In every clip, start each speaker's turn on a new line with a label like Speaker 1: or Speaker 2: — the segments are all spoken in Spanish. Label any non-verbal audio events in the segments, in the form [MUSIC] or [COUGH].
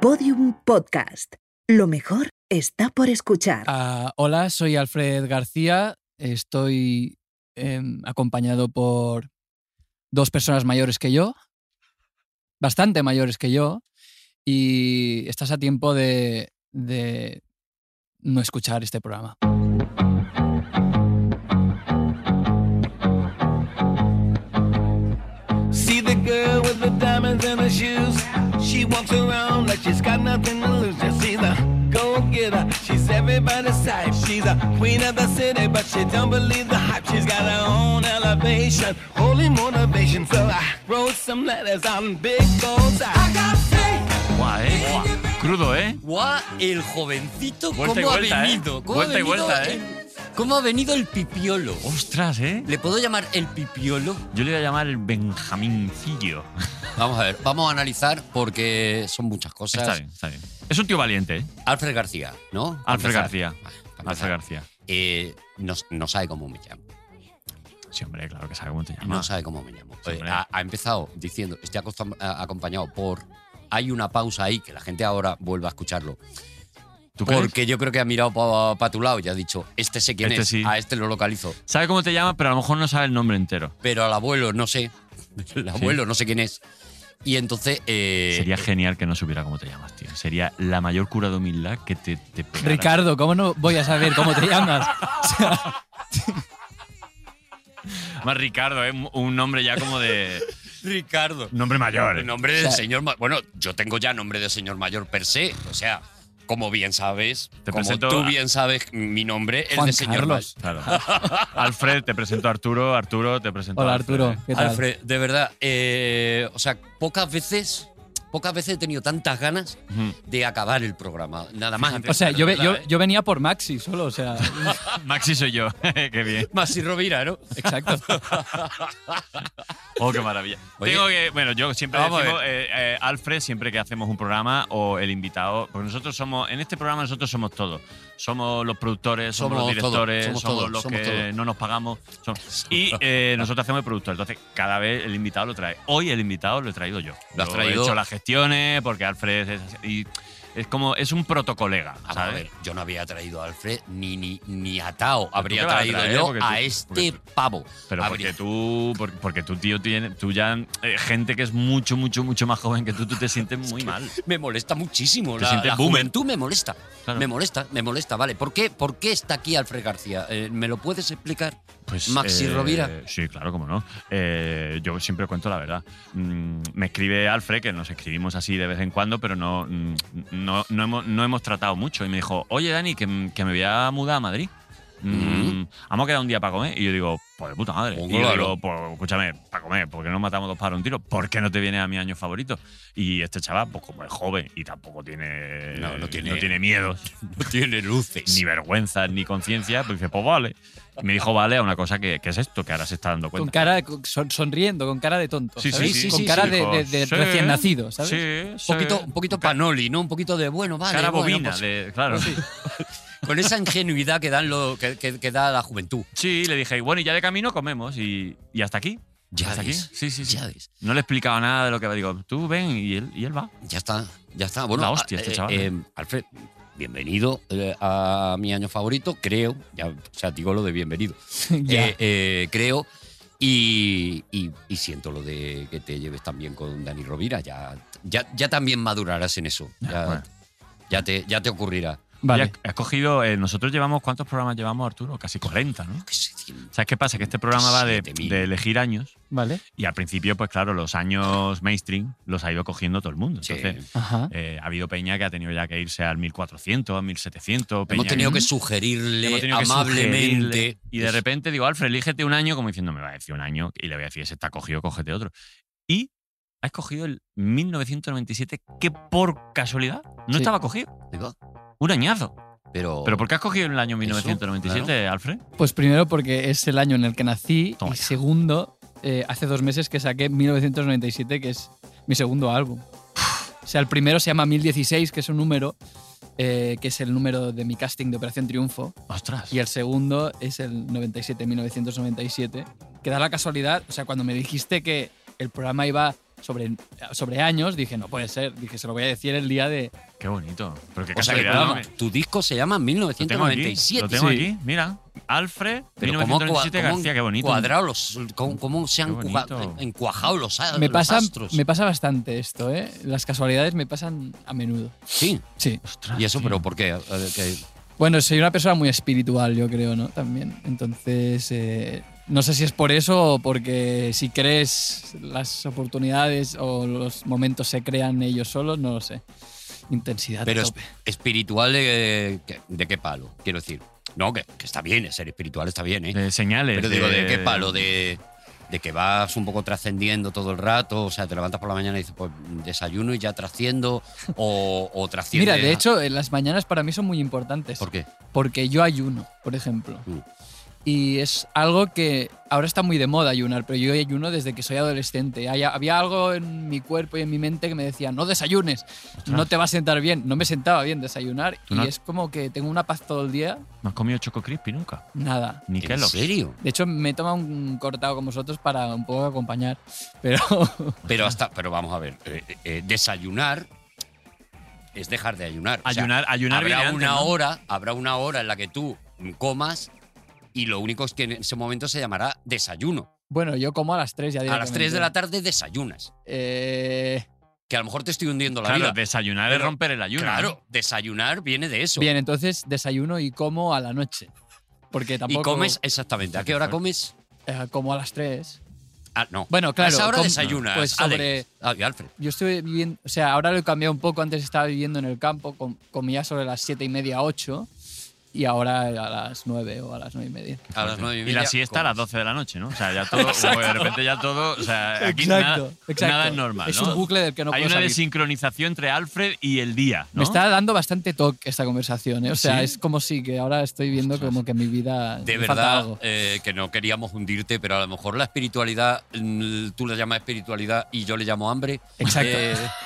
Speaker 1: Podium Podcast. Lo mejor está por escuchar.
Speaker 2: Ah, hola, soy Alfred García. Estoy eh, acompañado por dos personas mayores que yo, bastante mayores que yo, y estás a tiempo de, de no escuchar este programa.
Speaker 3: See the girl with the diamonds and her shoes. She walks around like she's got nothing to lose. Just she's a go getter. She's everybody's type. She's a queen of the city, but she don't believe the hype. She's got her own elevation, holy motivation. So I wrote some letters on big bold I got faith.
Speaker 4: Guau, eh. Guau. Crudo, ¿eh?
Speaker 5: Guau, el jovencito,
Speaker 4: Vuelta y
Speaker 5: ¿cómo ha
Speaker 4: vuelta, ¿eh?
Speaker 5: venido? ¿Cómo
Speaker 4: Vuelta
Speaker 5: ha
Speaker 4: y
Speaker 5: venido
Speaker 4: vuelta,
Speaker 5: el-
Speaker 4: ¿eh?
Speaker 5: ¿Cómo ha venido el pipiolo?
Speaker 4: Ostras, ¿eh?
Speaker 5: ¿Le puedo llamar el pipiolo?
Speaker 4: Yo le voy a llamar el Benjamincillo.
Speaker 5: Vamos a ver, vamos a analizar porque son muchas cosas.
Speaker 4: Está bien, está bien. Es un tío valiente, ¿eh?
Speaker 5: Alfred García, ¿no? Para
Speaker 4: Alfred
Speaker 5: empezar.
Speaker 4: García.
Speaker 5: Vale, para
Speaker 4: Alfred
Speaker 5: empezar.
Speaker 4: García.
Speaker 5: Eh, no, no sabe cómo me llamo.
Speaker 4: Sí, hombre, claro que sabe cómo te
Speaker 5: No
Speaker 4: llamas.
Speaker 5: sabe cómo me llamo.
Speaker 4: Ah, Sí,
Speaker 5: Eh,
Speaker 4: hombre.
Speaker 5: ha, ha empezado diciendo, estoy acostam- a- acompañado por... Hay una pausa ahí que la gente ahora vuelva a escucharlo.
Speaker 4: ¿Tú crees?
Speaker 5: Porque yo creo que ha mirado para tu lado y ha dicho, este sé quién
Speaker 4: Este
Speaker 5: es,
Speaker 4: sí.
Speaker 5: a este lo localizo.
Speaker 4: Sabe cómo te llamas, pero a lo mejor no sabe el nombre entero.
Speaker 5: pero al abuelo no sé. [LAUGHS] El abuelo no sé quién es. Y entonces. eh,
Speaker 4: Sería genial que no supiera cómo te llamas, tío. Sería la mayor cura de humildad que te, te pegara.
Speaker 2: Ricardo, ¿cómo no voy a saber cómo te
Speaker 5: [LAUGHS]
Speaker 2: llamas?
Speaker 4: Más Ricardo, ¿eh? Un nombre ya como
Speaker 5: [LAUGHS]
Speaker 4: de.
Speaker 5: Ricardo.
Speaker 4: Nombre mayor. ¿eh?
Speaker 5: Nombre de
Speaker 2: O sea,
Speaker 5: señor ma- Bueno, yo tengo ya nombre de señor mayor per se. O sea, como bien sabes,
Speaker 4: Te
Speaker 5: como
Speaker 4: presento
Speaker 5: tú
Speaker 4: a-
Speaker 5: bien sabes, mi nombre es
Speaker 2: Juan
Speaker 5: de señor
Speaker 2: Carlos.
Speaker 4: Claro. [LAUGHS] Alfred, te presento a Arturo. Arturo, te presento
Speaker 2: Hola
Speaker 4: a Alfred,
Speaker 2: Arturo,
Speaker 4: ¿eh?
Speaker 2: ¿qué
Speaker 5: mayor.
Speaker 2: tal?
Speaker 5: Alfred, de verdad. eh, o sea, pocas veces. Pocas veces he tenido tantas ganas
Speaker 4: Ujú.
Speaker 5: de acabar el programa. Nada más. eh,
Speaker 2: O sea, yo, ve- yo, yo venía por Maxi solo, o sea,
Speaker 4: [LAUGHS] Maxi soy yo. [LAUGHS] Qué bien.
Speaker 5: Masi Rovira, ¿no? [LAUGHS]
Speaker 2: exacto.
Speaker 4: Oh, qué maravilla.
Speaker 5: Oye.
Speaker 4: Tengo que, bueno, yo siempre
Speaker 5: Vamos a
Speaker 4: decimos, eh, eh, Alfred, siempre que hacemos un programa o el invitado, porque nosotros somos, en este programa nosotros somos todos. Somos los productores, somos,
Speaker 5: Somos
Speaker 4: los
Speaker 5: todo,
Speaker 4: directores,
Speaker 5: somos
Speaker 4: somos,
Speaker 5: todo,
Speaker 4: los
Speaker 5: somos
Speaker 4: que
Speaker 5: todo.
Speaker 4: no nos pagamos.
Speaker 5: [LAUGHS]
Speaker 4: somos- y eh, nosotros hacemos el productor. Entonces, cada vez el invitado lo trae. Hoy el invitado lo he traído yo.
Speaker 5: Lo has
Speaker 4: Yo
Speaker 5: traído.
Speaker 4: He hecho las gestiones porque Alfred es, y es como, es un protocolega,
Speaker 5: Vamos a
Speaker 4: ¿sabes?
Speaker 5: ver, yo no había traído a Alfred ni, ni, ni a Tao. Habría
Speaker 4: qué vas a
Speaker 5: traído
Speaker 4: traer?
Speaker 5: yo
Speaker 4: Porque
Speaker 5: a
Speaker 4: tú-
Speaker 5: este
Speaker 4: porque tú-
Speaker 5: pavo.
Speaker 4: Pero
Speaker 5: Habría-
Speaker 4: porque tú, porque, porque tú, tío, tienes, tú ya, eh, gente que es mucho, mucho, mucho más joven que tú, tú te sientes muy mal.
Speaker 5: Me molesta muchísimo.
Speaker 4: Te
Speaker 5: La,
Speaker 4: sientes
Speaker 5: la
Speaker 4: boomer.
Speaker 5: juventud me molesta.
Speaker 4: Claro.
Speaker 5: Me molesta, me molesta. Vale, ¿por qué, por qué está aquí Alfred García? Eh, ¿Me lo
Speaker 4: [LAUGHS]
Speaker 5: puedes explicar?
Speaker 4: Pues,
Speaker 5: Maxi Rovira.
Speaker 4: Sí, claro, cómo no. Eh, yo siempre cuento la verdad. Mm, me escribe Alfred, que nos escribimos así de vez en cuando, pero no, mm, no, no hemos, no hemos tratado mucho. Y me dijo, oye, Dani, que, m- que me voy a mudar a Madrid. Mm, Vamos a quedar un día para comer. Y yo digo, pues de puta madre.
Speaker 5: Pues
Speaker 4: y yo
Speaker 5: claro.
Speaker 4: digo, pues escúchame, para comer, ¿por qué no matamos dos para un tiro? ¿Por qué no te vienes a mi año favorito? Y este chaval, pues como es joven y tampoco tiene,
Speaker 5: No, no tiene-
Speaker 4: no tiene miedos,
Speaker 5: No tiene luces.
Speaker 4: ni vergüenza, ni conciencia, pues dice, pues vale. Y me dijo, vale, a una cosa que, que es esto, que ahora se está dando
Speaker 2: Con
Speaker 4: cuenta.
Speaker 2: cara, con- son- sonriendo, con cara de tonto,
Speaker 4: Sí, sí,
Speaker 2: ¿sabes?
Speaker 5: sí,
Speaker 2: con
Speaker 5: sí,
Speaker 2: cara
Speaker 5: sí,
Speaker 2: de,
Speaker 4: dijo,
Speaker 2: de- de
Speaker 4: sí,
Speaker 2: recién nacido, ¿sabes?
Speaker 4: Sí,
Speaker 5: Un poquito, un poquito panoli, ¿no? Un poquito de bueno, vale.
Speaker 4: cara
Speaker 5: bueno,
Speaker 4: bovina,
Speaker 5: pues,
Speaker 4: de- claro. Sí.
Speaker 5: Con esa ingenuidad que, dan lo, que, que- que da la juventud.
Speaker 4: le dije, y bueno, y ya de camino comemos y, y hasta aquí.
Speaker 5: Ya
Speaker 4: ¿Hasta aquí?
Speaker 5: ves,
Speaker 4: Sí, sí, sí.
Speaker 5: ya ves.
Speaker 4: No le explicaba nada de lo que digo, tú ven y él, y él va.
Speaker 5: Ya está, ya está. Bueno,
Speaker 4: La hostia, este
Speaker 5: eh,
Speaker 4: chaval,
Speaker 5: eh,
Speaker 4: ¿eh?
Speaker 5: Alfred, bienvenido eh, a mi año favorito, creo. Ya, o sea, digo lo de bienvenido.
Speaker 2: [LAUGHS] Ya.
Speaker 5: Eh, eh, creo. Y, y- y siento lo de que te lleves también con Dani Rovira. Ya, ya, ya también madurarás en eso. Ya,
Speaker 4: bueno.
Speaker 5: ya te, ya te ocurrirá.
Speaker 2: Vale.
Speaker 4: Y has- has cogido, eh, nosotros llevamos, ¿cuántos programas llevamos, Arturo? Casi 40, ¿no?
Speaker 5: Que se tiene-
Speaker 4: ¿Sabes qué pasa? Que este programa va de,
Speaker 5: 7.000.
Speaker 4: de elegir años
Speaker 2: Vale.
Speaker 4: y al principio, pues claro, los años mainstream los ha ido cogiendo todo el mundo.
Speaker 5: Sí.
Speaker 4: Entonces,
Speaker 2: Ajá.
Speaker 4: Eh, ha habido peña que ha tenido ya que irse al 1400, al 1700. peña ¿eh?
Speaker 5: Hemos tenido que sugerirle
Speaker 4: hemos tenido que
Speaker 5: amablemente.
Speaker 4: sugerirle. y de repente digo, Alfred, elígete un año, como diciendo, me va a decir un año, y le voy a decir, ese está cogido, cógete otro. Y ha escogido el 1997, que por casualidad no
Speaker 2: Sí.
Speaker 4: estaba cogido.
Speaker 5: Digo,
Speaker 4: Un añazo.
Speaker 5: Pero,
Speaker 4: ¿Pero por qué has cogido el año 1997, Alfred?
Speaker 2: Pues primero porque es el año en el que nací
Speaker 4: Toma
Speaker 2: y
Speaker 4: ya.
Speaker 2: segundo, eh, hace dos meses que saqué 1997, que es mi segundo álbum. O sea, el primero se llama 1016, que es un número, eh, que es el número de mi casting de Operación Triunfo.
Speaker 4: Ostras.
Speaker 2: Y el segundo es el 97, 1997, que da la casualidad, o sea, cuando me dijiste que el programa iba sobre, sobre años, dije, no puede ser. Dije, se lo voy a decir el día de.
Speaker 4: Qué bonito. Pero qué
Speaker 5: O sea que
Speaker 4: casualidad, ¿no?
Speaker 5: tu- tu disco se llama
Speaker 4: Lo tengo aquí.
Speaker 5: 1997.
Speaker 4: Lo tengo
Speaker 2: Sí.
Speaker 4: aquí. Mira. Alfred,
Speaker 5: Pero cómo, cua-
Speaker 4: 1997
Speaker 5: cómo
Speaker 4: García, qué bonito.
Speaker 5: cuadrado los, cómo, cómo se han
Speaker 4: Qué
Speaker 5: cuja-
Speaker 4: bonito.
Speaker 5: encuajado los, a-
Speaker 2: Me
Speaker 5: los
Speaker 2: pasa,
Speaker 5: astros.
Speaker 2: me pasa bastante esto, ¿eh? Las casualidades me pasan a menudo.
Speaker 5: Sí,
Speaker 2: Sí.
Speaker 4: Ostras,
Speaker 5: y eso,
Speaker 4: tío.
Speaker 5: pero ¿por qué? A ver, que-
Speaker 2: Bueno, soy una persona muy espiritual, yo creo, ¿no? También. Entonces, eh, no sé si es por eso o porque si crees las oportunidades o los momentos se crean ellos solos, no lo sé. Intensidad.
Speaker 5: Pero es-
Speaker 2: tope.
Speaker 5: espiritual, eh, que- ¿de qué palo? Quiero decir, no, que, que está bien, eh, ser espiritual está bien, ¿eh?
Speaker 4: De señales.
Speaker 5: Pero digo, ¿de qué palo? De, de que vas un poco trascendiendo todo el rato, o sea, te levantas por la mañana y dices, pues desayuno y ya trasciendo, o, o trasciende.
Speaker 2: Mira, de hecho, eh, las mañanas para mí son muy importantes.
Speaker 5: ¿Por qué?
Speaker 2: Porque yo ayuno, por ejemplo.
Speaker 5: Mm.
Speaker 2: Y es algo que ahora está muy de moda ayunar, pero yo ayuno desde que soy adolescente. Hay- había algo en mi cuerpo y en mi mente que me decía, no desayunes, no te va a sentar bien. No me sentaba bien desayunar.
Speaker 4: Tú
Speaker 2: Y
Speaker 4: no-
Speaker 2: es como que tengo una paz todo el día,
Speaker 4: No has comido Choco Crispy nunca.
Speaker 2: nada.
Speaker 4: Ni
Speaker 5: ¿En
Speaker 4: Kellogg's.
Speaker 5: serio?
Speaker 2: De hecho, me toma un cortado con vosotros para un poco acompañar. Pero [LAUGHS]
Speaker 4: Pues
Speaker 5: Pero hasta, pero vamos a ver, eh, eh, desayunar es dejar de ayunar. O sea,
Speaker 4: Ayunar, ayunar
Speaker 5: habrá
Speaker 4: viene antes,
Speaker 5: una
Speaker 4: ¿no?
Speaker 5: hora, habrá una hora en la que tú comas y lo único es que en ese momento se llamará desayuno.
Speaker 2: bueno, yo como a las 3 ya
Speaker 5: A las 3 de la
Speaker 2: directamente.
Speaker 5: tarde desayunas.
Speaker 2: Eh,
Speaker 5: Que a lo mejor te estoy hundiendo la
Speaker 4: Claro,
Speaker 5: vida.
Speaker 4: desayunar es
Speaker 5: Pero-
Speaker 4: romper el ayuno.
Speaker 5: Claro, desayunar viene de eso.
Speaker 2: bien, entonces desayuno y como a la noche. Porque
Speaker 5: y
Speaker 2: tampoco.
Speaker 5: comes exactamente. ¿A qué hora comes?
Speaker 2: eh, como a las 3.
Speaker 5: Ah, no.
Speaker 2: Bueno, claro,
Speaker 5: A esa hora
Speaker 2: com-
Speaker 5: desayunas.
Speaker 2: pues sobre-
Speaker 5: Alex. Ah, y Alfred.
Speaker 2: Yo estuve viviendo, o sea, ahora lo he cambiado un poco, antes estaba viviendo en el campo, com- comía sobre las 7 y media, 8, y ahora a las 9 o a las 9 y media.
Speaker 5: A las nueve y
Speaker 4: Y
Speaker 5: media
Speaker 4: la siesta a las
Speaker 5: comes.
Speaker 4: 12 de la noche, ¿no? O sea,
Speaker 5: [LAUGHS]
Speaker 4: ya todo. de repente ya todo. O sea, aquí
Speaker 2: Exacto,
Speaker 4: nada,
Speaker 2: exacto.
Speaker 4: nada es normal.
Speaker 2: Es
Speaker 4: ¿no?
Speaker 2: un bucle del que no
Speaker 4: Hay
Speaker 2: puedo
Speaker 4: una
Speaker 2: salir.
Speaker 4: desincronización entre Alfred y el día. ¿no?
Speaker 2: Me está dando bastante toque esta conversación, ¿eh? o sea,
Speaker 4: ¿Sí?
Speaker 2: es como si que ahora estoy viendo
Speaker 4: Ostras.
Speaker 2: como que mi vida
Speaker 5: De
Speaker 2: me falta
Speaker 5: verdad,
Speaker 2: algo.
Speaker 5: eh, que no queríamos hundirte, pero a lo mejor la espiritualidad, mm, tú la llamas espiritualidad y yo le llamo hambre.
Speaker 2: Exacto.
Speaker 5: Eh,
Speaker 2: [LAUGHS]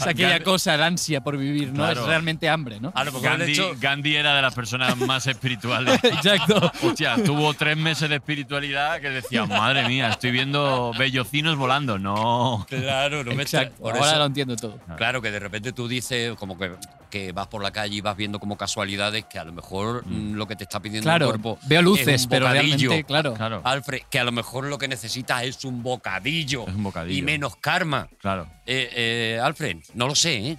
Speaker 2: Es aquella cosa, el ansia por vivir, ¿no?
Speaker 4: Claro.
Speaker 2: Es realmente hambre, ¿no?
Speaker 5: a lo mejor el
Speaker 4: Gandhi,
Speaker 5: hecho-
Speaker 4: Gandhi era de las personas más espirituales.
Speaker 2: [LAUGHS] Exacto.
Speaker 4: Hostia, tuvo tres meses de espiritualidad que decía, madre mía, estoy viendo bellocinos volando. No.
Speaker 5: Claro, no me extra-
Speaker 2: Exacto.
Speaker 5: por
Speaker 2: Ahora
Speaker 5: eso-
Speaker 2: lo entiendo todo.
Speaker 5: Claro, que de repente tú dices como que, que vas por la calle y vas viendo como casualidades que a lo mejor mm, lo que te está pidiendo
Speaker 2: Claro,
Speaker 5: el cuerpo
Speaker 2: veo
Speaker 5: es
Speaker 2: luces,
Speaker 5: un
Speaker 2: pero
Speaker 5: bocadillo.
Speaker 2: realmente, claro.
Speaker 4: Claro,
Speaker 5: Alfred, que a lo mejor lo que necesitas es un bocadillo.
Speaker 4: Es un bocadillo.
Speaker 5: Y menos karma.
Speaker 4: claro.
Speaker 5: Eh, eh, Alfred, no lo sé, ¿eh?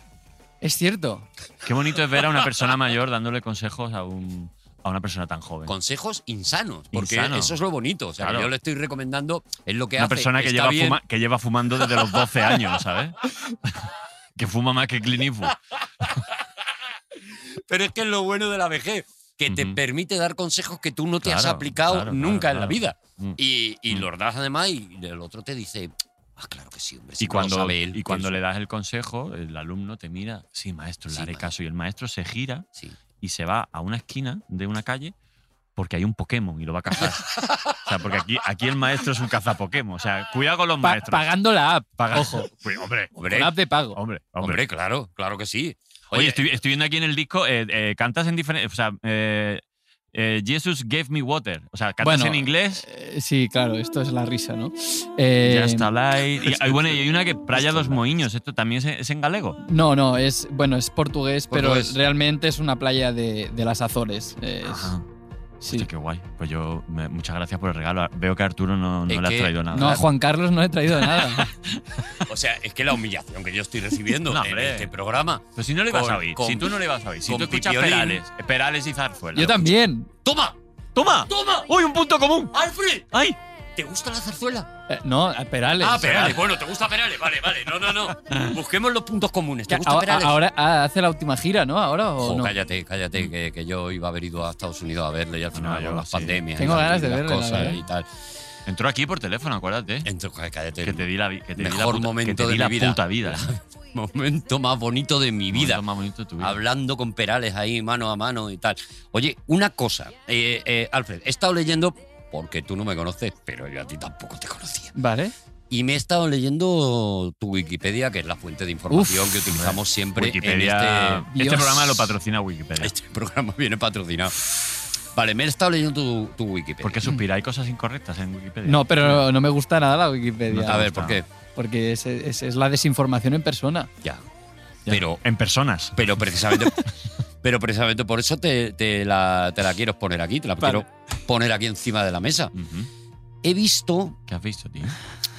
Speaker 2: Es cierto.
Speaker 4: Qué bonito es ver a una persona mayor dándole consejos a, un, a una persona tan joven.
Speaker 5: Consejos insanos, porque
Speaker 4: Pues Insano.
Speaker 5: eso es lo bonito. O sea,
Speaker 4: Claro.
Speaker 5: yo le estoy recomendando, es lo que
Speaker 4: Una
Speaker 5: hace.
Speaker 4: persona que
Speaker 5: está
Speaker 4: lleva,
Speaker 5: bien.
Speaker 4: fuma- que lleva fumando desde los 12 años, ¿sabes? [LAUGHS] que fuma más que Clint Eastwood.
Speaker 5: Pero es que es lo bueno de la vejez, que te
Speaker 4: Ujú.
Speaker 5: permite dar consejos que tú no te has
Speaker 4: Claro,
Speaker 5: aplicado
Speaker 4: claro, claro,
Speaker 5: nunca en la
Speaker 4: claro.
Speaker 5: vida.
Speaker 4: Mm.
Speaker 5: Y, y
Speaker 4: Mm.
Speaker 5: los das además y el otro te dice, ah, claro que sí, hombre, si
Speaker 4: Y
Speaker 5: no lo
Speaker 4: cuando,
Speaker 5: sabe él,
Speaker 4: y cuando
Speaker 5: pienso".
Speaker 4: le das el consejo, el alumno te mira, sí, maestro, le
Speaker 5: Sí,
Speaker 4: haré
Speaker 5: maestro.
Speaker 4: caso. Y el maestro se gira
Speaker 5: Sí.
Speaker 4: y se va a una esquina de una calle porque hay un Pokémon y lo va a cazar. o sea, porque aquí, aquí el maestro es un cazapokémon. O sea, cuidado con los
Speaker 2: Pa-
Speaker 4: maestros.
Speaker 2: pagando la app.
Speaker 4: Paga- Pues, hombre,
Speaker 5: Hombre,
Speaker 2: Con la app de pago.
Speaker 4: [LAUGHS] hombre,
Speaker 5: hombre,
Speaker 4: hombre.
Speaker 5: claro, claro que sí.
Speaker 4: Oye, estoy, estoy viendo aquí en el disco, eh, eh, cantas en diferente. O sea, eh, eh, Jesus gave me water. O sea, cantas
Speaker 2: Bueno,
Speaker 4: en inglés.
Speaker 2: Eh, Sí, claro, esto es la risa, ¿no? Eh,
Speaker 4: Ya está light. Y, ah, y bueno, y hay una que Playa los Moinhos. Esto también es, es en galego.
Speaker 2: No, no, es bueno, es portugués, pero
Speaker 5: Portugués.
Speaker 2: realmente es una playa de, de las Azores. Es-
Speaker 4: Ajá.
Speaker 2: sí.
Speaker 4: Hostia, qué guay. Pues yo, me- muchas gracias por el regalo. Veo que a Arturo no, no
Speaker 5: Es
Speaker 4: le has
Speaker 5: que-
Speaker 4: traído nada.
Speaker 2: No, a Juan Carlos no le
Speaker 4: [LAUGHS]
Speaker 2: he traído nada.
Speaker 5: O sea, es que la humillación que yo estoy recibiendo
Speaker 4: [LAUGHS] No,
Speaker 5: en
Speaker 4: hombre.
Speaker 5: este programa.
Speaker 4: Pero Pues si no le ibas
Speaker 5: Con-
Speaker 4: a oír,
Speaker 5: con-
Speaker 4: si tú no le ibas a oír, si
Speaker 5: con
Speaker 4: tú escuchas
Speaker 5: Pipiolín.
Speaker 4: Perales, Perales y Zarzuela.
Speaker 2: Yo también.
Speaker 5: ¡Toma!
Speaker 4: ¡Toma!
Speaker 5: ¡Toma!
Speaker 4: ¡Uy, un punto común!
Speaker 5: ¡Alfred!
Speaker 4: ¡Ay!
Speaker 5: ¿Te gusta la zarzuela?
Speaker 2: Eh, no, a Perales.
Speaker 5: Ah, Perales. Bueno, ¿te gusta Perales? Vale, vale. No, no,
Speaker 4: [LAUGHS] Ah.
Speaker 5: no. Busquemos los puntos comunes. ¿Te
Speaker 2: Que a-
Speaker 5: gusta
Speaker 2: a-
Speaker 5: Perales?
Speaker 2: ahora ah, hace la última gira, ¿no? Ahora o
Speaker 5: Jo,
Speaker 2: no.
Speaker 5: Cállate, cállate, que, que yo iba a haber ido a Estados Unidos a verle y al final
Speaker 4: Mm. No, yo
Speaker 5: con las
Speaker 4: sí.
Speaker 5: pandemias.
Speaker 2: Tengo
Speaker 5: y las-
Speaker 2: ganas
Speaker 5: y
Speaker 2: de
Speaker 5: las
Speaker 2: verle, la
Speaker 5: cosas
Speaker 2: verdad.
Speaker 5: y tal.
Speaker 4: Entró aquí por teléfono, acuérdate.
Speaker 5: Entonces, cállate.
Speaker 4: Que te di la, vi- que te di la
Speaker 5: Mejor
Speaker 4: puta-
Speaker 5: momento
Speaker 4: que te
Speaker 5: de
Speaker 4: di
Speaker 5: mi
Speaker 4: la
Speaker 5: vida.
Speaker 4: puta vida.
Speaker 5: [LAUGHS] Momento más bonito de mi vida.
Speaker 4: Momento más bonito de tu vida.
Speaker 5: Hablando con Perales ahí mano a mano y tal. Oye, una cosa, eh, eh, Alfred, he estado leyendo, porque tú no me conoces, pero yo a ti tampoco te conocía.
Speaker 2: Vale.
Speaker 5: Y me he estado leyendo tu Wikipedia, que es la fuente de información
Speaker 2: Uf.
Speaker 5: que utilizamos siempre en
Speaker 4: Wikipedia.
Speaker 5: este,
Speaker 4: Este,
Speaker 5: [LAUGHS]
Speaker 2: Dios.
Speaker 4: programa lo patrocina Wikipedia.
Speaker 5: este programa. Viene patrocinado. Vale, me he estado leyendo tu, tu Wikipedia.
Speaker 4: ¿Por qué suspira? ¿Hay cosas incorrectas en Wikipedia?
Speaker 2: No, pero no me gusta nada la
Speaker 4: No
Speaker 2: Wikipedia.
Speaker 4: te
Speaker 5: A ver,
Speaker 4: gusta.
Speaker 5: ¿por qué?
Speaker 2: Porque es, es- es la desinformación en persona.
Speaker 5: Ya. Pero,
Speaker 4: En personas.
Speaker 5: pero precisamente. [LAUGHS] Pero precisamente por eso te, te la, te la quiero poner aquí, te la
Speaker 2: Vale.
Speaker 5: quiero poner aquí encima de la mesa.
Speaker 4: Ujú.
Speaker 5: He visto
Speaker 4: ¿Qué has visto, tío?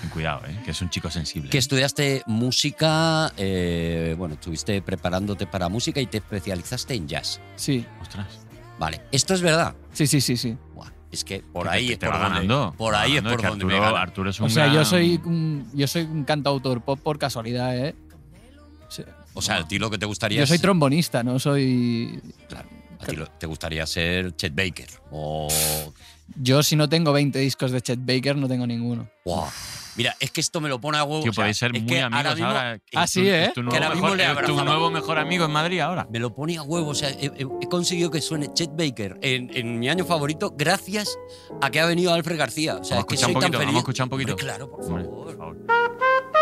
Speaker 4: Ten cuidado, ¿eh? Que es un chico sensible.
Speaker 5: que estudiaste música, eh, bueno, estuviste preparándote para música y te especializaste en jazz.
Speaker 2: Sí,
Speaker 4: Ostras.
Speaker 5: Vale, esto es verdad.
Speaker 2: sí, sí, sí. sí.
Speaker 5: Buah, es que por
Speaker 4: Que te-
Speaker 5: ahí
Speaker 4: que
Speaker 5: es
Speaker 4: te
Speaker 5: por
Speaker 4: va
Speaker 5: donde,
Speaker 4: ganando.
Speaker 5: por
Speaker 4: Va
Speaker 5: ahí es
Speaker 4: ganando,
Speaker 5: por
Speaker 4: que
Speaker 5: donde
Speaker 4: Arturo,
Speaker 5: me gana.
Speaker 4: Arturo es un
Speaker 2: O sea, yo
Speaker 4: gran-
Speaker 2: soy, un, yo soy un cantautor pop por casualidad, ¿eh? O sea,
Speaker 5: O sea, a ti lo que te gustaría
Speaker 2: yo soy
Speaker 5: es-
Speaker 2: trombonista, no soy.
Speaker 5: claro, a ti lo- te gustaría ser Chet Baker o
Speaker 2: Yo, si no tengo 20 discos de Chet Baker, no tengo ninguno.
Speaker 5: Buah. Mira, es que esto me lo pone a huevo.
Speaker 4: Tío,
Speaker 5: o sea,
Speaker 4: podéis ser
Speaker 5: es
Speaker 4: muy
Speaker 5: que
Speaker 4: amigos ahora.
Speaker 5: mismo
Speaker 4: que
Speaker 2: Ah,
Speaker 4: es
Speaker 2: sí,
Speaker 4: tu-
Speaker 2: ¿eh?
Speaker 4: Es tu
Speaker 5: Que
Speaker 4: nuevo,
Speaker 5: ahora mismo
Speaker 4: mejor,
Speaker 5: le
Speaker 4: es tu
Speaker 5: abrazamos.
Speaker 4: nuevo mejor amigo en Madrid ahora.
Speaker 5: Me lo pone a huevo. O sea, he, he- he conseguido que suene Chet Baker en, en mi año favorito gracias a que ha venido Alfred García. O sea,
Speaker 4: Vamos a
Speaker 5: es
Speaker 4: escuchar
Speaker 5: que soy
Speaker 4: un poquito,
Speaker 5: tan feliz.
Speaker 4: vamos a escuchar un poquito.
Speaker 5: Hombre, claro, por
Speaker 4: Hombre,
Speaker 5: favor.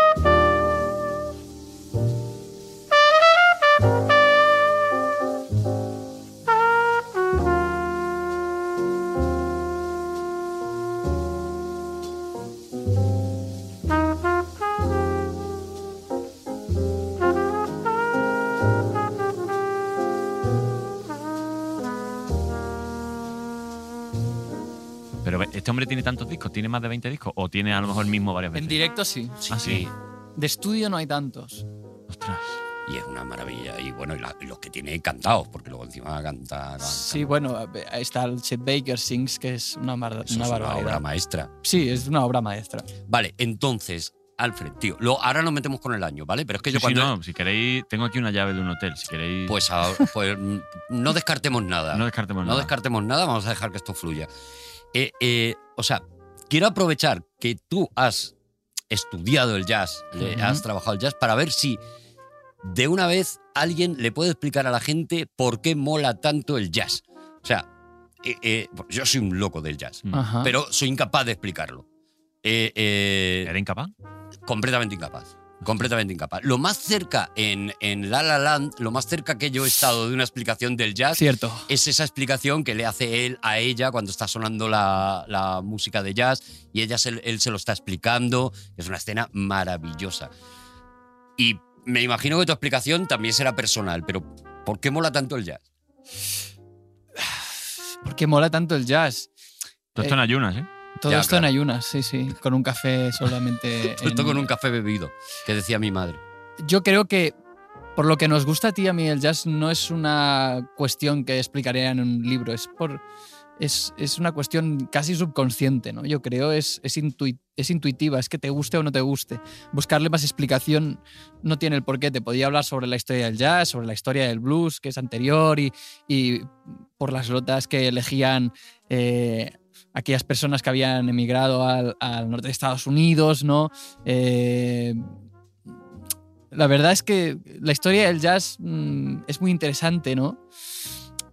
Speaker 4: Pero este hombre tiene tantos discos, tiene más de 20 discos o tiene a lo mejor el mismo varias veces.
Speaker 2: En directo sí.
Speaker 4: Ah, sí.
Speaker 2: De estudio no hay tantos.
Speaker 4: Ostras.
Speaker 5: Y es una maravilla. Y bueno, y la- y los que tiene cantados, porque luego encima canta. canta-
Speaker 2: Sí, bueno, eh, está el Chet Baker Sings, que es una, mar-
Speaker 5: eso
Speaker 2: una
Speaker 5: es una
Speaker 2: barbaridad.
Speaker 5: obra maestra.
Speaker 2: sí, es una obra maestra.
Speaker 5: Vale, entonces, Alfred, tío, lo- ahora nos metemos con el año, ¿vale? Pero es que
Speaker 4: Sí,
Speaker 5: yo
Speaker 4: sí,
Speaker 5: cuando.
Speaker 4: no, si queréis, tengo aquí una llave de un hotel. Si queréis,
Speaker 5: [LAUGHS] Pues, ahora- pues, mm, no descartemos nada.
Speaker 4: no descartemos
Speaker 5: No
Speaker 4: nada.
Speaker 5: descartemos nada, vamos a dejar que esto fluya. Eh, eh, o sea, quiero aprovechar que tú has estudiado el jazz, le-
Speaker 2: Ujú.
Speaker 5: has trabajado el jazz, para ver si de una vez alguien le puede explicar a la gente por qué mola tanto el jazz. O sea, eh, eh, yo soy un loco del jazz,
Speaker 4: Mm.
Speaker 2: Ajá.
Speaker 5: pero soy incapaz de explicarlo. Eh, eh,
Speaker 4: ¿Era incapaz?
Speaker 5: completamente incapaz. Completamente incapaz. Lo más cerca en, en La La Land, lo más cerca que yo he estado de una explicación del jazz
Speaker 2: Cierto.
Speaker 5: es esa explicación que le hace él a ella cuando está sonando la, la música de jazz y ella se- él se lo está explicando. Es una escena maravillosa. Y me imagino que tu explicación también será personal, pero ¿por qué mola tanto el jazz?
Speaker 2: ¿Por qué mola tanto el jazz?
Speaker 4: Tú esto en ayunas, ¿eh?
Speaker 2: Todo
Speaker 5: Ya,
Speaker 2: esto
Speaker 5: claro.
Speaker 2: en ayunas, sí, sí. Con un café solamente.
Speaker 5: [LAUGHS] Todo Esto
Speaker 2: en-
Speaker 5: con un café bebido, que decía mi madre.
Speaker 2: Yo creo que por lo que nos gusta a ti y a mí el jazz no es una cuestión que explicaría en un libro, es por es, es una cuestión casi subconsciente, ¿no? Yo creo es es, intui- es intuitiva, es que te guste o no te guste. Buscarle más explicación no tiene el porqué. Te podía hablar sobre la historia del jazz, sobre la historia del blues que es anterior y, y por las notas que elegían eh, aquellas personas que habían emigrado al, al norte de Estados Unidos, ¿no? Eh, la verdad es que la historia del jazz mm, es muy interesante, ¿no?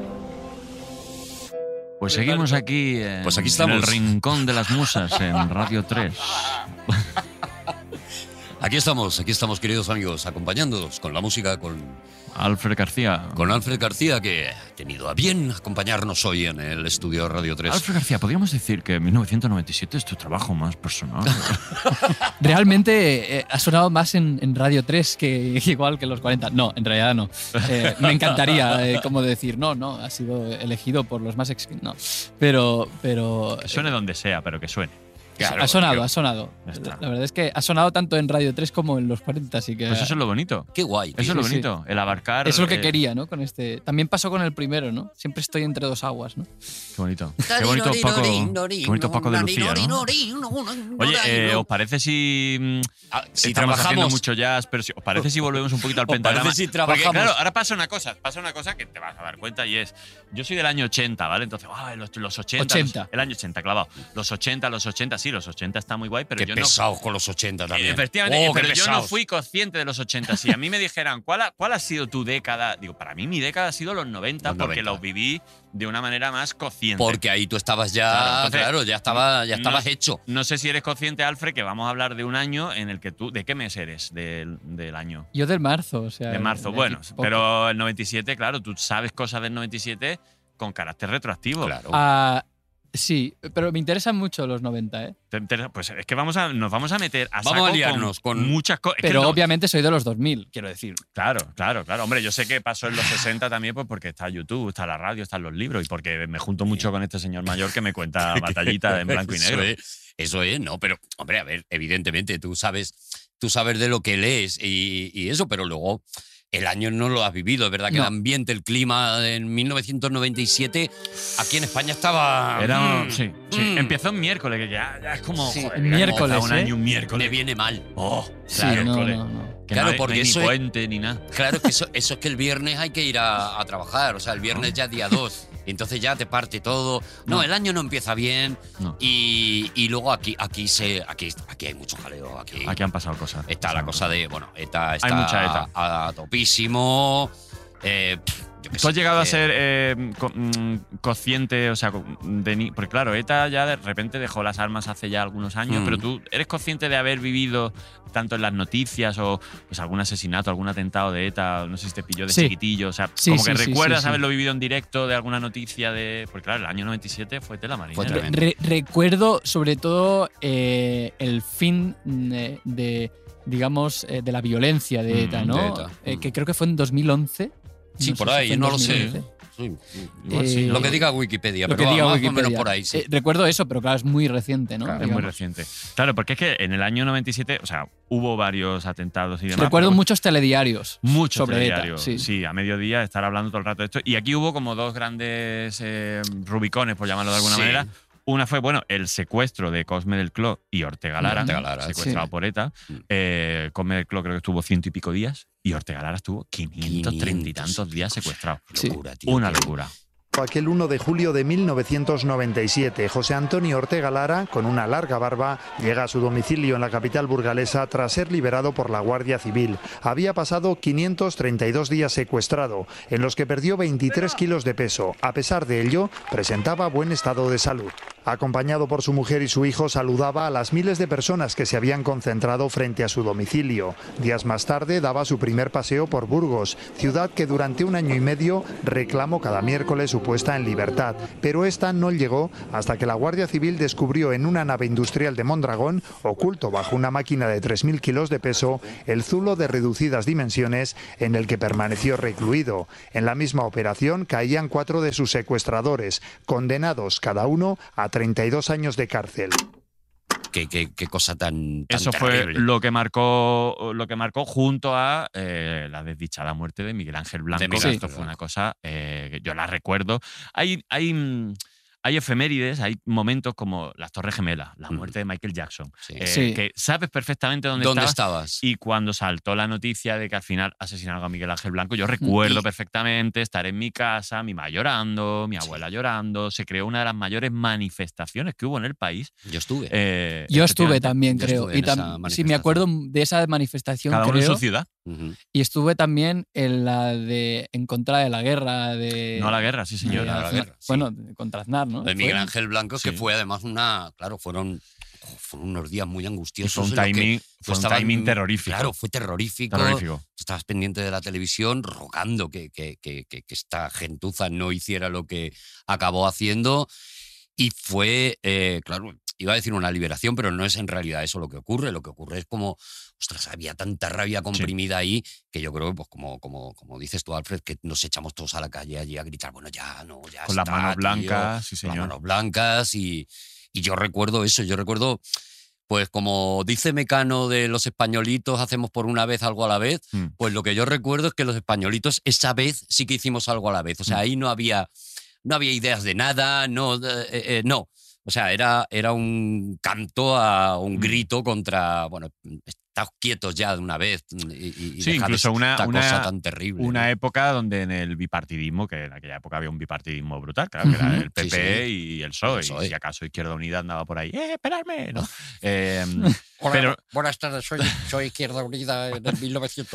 Speaker 4: Pues seguimos aquí, en,
Speaker 5: Pues aquí
Speaker 4: en el
Speaker 5: estamos.
Speaker 4: rincón de las musas
Speaker 5: [LAUGHS]
Speaker 4: en Radio 3.
Speaker 5: Aquí estamos, aquí estamos, queridos amigos, acompañándonos con la música, con,
Speaker 4: Alfred García.
Speaker 5: con Alfred García, que ha tenido a bien acompañarnos hoy en el estudio Radio 3.
Speaker 4: Alfred García, podríamos decir que 1997 es tu trabajo más personal.
Speaker 2: Realmente eh, ha sonado más en, en Radio 3 que [LAUGHS] igual que en los 40. No, en realidad no. Eh, me encantaría eh, como decir, no, no, ha sido elegido por los más... ex- No, pero... pero
Speaker 4: [LAUGHS] que suene donde sea, pero que suene.
Speaker 5: Claro,
Speaker 2: ha sonado,
Speaker 5: tío.
Speaker 2: ha sonado.
Speaker 4: Ya está.
Speaker 2: La verdad es que ha sonado tanto en Radio 3 como en los 40, así que...
Speaker 4: Pues eso es lo bonito.
Speaker 5: Qué guay. tío.
Speaker 4: Eso es lo
Speaker 2: sí.
Speaker 4: bonito, el abarcar.
Speaker 2: Es lo que
Speaker 4: eh,
Speaker 2: quería, ¿no? Con este. También pasó con el primero, ¿no? Siempre estoy entre dos aguas, ¿no?
Speaker 4: Qué bonito. Qué bonito Paco, qué bonito Paco de Lucía, ¿no? Oye, eh, ¿os parece si. mm,
Speaker 5: Ah, si
Speaker 4: estamos haciendo
Speaker 5: trabajamos
Speaker 4: mucho jazz, pero si, ¿os parece si volvemos un poquito al
Speaker 5: [LAUGHS] ¿Os
Speaker 4: pentagrama?
Speaker 5: parece si
Speaker 4: Porque,
Speaker 5: trabajamos?
Speaker 4: claro, ahora pasa una cosa, pasa una cosa que te vas a dar cuenta y es, yo soy del año 80, ¿vale? Entonces, ah, los, los 80,
Speaker 2: 80.
Speaker 4: los- el año 80, clavado. Los 80, los 80, sí, los 80 está muy guay, pero
Speaker 5: Qué
Speaker 4: yo no
Speaker 5: pesados con los 80 también.
Speaker 4: Efectivamente,
Speaker 5: Oh, qué
Speaker 4: pero yo no
Speaker 5: pesados.
Speaker 4: fui consciente de los 80. Si a mí me dijeran, ¿cuál ha, ¿cuál ha sido tu década? Digo, para mí mi década ha sido los 90
Speaker 5: Los
Speaker 4: porque
Speaker 5: 90.
Speaker 4: los viví de una manera más consciente.
Speaker 5: Porque ahí tú estabas ya,
Speaker 4: Claro,
Speaker 5: claro,
Speaker 4: entonces,
Speaker 5: ya, estaba, ya
Speaker 4: no-
Speaker 5: estabas hecho.
Speaker 4: No sé si eres consciente, Alfred, que vamos a hablar de un año en el que tú. ¿De qué mes eres del, del año?
Speaker 2: Yo del marzo, o sea.
Speaker 4: De marzo.
Speaker 2: Eh, aquí
Speaker 4: Bueno,
Speaker 2: poco.
Speaker 4: pero el 97, claro, tú sabes cosas del 97 con carácter retroactivo.
Speaker 5: Claro.
Speaker 2: Ah, sí, pero me interesan mucho los 90, ¿eh?
Speaker 4: Te interesa- Pues es que vamos a, nos vamos a meter a
Speaker 5: Vamos
Speaker 4: saco
Speaker 5: a liarnos con-
Speaker 4: muchas cosas. Es que
Speaker 2: Pero
Speaker 4: no-
Speaker 2: obviamente soy de los 2000, quiero decir.
Speaker 4: Claro, claro, claro. Hombre, yo sé que pasó en los 60 también, pues porque está YouTube, está la radio, están los libros y porque me junto mucho con este señor mayor que me cuenta
Speaker 5: [LAUGHS]
Speaker 4: batallita en blanco y
Speaker 5: Eso
Speaker 4: negro.
Speaker 5: es, eso es, no, pero, hombre, a ver, evidentemente tú sabes, tú sabes de lo que lees y, y eso, pero luego el año no lo has vivido. Es verdad que
Speaker 2: No.
Speaker 5: el ambiente, el clima en 1997 aquí en España estaba.
Speaker 4: Era un-
Speaker 5: mm,
Speaker 4: sí, sí.
Speaker 5: mm,
Speaker 4: Empezó en miércoles, que ya, ya es como
Speaker 5: Sí,
Speaker 4: mira,
Speaker 2: miércoles,
Speaker 4: hemos estado un
Speaker 2: ¿eh?
Speaker 4: año un
Speaker 5: Me
Speaker 4: miércoles.
Speaker 5: viene mal.
Speaker 4: Oh,
Speaker 2: Sí,
Speaker 4: claro,
Speaker 2: no,
Speaker 4: cole.
Speaker 2: no, no.
Speaker 4: Que
Speaker 5: Claro,
Speaker 4: no hay,
Speaker 5: porque
Speaker 4: no hay
Speaker 5: eso
Speaker 4: ni
Speaker 5: es-
Speaker 4: puente ni nada.
Speaker 5: Claro, es que eso, eso es que el viernes hay que ir a, a trabajar, o sea, el viernes ya día 2, entonces ya te parte todo. No,
Speaker 4: No.
Speaker 5: el año no empieza bien
Speaker 4: No.
Speaker 5: y, y luego aquí, aquí, se, aquí, aquí hay mucho jaleo. Aquí,
Speaker 4: Aquí han pasado cosas.
Speaker 5: eh, Está la cosa de, bueno, ETA está
Speaker 4: mucha ETA.
Speaker 5: a topísimo. eh, pff, yo qué
Speaker 4: ¿Tú has
Speaker 5: sé,
Speaker 4: llegado a
Speaker 5: eh,
Speaker 4: ser eh, co- mm, consciente, o sea, co- de ni- porque claro, ETA ya de repente dejó las armas hace ya algunos años,
Speaker 5: Mm.
Speaker 4: pero tú eres consciente de haber vivido tanto en las noticias o pues algún asesinato, algún atentado de ETA, no sé si te pilló de
Speaker 2: Sí.
Speaker 4: chiquitillo, o sea,
Speaker 2: Sí,
Speaker 4: como que
Speaker 2: sí, sí,
Speaker 4: recuerdas
Speaker 2: sí, sí.
Speaker 4: haberlo vivido en directo de alguna noticia de, porque claro, el año 97 fue tela ¿eh?
Speaker 5: Fue
Speaker 4: marinera.
Speaker 5: tremendo.
Speaker 2: Re- recuerdo sobre todo eh, el fin mm, eh, de, digamos, eh, de la violencia
Speaker 4: Mm,
Speaker 2: de ETA, ¿no?
Speaker 5: de ETA.
Speaker 2: Eh,
Speaker 5: Mm.
Speaker 2: que creo que fue en 2011.
Speaker 5: Sí,
Speaker 2: No sé
Speaker 5: por
Speaker 2: si
Speaker 5: ahí,
Speaker 2: fue en
Speaker 5: no lo sé.
Speaker 2: 2011.
Speaker 5: Sí,
Speaker 4: Igual sí.
Speaker 2: eh,
Speaker 5: lo que diga Wikipedia,
Speaker 2: Lo
Speaker 5: pero
Speaker 2: que diga
Speaker 5: más o
Speaker 2: Wikipedia.
Speaker 5: menos por ahí, sí.
Speaker 2: Eh, recuerdo eso, pero claro, es muy reciente, ¿no?
Speaker 4: Claro, es muy
Speaker 2: Digamos.
Speaker 4: reciente. Claro, porque es que en el año 97, o sea, hubo varios atentados y demás.
Speaker 2: Recuerdo
Speaker 4: pero-
Speaker 2: muchos telediarios.
Speaker 4: Mucho
Speaker 2: sobre ETA,
Speaker 4: telediario.
Speaker 2: sí.
Speaker 4: sí, a mediodía estar hablando todo el rato de esto. Y aquí hubo como dos grandes eh, rubicones, por llamarlo de alguna
Speaker 5: Sí.
Speaker 4: manera. Una fue, bueno, el secuestro de Cosme del Cló y Ortega Lara,
Speaker 5: Mm, Ortega Lara,
Speaker 4: secuestrado
Speaker 2: sí.
Speaker 4: por ETA.
Speaker 5: Mm.
Speaker 4: Eh, Cosme del Cló creo que estuvo ciento y pico días y Ortega Lara estuvo 530 y
Speaker 5: 500.
Speaker 4: tantos días secuestrado.
Speaker 2: Sí.
Speaker 5: Locura, tío.
Speaker 4: Una
Speaker 5: que-
Speaker 4: locura.
Speaker 6: Aquel 1 de julio de 1997, José Antonio Ortega Lara, con una larga barba, llega a su domicilio en la capital burgalesa tras ser liberado por la Guardia Civil. Había pasado 532 días secuestrado, en los que perdió 23 kilos de peso. A pesar de ello, presentaba buen estado de salud. Acompañado por su mujer y su hijo, saludaba a las miles de personas que se habían concentrado frente a su domicilio. Días más tarde daba su primer paseo por Burgos, ciudad que durante un año y medio reclamó cada miércoles su puesta en libertad. Pero esta no llegó hasta que la Guardia Civil descubrió en una nave industrial de Mondragón, oculto bajo una máquina de 3.000 kilos de peso, el zulo de reducidas dimensiones en el que permaneció recluido. En la misma operación caían cuatro de sus secuestradores, condenados cada uno a 32 años de cárcel.
Speaker 5: Qué, qué- qué cosa tan, tan
Speaker 4: Eso fue
Speaker 5: terrible.
Speaker 4: lo que marcó lo que marcó junto a eh, la desdichada muerte de Miguel Ángel Blanco.
Speaker 5: De Miguel
Speaker 4: que
Speaker 5: Ángel
Speaker 4: esto fue
Speaker 5: Blanco.
Speaker 4: una cosa eh, que yo la recuerdo. Hay, hay, mm, hay efemérides, hay momentos como las Torres Gemelas, la
Speaker 5: Ujú.
Speaker 4: muerte de Michael Jackson,
Speaker 5: Mm. Sí.
Speaker 4: eh,
Speaker 2: Sí.
Speaker 4: que sabes perfectamente dónde,
Speaker 5: ¿Dónde,
Speaker 4: estabas.
Speaker 5: estabas?
Speaker 4: Y cuando saltó la noticia de que al final asesinaron a Miguel Ángel Blanco, yo recuerdo
Speaker 5: Mm, Y-
Speaker 4: perfectamente estar en mi casa, mi mamá llorando, mi abuela llorando. Se creó una de las mayores manifestaciones que hubo en el país.
Speaker 5: Yo estuve.
Speaker 4: Eh,
Speaker 2: Yo estuve
Speaker 4: efectivamente,
Speaker 2: también,
Speaker 5: Yo
Speaker 2: creo.
Speaker 5: estuve
Speaker 2: Y
Speaker 5: en
Speaker 2: tam-
Speaker 5: esa
Speaker 2: sí, me
Speaker 5: manifestación.
Speaker 2: acuerdo de esa manifestación,
Speaker 4: Cada uno en
Speaker 2: creo.
Speaker 4: su ciudad.
Speaker 5: Ujú.
Speaker 2: Y estuve también en la de en contra de la guerra de.
Speaker 4: No a la guerra, sí,
Speaker 2: de
Speaker 4: señora.
Speaker 5: a la
Speaker 2: Aznar.
Speaker 5: guerra, sí.
Speaker 2: Bueno, contra Aznar, ¿no?
Speaker 5: Lo de
Speaker 2: Fue.
Speaker 5: Miguel Ángel Blanco, que
Speaker 4: Sí.
Speaker 5: fue además una. Claro, fueron, jo, fueron unos días muy
Speaker 4: Y
Speaker 5: angustiosos.
Speaker 4: fue un
Speaker 5: en los que,
Speaker 4: timing,
Speaker 5: pues,
Speaker 4: fue un
Speaker 5: estaban-
Speaker 4: timing terrorífico.
Speaker 5: Claro, fue terrorífico.
Speaker 4: terrorífico.
Speaker 5: Estabas pendiente de la televisión, rogando que, que- que- que- que esta gentuza no hiciera lo que acabó haciendo. Y fue, eh, claro, iba a decir una liberación, pero no es en realidad eso lo que ocurre. Lo que ocurre es como, ostras, había tanta rabia comprimida ahí que yo creo que, pues, como, como, como dices tú, Alfred, que nos echamos todos a la calle allí a gritar, bueno, ya, no, ya.
Speaker 4: Con las
Speaker 5: está,
Speaker 4: manos
Speaker 5: tío"
Speaker 4: blancas, sí,
Speaker 5: las
Speaker 4: señor.
Speaker 5: manos blancas y, y yo recuerdo eso, yo recuerdo, pues como dice Mecano de los españolitos, hacemos por una vez algo a la vez,
Speaker 4: Mm.
Speaker 5: pues lo que yo recuerdo es que los españolitos esa vez sí que hicimos algo a la vez, o sea,
Speaker 4: Mm.
Speaker 5: ahí no había, no había ideas de nada, no, eh, eh, no. O sea, era, era un canto a un
Speaker 4: Mm.
Speaker 5: grito contra, bueno, estad quietos ya de una vez mm, y, y- y
Speaker 4: Sí,
Speaker 5: dejad
Speaker 4: incluso una-
Speaker 5: esta
Speaker 4: una-
Speaker 5: cosa tan terrible. ¿no?
Speaker 4: Una e época donde en el bipartidismo, que en aquella época había un bipartidismo brutal, claro, que era
Speaker 2: Ujú.
Speaker 4: el
Speaker 5: Sí,
Speaker 4: PP y el PSOE, E,
Speaker 5: El
Speaker 4: y
Speaker 5: PSOE.
Speaker 4: si acaso Izquierda Unida andaba por ahí, ¡eh, esperadme!
Speaker 5: [LAUGHS]
Speaker 4: ¿no? Eh,
Speaker 7: Hola,
Speaker 4: pero,
Speaker 7: buenas tardes, soy, soy Izquierda Unida en el
Speaker 4: [LAUGHS]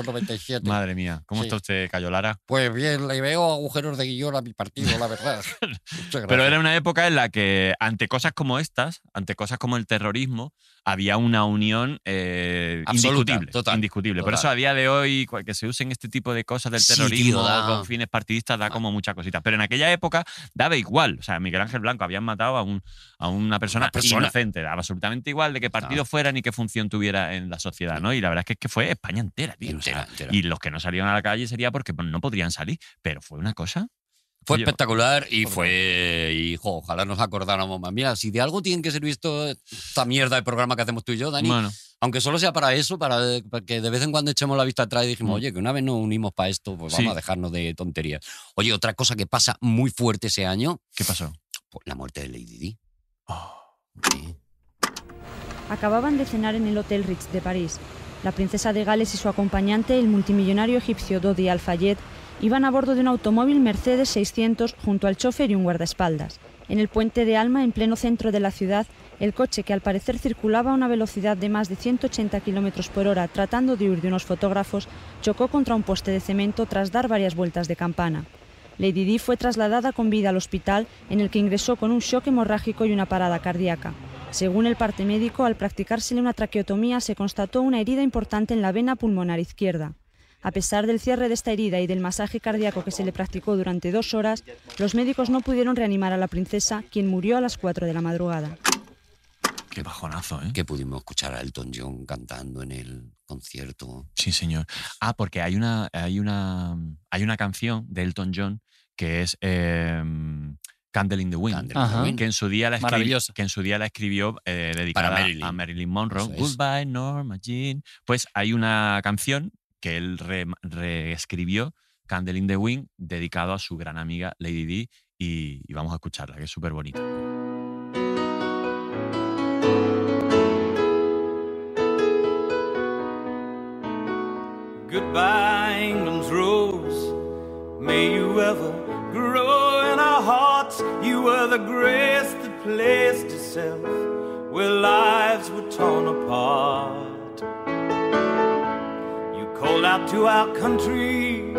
Speaker 7: 1997.
Speaker 4: madre mía, ¿cómo
Speaker 7: Sí.
Speaker 4: está usted, Cayo Lara?
Speaker 7: Pues bien, le veo agujeros de guión a mi partido, la
Speaker 4: [LAUGHS]
Speaker 7: verdad. Muchas
Speaker 4: Pero
Speaker 7: gracias.
Speaker 4: era una época en la que, ante cosas como estas, ante cosas como el terrorismo, había una unión eh,
Speaker 5: Absoluta,
Speaker 4: indiscutible.
Speaker 5: total,
Speaker 4: indiscutible. Por
Speaker 5: total.
Speaker 4: eso a día de hoy, cual- que se usen este tipo de cosas del
Speaker 5: Sí,
Speaker 4: terrorismo
Speaker 5: tío, da- Ah.
Speaker 4: con fines partidistas, da como muchas cositas. Pero en aquella época daba igual. O sea, Miguel Ángel Blanco habían matado a, un, a una persona,
Speaker 5: Una persona.
Speaker 4: inocente. Daba absolutamente igual de qué partido fuera ni qué función tuviera en la sociedad, ¿no? Y la verdad es que, es que fue España entera, tío. O sea,
Speaker 5: Entera, entera.
Speaker 4: y los que no salieron a la calle sería porque pues, no podrían salir. Pero fue una cosa.
Speaker 5: Fue
Speaker 4: Oye,
Speaker 5: espectacular y fue, hijo, ojalá nos acordáramos más. Mira, si de algo tienen que servir esto, esta mierda de programa que hacemos tú y yo, Dani,
Speaker 4: Bueno,
Speaker 5: aunque solo sea para eso, para, para que de vez en cuando echemos la vista atrás y dijimos,
Speaker 4: Mm.
Speaker 5: oye, que una vez nos unimos para esto, pues
Speaker 4: Sí.
Speaker 5: vamos a dejarnos de tonterías. Oye, otra cosa que pasa muy fuerte ese año,
Speaker 4: ¿qué pasó?
Speaker 5: pues la muerte de Lady Di. Sí.
Speaker 8: Acababan de cenar en el Hotel Ritz de París. La princesa de Gales y su acompañante, el multimillonario egipcio Dodi Al-Fayed, iban a bordo de un automóvil Mercedes 600 junto al chofer y un guardaespaldas. En el puente de Alma, en pleno centro de la ciudad, el coche, que al parecer circulaba a una velocidad de más de 180 km por hora tratando de huir de unos fotógrafos, chocó contra un poste de cemento tras dar varias vueltas de campana. Lady Di fue trasladada con vida al hospital, en el que ingresó con un shock hemorrágico y una parada cardíaca. Según el parte médico, al practicársele una traqueotomía se constató una herida importante en la vena pulmonar izquierda. A pesar del cierre de esta herida y del masaje cardíaco que se le practicó durante dos horas, los médicos no pudieron reanimar a la princesa, quien murió a las 4 de la madrugada.
Speaker 4: Qué bajonazo, ¿eh?
Speaker 5: Que pudimos escuchar a Elton John cantando en el concierto.
Speaker 4: Sí, señor. Ah, porque hay una, hay una, hay una canción de Elton John que es eh, Candle in the Wind.
Speaker 5: Candle in the
Speaker 2: Ajá.
Speaker 5: Wind.
Speaker 4: Que en su día la, escribi-
Speaker 2: Maravillosa.
Speaker 4: que en su día la escribió eh, dedicada
Speaker 5: Para Marilyn.
Speaker 4: a Marilyn Monroe.
Speaker 5: Eso es.
Speaker 4: Goodbye, Norma Jean. Pues hay una canción que él re- reescribió, Candle in the Wind, dedicado a su gran amiga Lady Di. Y, y vamos a escucharla, que es súper bonita.
Speaker 3: Goodbye, England's rose. May you ever grow in our hearts.
Speaker 9: placed herself where lives were torn apart. You called out to our country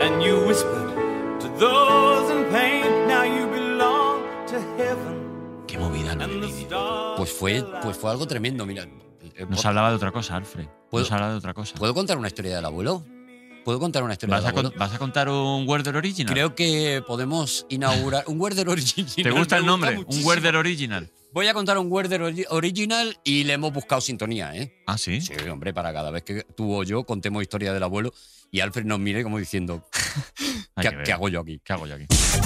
Speaker 9: and you whispered to those in pain, now you belong to heaven.
Speaker 4: Qué movida, ¿no?
Speaker 9: And the stars
Speaker 5: Pues fue, pues fue algo
Speaker 9: aligned.
Speaker 5: tremendo, mira. eh,
Speaker 4: Nos
Speaker 5: por-
Speaker 4: hablaba de otra cosa, Alfred.
Speaker 5: ¿Puedo?
Speaker 4: Nos hablaba de otra cosa.
Speaker 5: ¿Puedo contar una historia del abuelo? ¿Puedo contar una historia
Speaker 4: ¿Vas
Speaker 5: del
Speaker 4: a, con-
Speaker 5: abuelo?
Speaker 4: vas a contar un Werder Original?
Speaker 5: Creo que podemos inaugurar un Werder original.
Speaker 4: ¿Te gusta el
Speaker 5: me
Speaker 4: nombre? un
Speaker 5: muchísimo.
Speaker 4: Werder Original.
Speaker 5: Voy a contar un Werder ori- original y le hemos buscado sintonía, ¿eh?
Speaker 4: Ah, sí.
Speaker 5: Sí, hombre, para cada vez que tú o yo contemos historia del abuelo y Alfred nos mire como diciendo,
Speaker 4: Hay
Speaker 5: ¿qué,
Speaker 4: que ver.
Speaker 5: qué hago yo aquí?
Speaker 4: ¿Qué hago yo aquí?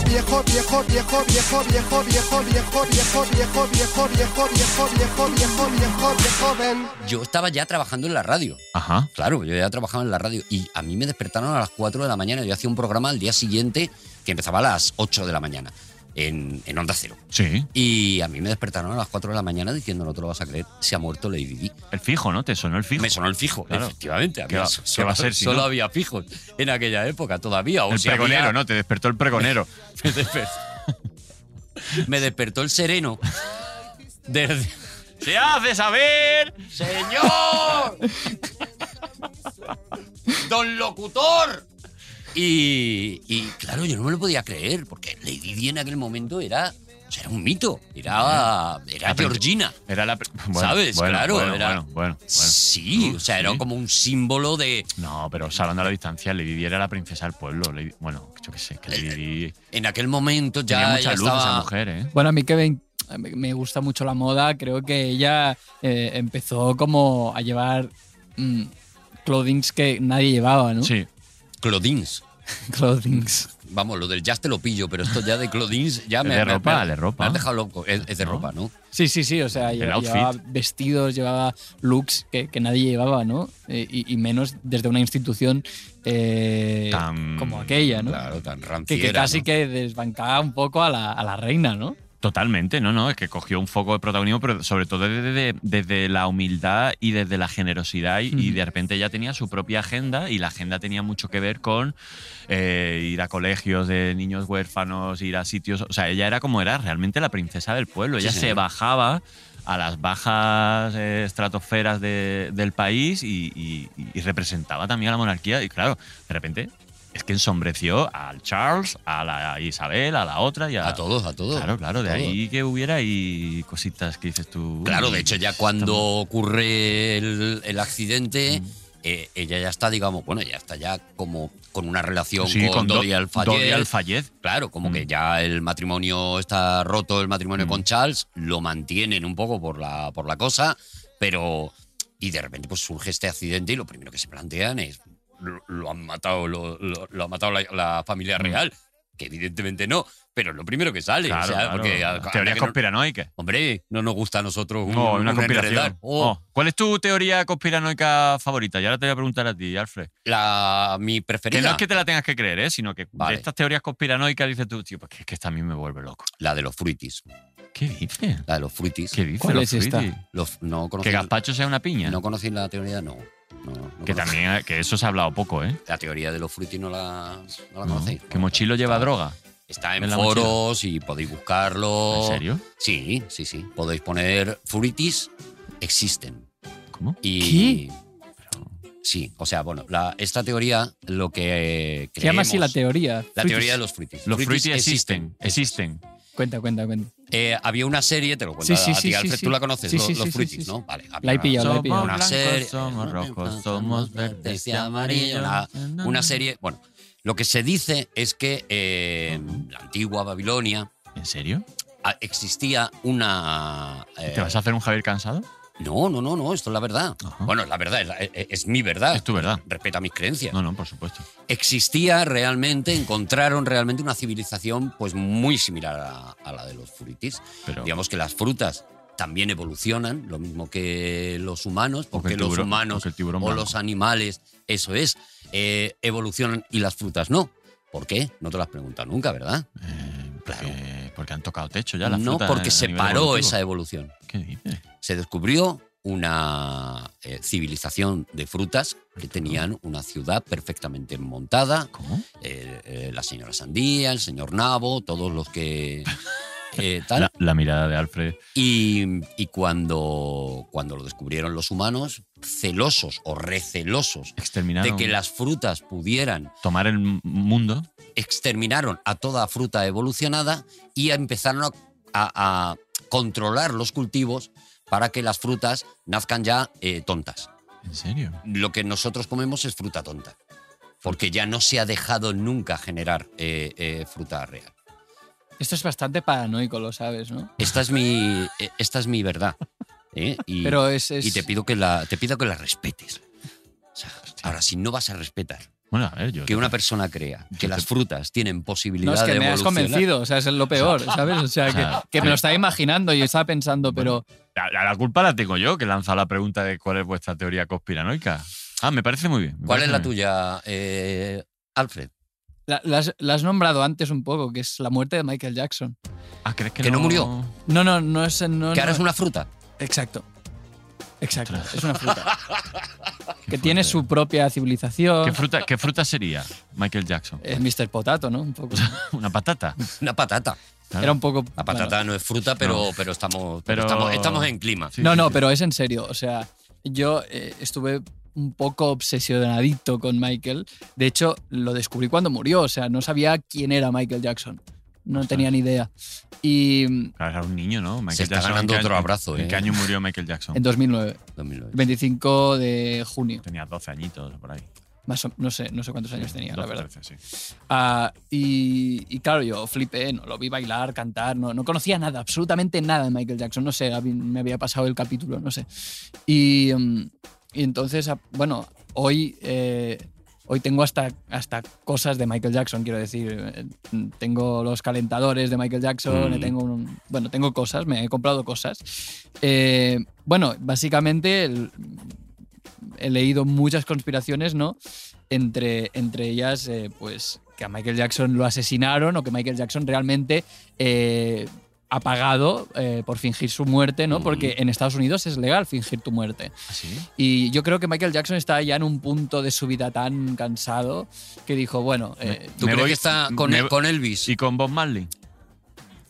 Speaker 10: Viejo, viejo, viejo, viejo, viejo, viejo, viejo, viejo, viejo, viejo, viejo, viejo, viejo, viejo, viejo, viejo, ven.
Speaker 5: Yo estaba ya trabajando en la radio.
Speaker 4: Ajá.
Speaker 5: Claro, yo ya trabajaba en la radio y a mí me despertaron a las 4 de la mañana. Yo hacía un programa al día siguiente que empezaba a las 8 de la mañana en, en Onda Cero.
Speaker 4: Sí.
Speaker 5: Y a mí me despertaron a las 4 de la mañana diciendo, no te lo vas a creer, se ha muerto Lady Di.
Speaker 4: El fijo, ¿no? Te sonó el fijo.
Speaker 5: Me sonó el fijo,
Speaker 4: Claro.
Speaker 5: efectivamente. había-
Speaker 4: ¿Qué va- qué va a ser si
Speaker 5: solo
Speaker 4: no?
Speaker 5: había fijos en aquella época todavía. O
Speaker 4: el
Speaker 5: si
Speaker 4: pregonero,
Speaker 5: había-
Speaker 4: ¿no? Te despertó el pregonero.
Speaker 5: [LAUGHS] Me despertó, me despertó el sereno. Desde,
Speaker 4: ¡Se hace saber!
Speaker 5: ¡Señor! ¡Don Locutor! Y, y, claro, yo no me lo podía creer, porque Lady Di en aquel momento era, o sea, era un mito. Era, era
Speaker 4: Aprende-
Speaker 5: Georgina.
Speaker 4: Era la. pre- bueno,
Speaker 5: ¿Sabes?
Speaker 4: bueno,
Speaker 5: Claro,
Speaker 4: Bueno,
Speaker 5: era-
Speaker 4: bueno, bueno, bueno.
Speaker 5: Sí,
Speaker 4: Uh,
Speaker 5: o sea, era
Speaker 4: sí.
Speaker 5: como un símbolo de.
Speaker 4: No, pero salvando a la distancia, Lady Di era la princesa del pueblo. Lady- bueno, yo qué sé, que Lady Di
Speaker 5: En aquel momento Eh, ya.
Speaker 4: tenía
Speaker 5: ella
Speaker 4: mucha luz
Speaker 5: estaba-
Speaker 4: esa mujer, ¿eh?
Speaker 2: Bueno, a mí que me- me gusta mucho la moda, creo que ella eh, empezó como a llevar mm, clothings que nadie llevaba, ¿no?
Speaker 4: Sí.
Speaker 5: Clodins.
Speaker 2: [LAUGHS] Clothings.
Speaker 5: Vamos, lo del jazz te lo pillo, pero esto ya de Clodins ya
Speaker 4: Es
Speaker 5: me.
Speaker 4: de
Speaker 5: me-
Speaker 4: ropa,
Speaker 5: me-
Speaker 4: de ropa.
Speaker 5: Me has dejado loco. Es, es de
Speaker 4: ¿No?
Speaker 5: ropa, ¿no?
Speaker 2: Sí, sí, sí, o sea,
Speaker 4: El
Speaker 2: lle-
Speaker 4: outfit.
Speaker 2: llevaba vestidos, llevaba looks que, que nadie llevaba, ¿no? Eh, y, y menos desde una institución eh,
Speaker 4: Tan-
Speaker 2: como aquella, ¿no?
Speaker 5: Claro, tan
Speaker 2: que,
Speaker 5: ranciera.
Speaker 2: que casi
Speaker 5: ¿no?
Speaker 2: que desbancaba un poco a la, a la reina, ¿no?
Speaker 4: Totalmente, no, no, es que cogió un foco de protagonismo, pero sobre todo desde, desde la humildad y desde la generosidad y, y de repente ya tenía su propia agenda y la agenda tenía mucho que ver con eh, ir a colegios de niños huérfanos, ir a sitios, o sea, ella era como era realmente la princesa del pueblo, ella
Speaker 5: Sí,
Speaker 4: se
Speaker 5: señor.
Speaker 4: bajaba a las bajas eh, estratosferas de- del país y, y- y representaba también a la monarquía y claro, de repente... Es que ensombreció al Charles, a la Isabel, a la otra y a,
Speaker 5: A todos, a todos.
Speaker 4: Claro, claro, de
Speaker 5: Todo.
Speaker 4: ahí que hubiera y cositas que dices tú.
Speaker 5: Claro,
Speaker 4: uy,
Speaker 5: de hecho, ya
Speaker 4: está
Speaker 5: cuando
Speaker 4: mal.
Speaker 5: ocurre el, el accidente,
Speaker 4: Mm.
Speaker 5: eh, ella ya está, digamos, bueno, ya está ya como con una relación
Speaker 4: Sí,
Speaker 5: con, Dodi
Speaker 4: Do-
Speaker 5: Alfayet.
Speaker 4: Dodi Alfayet.
Speaker 5: Claro, como
Speaker 4: Mm.
Speaker 5: que ya el matrimonio está roto, el matrimonio
Speaker 4: Mm.
Speaker 5: con Charles, lo mantienen un poco por la, por la cosa, pero. Y de repente, pues surge este accidente y lo primero que se plantean es. Lo, lo han matado, lo, lo- lo ha matado la, la familia
Speaker 4: Mm.
Speaker 5: real, que evidentemente no, pero es lo primero que sale.
Speaker 4: Claro,
Speaker 5: o sea,
Speaker 4: claro.
Speaker 5: porque a- habría
Speaker 4: Teorías
Speaker 5: que no-
Speaker 4: conspiranoicas.
Speaker 5: Hombre, no nos gusta a nosotros un,
Speaker 4: No, una
Speaker 5: un
Speaker 4: conspiración.
Speaker 5: enredar. Oh,
Speaker 4: Oh, ¿Cuál es tu teoría conspiranoica favorita? Y ahora te voy a preguntar a ti, Alfred.
Speaker 5: La, mi
Speaker 4: Que no
Speaker 5: preferida,
Speaker 4: es que te la tengas que creer, ¿eh? sino que
Speaker 5: Vale.
Speaker 4: de estas teorías conspiranoicas dices tú, tío, pues que, es que esta a mí me vuelve loco.
Speaker 5: la de los fruitis.
Speaker 4: ¿Qué dices?
Speaker 5: La de los fruitis.
Speaker 4: ¿Qué dices?
Speaker 2: ¿Cuál
Speaker 4: los
Speaker 2: es esta?
Speaker 4: fruitis?
Speaker 5: Los, no conocí,
Speaker 4: Que Gazpacho sea una piña.
Speaker 5: no conocí la teoría, no. no, no
Speaker 4: que
Speaker 5: conocí.
Speaker 4: también, eh, que eso se ha hablado poco, ¿eh?
Speaker 5: La teoría de los fruitis no la, no la
Speaker 4: No,
Speaker 5: conocéis.
Speaker 4: Que mochilo lleva
Speaker 5: está,
Speaker 4: droga.
Speaker 5: Está en,
Speaker 4: en la
Speaker 5: foros y podéis buscarlo.
Speaker 4: ¿En serio?
Speaker 5: Sí, sí, sí. Podéis poner fruitis existen.
Speaker 4: ¿Cómo?
Speaker 5: Y, Sí, o sea, bueno, la- esta teoría lo que
Speaker 2: Se llama
Speaker 5: creemos...
Speaker 2: así la teoría.
Speaker 5: la
Speaker 2: Fruities.
Speaker 5: teoría de los fruitis.
Speaker 4: Los fruitis existen. Existen.
Speaker 2: Cuenta, cuenta, cuenta.
Speaker 5: Eh, había una serie, te lo cuento
Speaker 2: Sí, sí,
Speaker 5: a
Speaker 2: sí,
Speaker 5: ti,
Speaker 2: sí,
Speaker 5: Alfred,
Speaker 2: sí.
Speaker 5: tú la conoces,
Speaker 2: Sí,
Speaker 5: Lo-
Speaker 2: sí,
Speaker 5: los
Speaker 2: sí, sí,
Speaker 5: fruitis,
Speaker 2: sí.
Speaker 5: ¿no? Vale, había
Speaker 2: La he
Speaker 5: una-
Speaker 2: pillado, la he pillado.
Speaker 4: Somos
Speaker 5: Una serie-
Speaker 4: blancos, somos rojos, somos verdes y amarillos.
Speaker 5: Una, una serie, bueno, lo que se dice es que eh, en la antigua Babilonia
Speaker 4: ¿En serio?
Speaker 5: a- Ah, existía una... eh,
Speaker 4: ¿Te vas a hacer un Javier cansado?
Speaker 5: No, no, no, no, esto es la verdad.
Speaker 4: Ajá.
Speaker 5: Bueno, es la verdad, es, la- es- es mi verdad.
Speaker 4: Es tu verdad.
Speaker 5: Respeta mis creencias.
Speaker 4: No, no, por supuesto.
Speaker 5: Existía realmente, encontraron realmente una civilización pues muy similar a, a la de los fruitis.
Speaker 4: Pero
Speaker 5: digamos que las frutas también evolucionan, lo mismo que los humanos,
Speaker 4: o que
Speaker 5: porque
Speaker 4: el
Speaker 5: los
Speaker 4: tiburón- o
Speaker 5: humanos
Speaker 4: que el tiburón
Speaker 5: o
Speaker 4: blanco.
Speaker 5: los animales, eso es, eh, evolucionan y las frutas no. ¿Por qué? No te las preguntas nunca, ¿verdad?
Speaker 4: Eh,
Speaker 5: Claro.
Speaker 4: porque, porque han tocado techo ya las
Speaker 5: no,
Speaker 4: frutas
Speaker 5: porque
Speaker 4: a
Speaker 5: se
Speaker 4: nivel
Speaker 5: paró
Speaker 4: evolutivo.
Speaker 5: esa e- evolución.
Speaker 4: ¿Qué dices?
Speaker 5: Se descubrió una eh, civilización de frutas que tenían una ciudad perfectamente montada,
Speaker 4: ¿Cómo?
Speaker 5: eh, eh, la señora Sandía, el señor Nabo, todos los que eh, tal.
Speaker 4: La, la mirada de Alfred.
Speaker 5: Y, y cuando, cuando lo descubrieron los humanos, celosos o recelosos
Speaker 4: Exterminaron.
Speaker 5: de que las frutas pudieran,
Speaker 4: Tomar el mundo.
Speaker 5: exterminaron a toda fruta evolucionada y empezaron a, a- a controlar los cultivos para que las frutas nazcan ya eh, tontas.
Speaker 4: ¿En serio?
Speaker 5: Lo que nosotros comemos es fruta tonta, porque ya no se ha dejado nunca generar eh, eh, fruta real.
Speaker 2: Esto es bastante paranoico, lo sabes, ¿no?
Speaker 5: Esta es mi, eh, esta es mi verdad. ¿eh? Y,
Speaker 2: Pero es- es-
Speaker 5: y te pido que la, te pido que la respetes. O sea, ahora, si no vas a respetar
Speaker 4: Bueno, a ver, yo.
Speaker 5: que una persona crea que las frutas tienen posibilidad
Speaker 2: No, es que
Speaker 5: de
Speaker 2: me has
Speaker 5: evolucionar,
Speaker 2: convencido, o sea, es
Speaker 5: [LAUGHS]
Speaker 2: lo peor, ¿sabes? O sea,
Speaker 4: sea,
Speaker 2: que, que me lo estaba imaginando y estaba pensando, pero
Speaker 4: La, la- la culpa la tengo yo, que lanza la pregunta de cuál es vuestra teoría conspiranoica. Ah, me parece muy bien. me
Speaker 5: ¿Cuál es
Speaker 4: parece
Speaker 5: la
Speaker 4: muy bien.
Speaker 5: tuya, eh, Alfred?
Speaker 2: la, la has, la has nombrado antes un poco, que es la muerte de Michael Jackson.
Speaker 4: Ah, ¿crees que,
Speaker 5: Que no murió.
Speaker 2: No, no, no es... No,
Speaker 5: que ahora
Speaker 2: no-
Speaker 5: es una fruta.
Speaker 2: Exacto. Exacto,
Speaker 4: Ostras.
Speaker 2: es
Speaker 4: [LAUGHS]
Speaker 2: una fruta. que
Speaker 4: Qué
Speaker 2: tiene
Speaker 4: fuerte.
Speaker 2: su propia civilización.
Speaker 4: ¿Qué fruta, ¿Qué fruta sería Michael Jackson?
Speaker 2: Es Mr. Potato, ¿no? Un poco.
Speaker 4: ¿Una patata?
Speaker 5: Una patata.
Speaker 4: Claro.
Speaker 2: Era un poco...
Speaker 5: La patata no es fruta, pero, pero, estamos,
Speaker 4: Pero-
Speaker 5: pero estamos, estamos en clima.
Speaker 4: Sí,
Speaker 2: no,
Speaker 4: sí,
Speaker 2: no,
Speaker 4: sí.
Speaker 2: pero es en serio. O sea, yo eh, estuve un poco obsesionadito con Michael. De hecho, lo descubrí cuando murió. O sea, no sabía quién era Michael Jackson. No tenía ni idea. Y mm,
Speaker 4: Claro, era un niño, ¿no? Michael
Speaker 5: Se está ganando
Speaker 4: ¿en qué
Speaker 5: otro
Speaker 4: año-
Speaker 5: abrazo,
Speaker 4: ¿En
Speaker 5: eh?
Speaker 4: qué año murió Michael Jackson?
Speaker 2: en 2009,
Speaker 5: 2009.
Speaker 2: 25 de junio.
Speaker 4: Tenía 12 añitos o por ahí.
Speaker 2: Más o- no sé, no sé cuántos años tenía, la
Speaker 4: 12,
Speaker 2: verdad.
Speaker 4: 13, sí.
Speaker 2: Ah, y, y claro, yo flipé, no lo vi bailar, cantar, no, no conocía nada, absolutamente nada de Michael Jackson, no sé, a mí me había pasado el capítulo, no sé. Y, mm, y entonces, ah, bueno, hoy, eh, hoy tengo hasta, hasta cosas de Michael Jackson, quiero decir, eh, tengo los calentadores de Michael Jackson,
Speaker 5: Mm.
Speaker 2: tengo un- bueno, tengo cosas, me he comprado cosas. Eh, bueno, básicamente el- he leído muchas conspiraciones, ¿no? Entre, entre ellas, eh, pues que a Michael Jackson lo asesinaron o que Michael Jackson realmente eh, ha pagado eh, por fingir su muerte, ¿no? Porque en Estados Unidos es legal fingir tu muerte. Y yo creo que Michael Jackson está ya en un punto de su vida tan cansado que dijo, bueno, eh,
Speaker 5: ¿Tú
Speaker 4: Me
Speaker 5: crees
Speaker 4: voy-
Speaker 5: que está con,
Speaker 4: me
Speaker 5: el-
Speaker 4: voy-
Speaker 5: con Elvis?
Speaker 4: ¿Y con Bob Marley?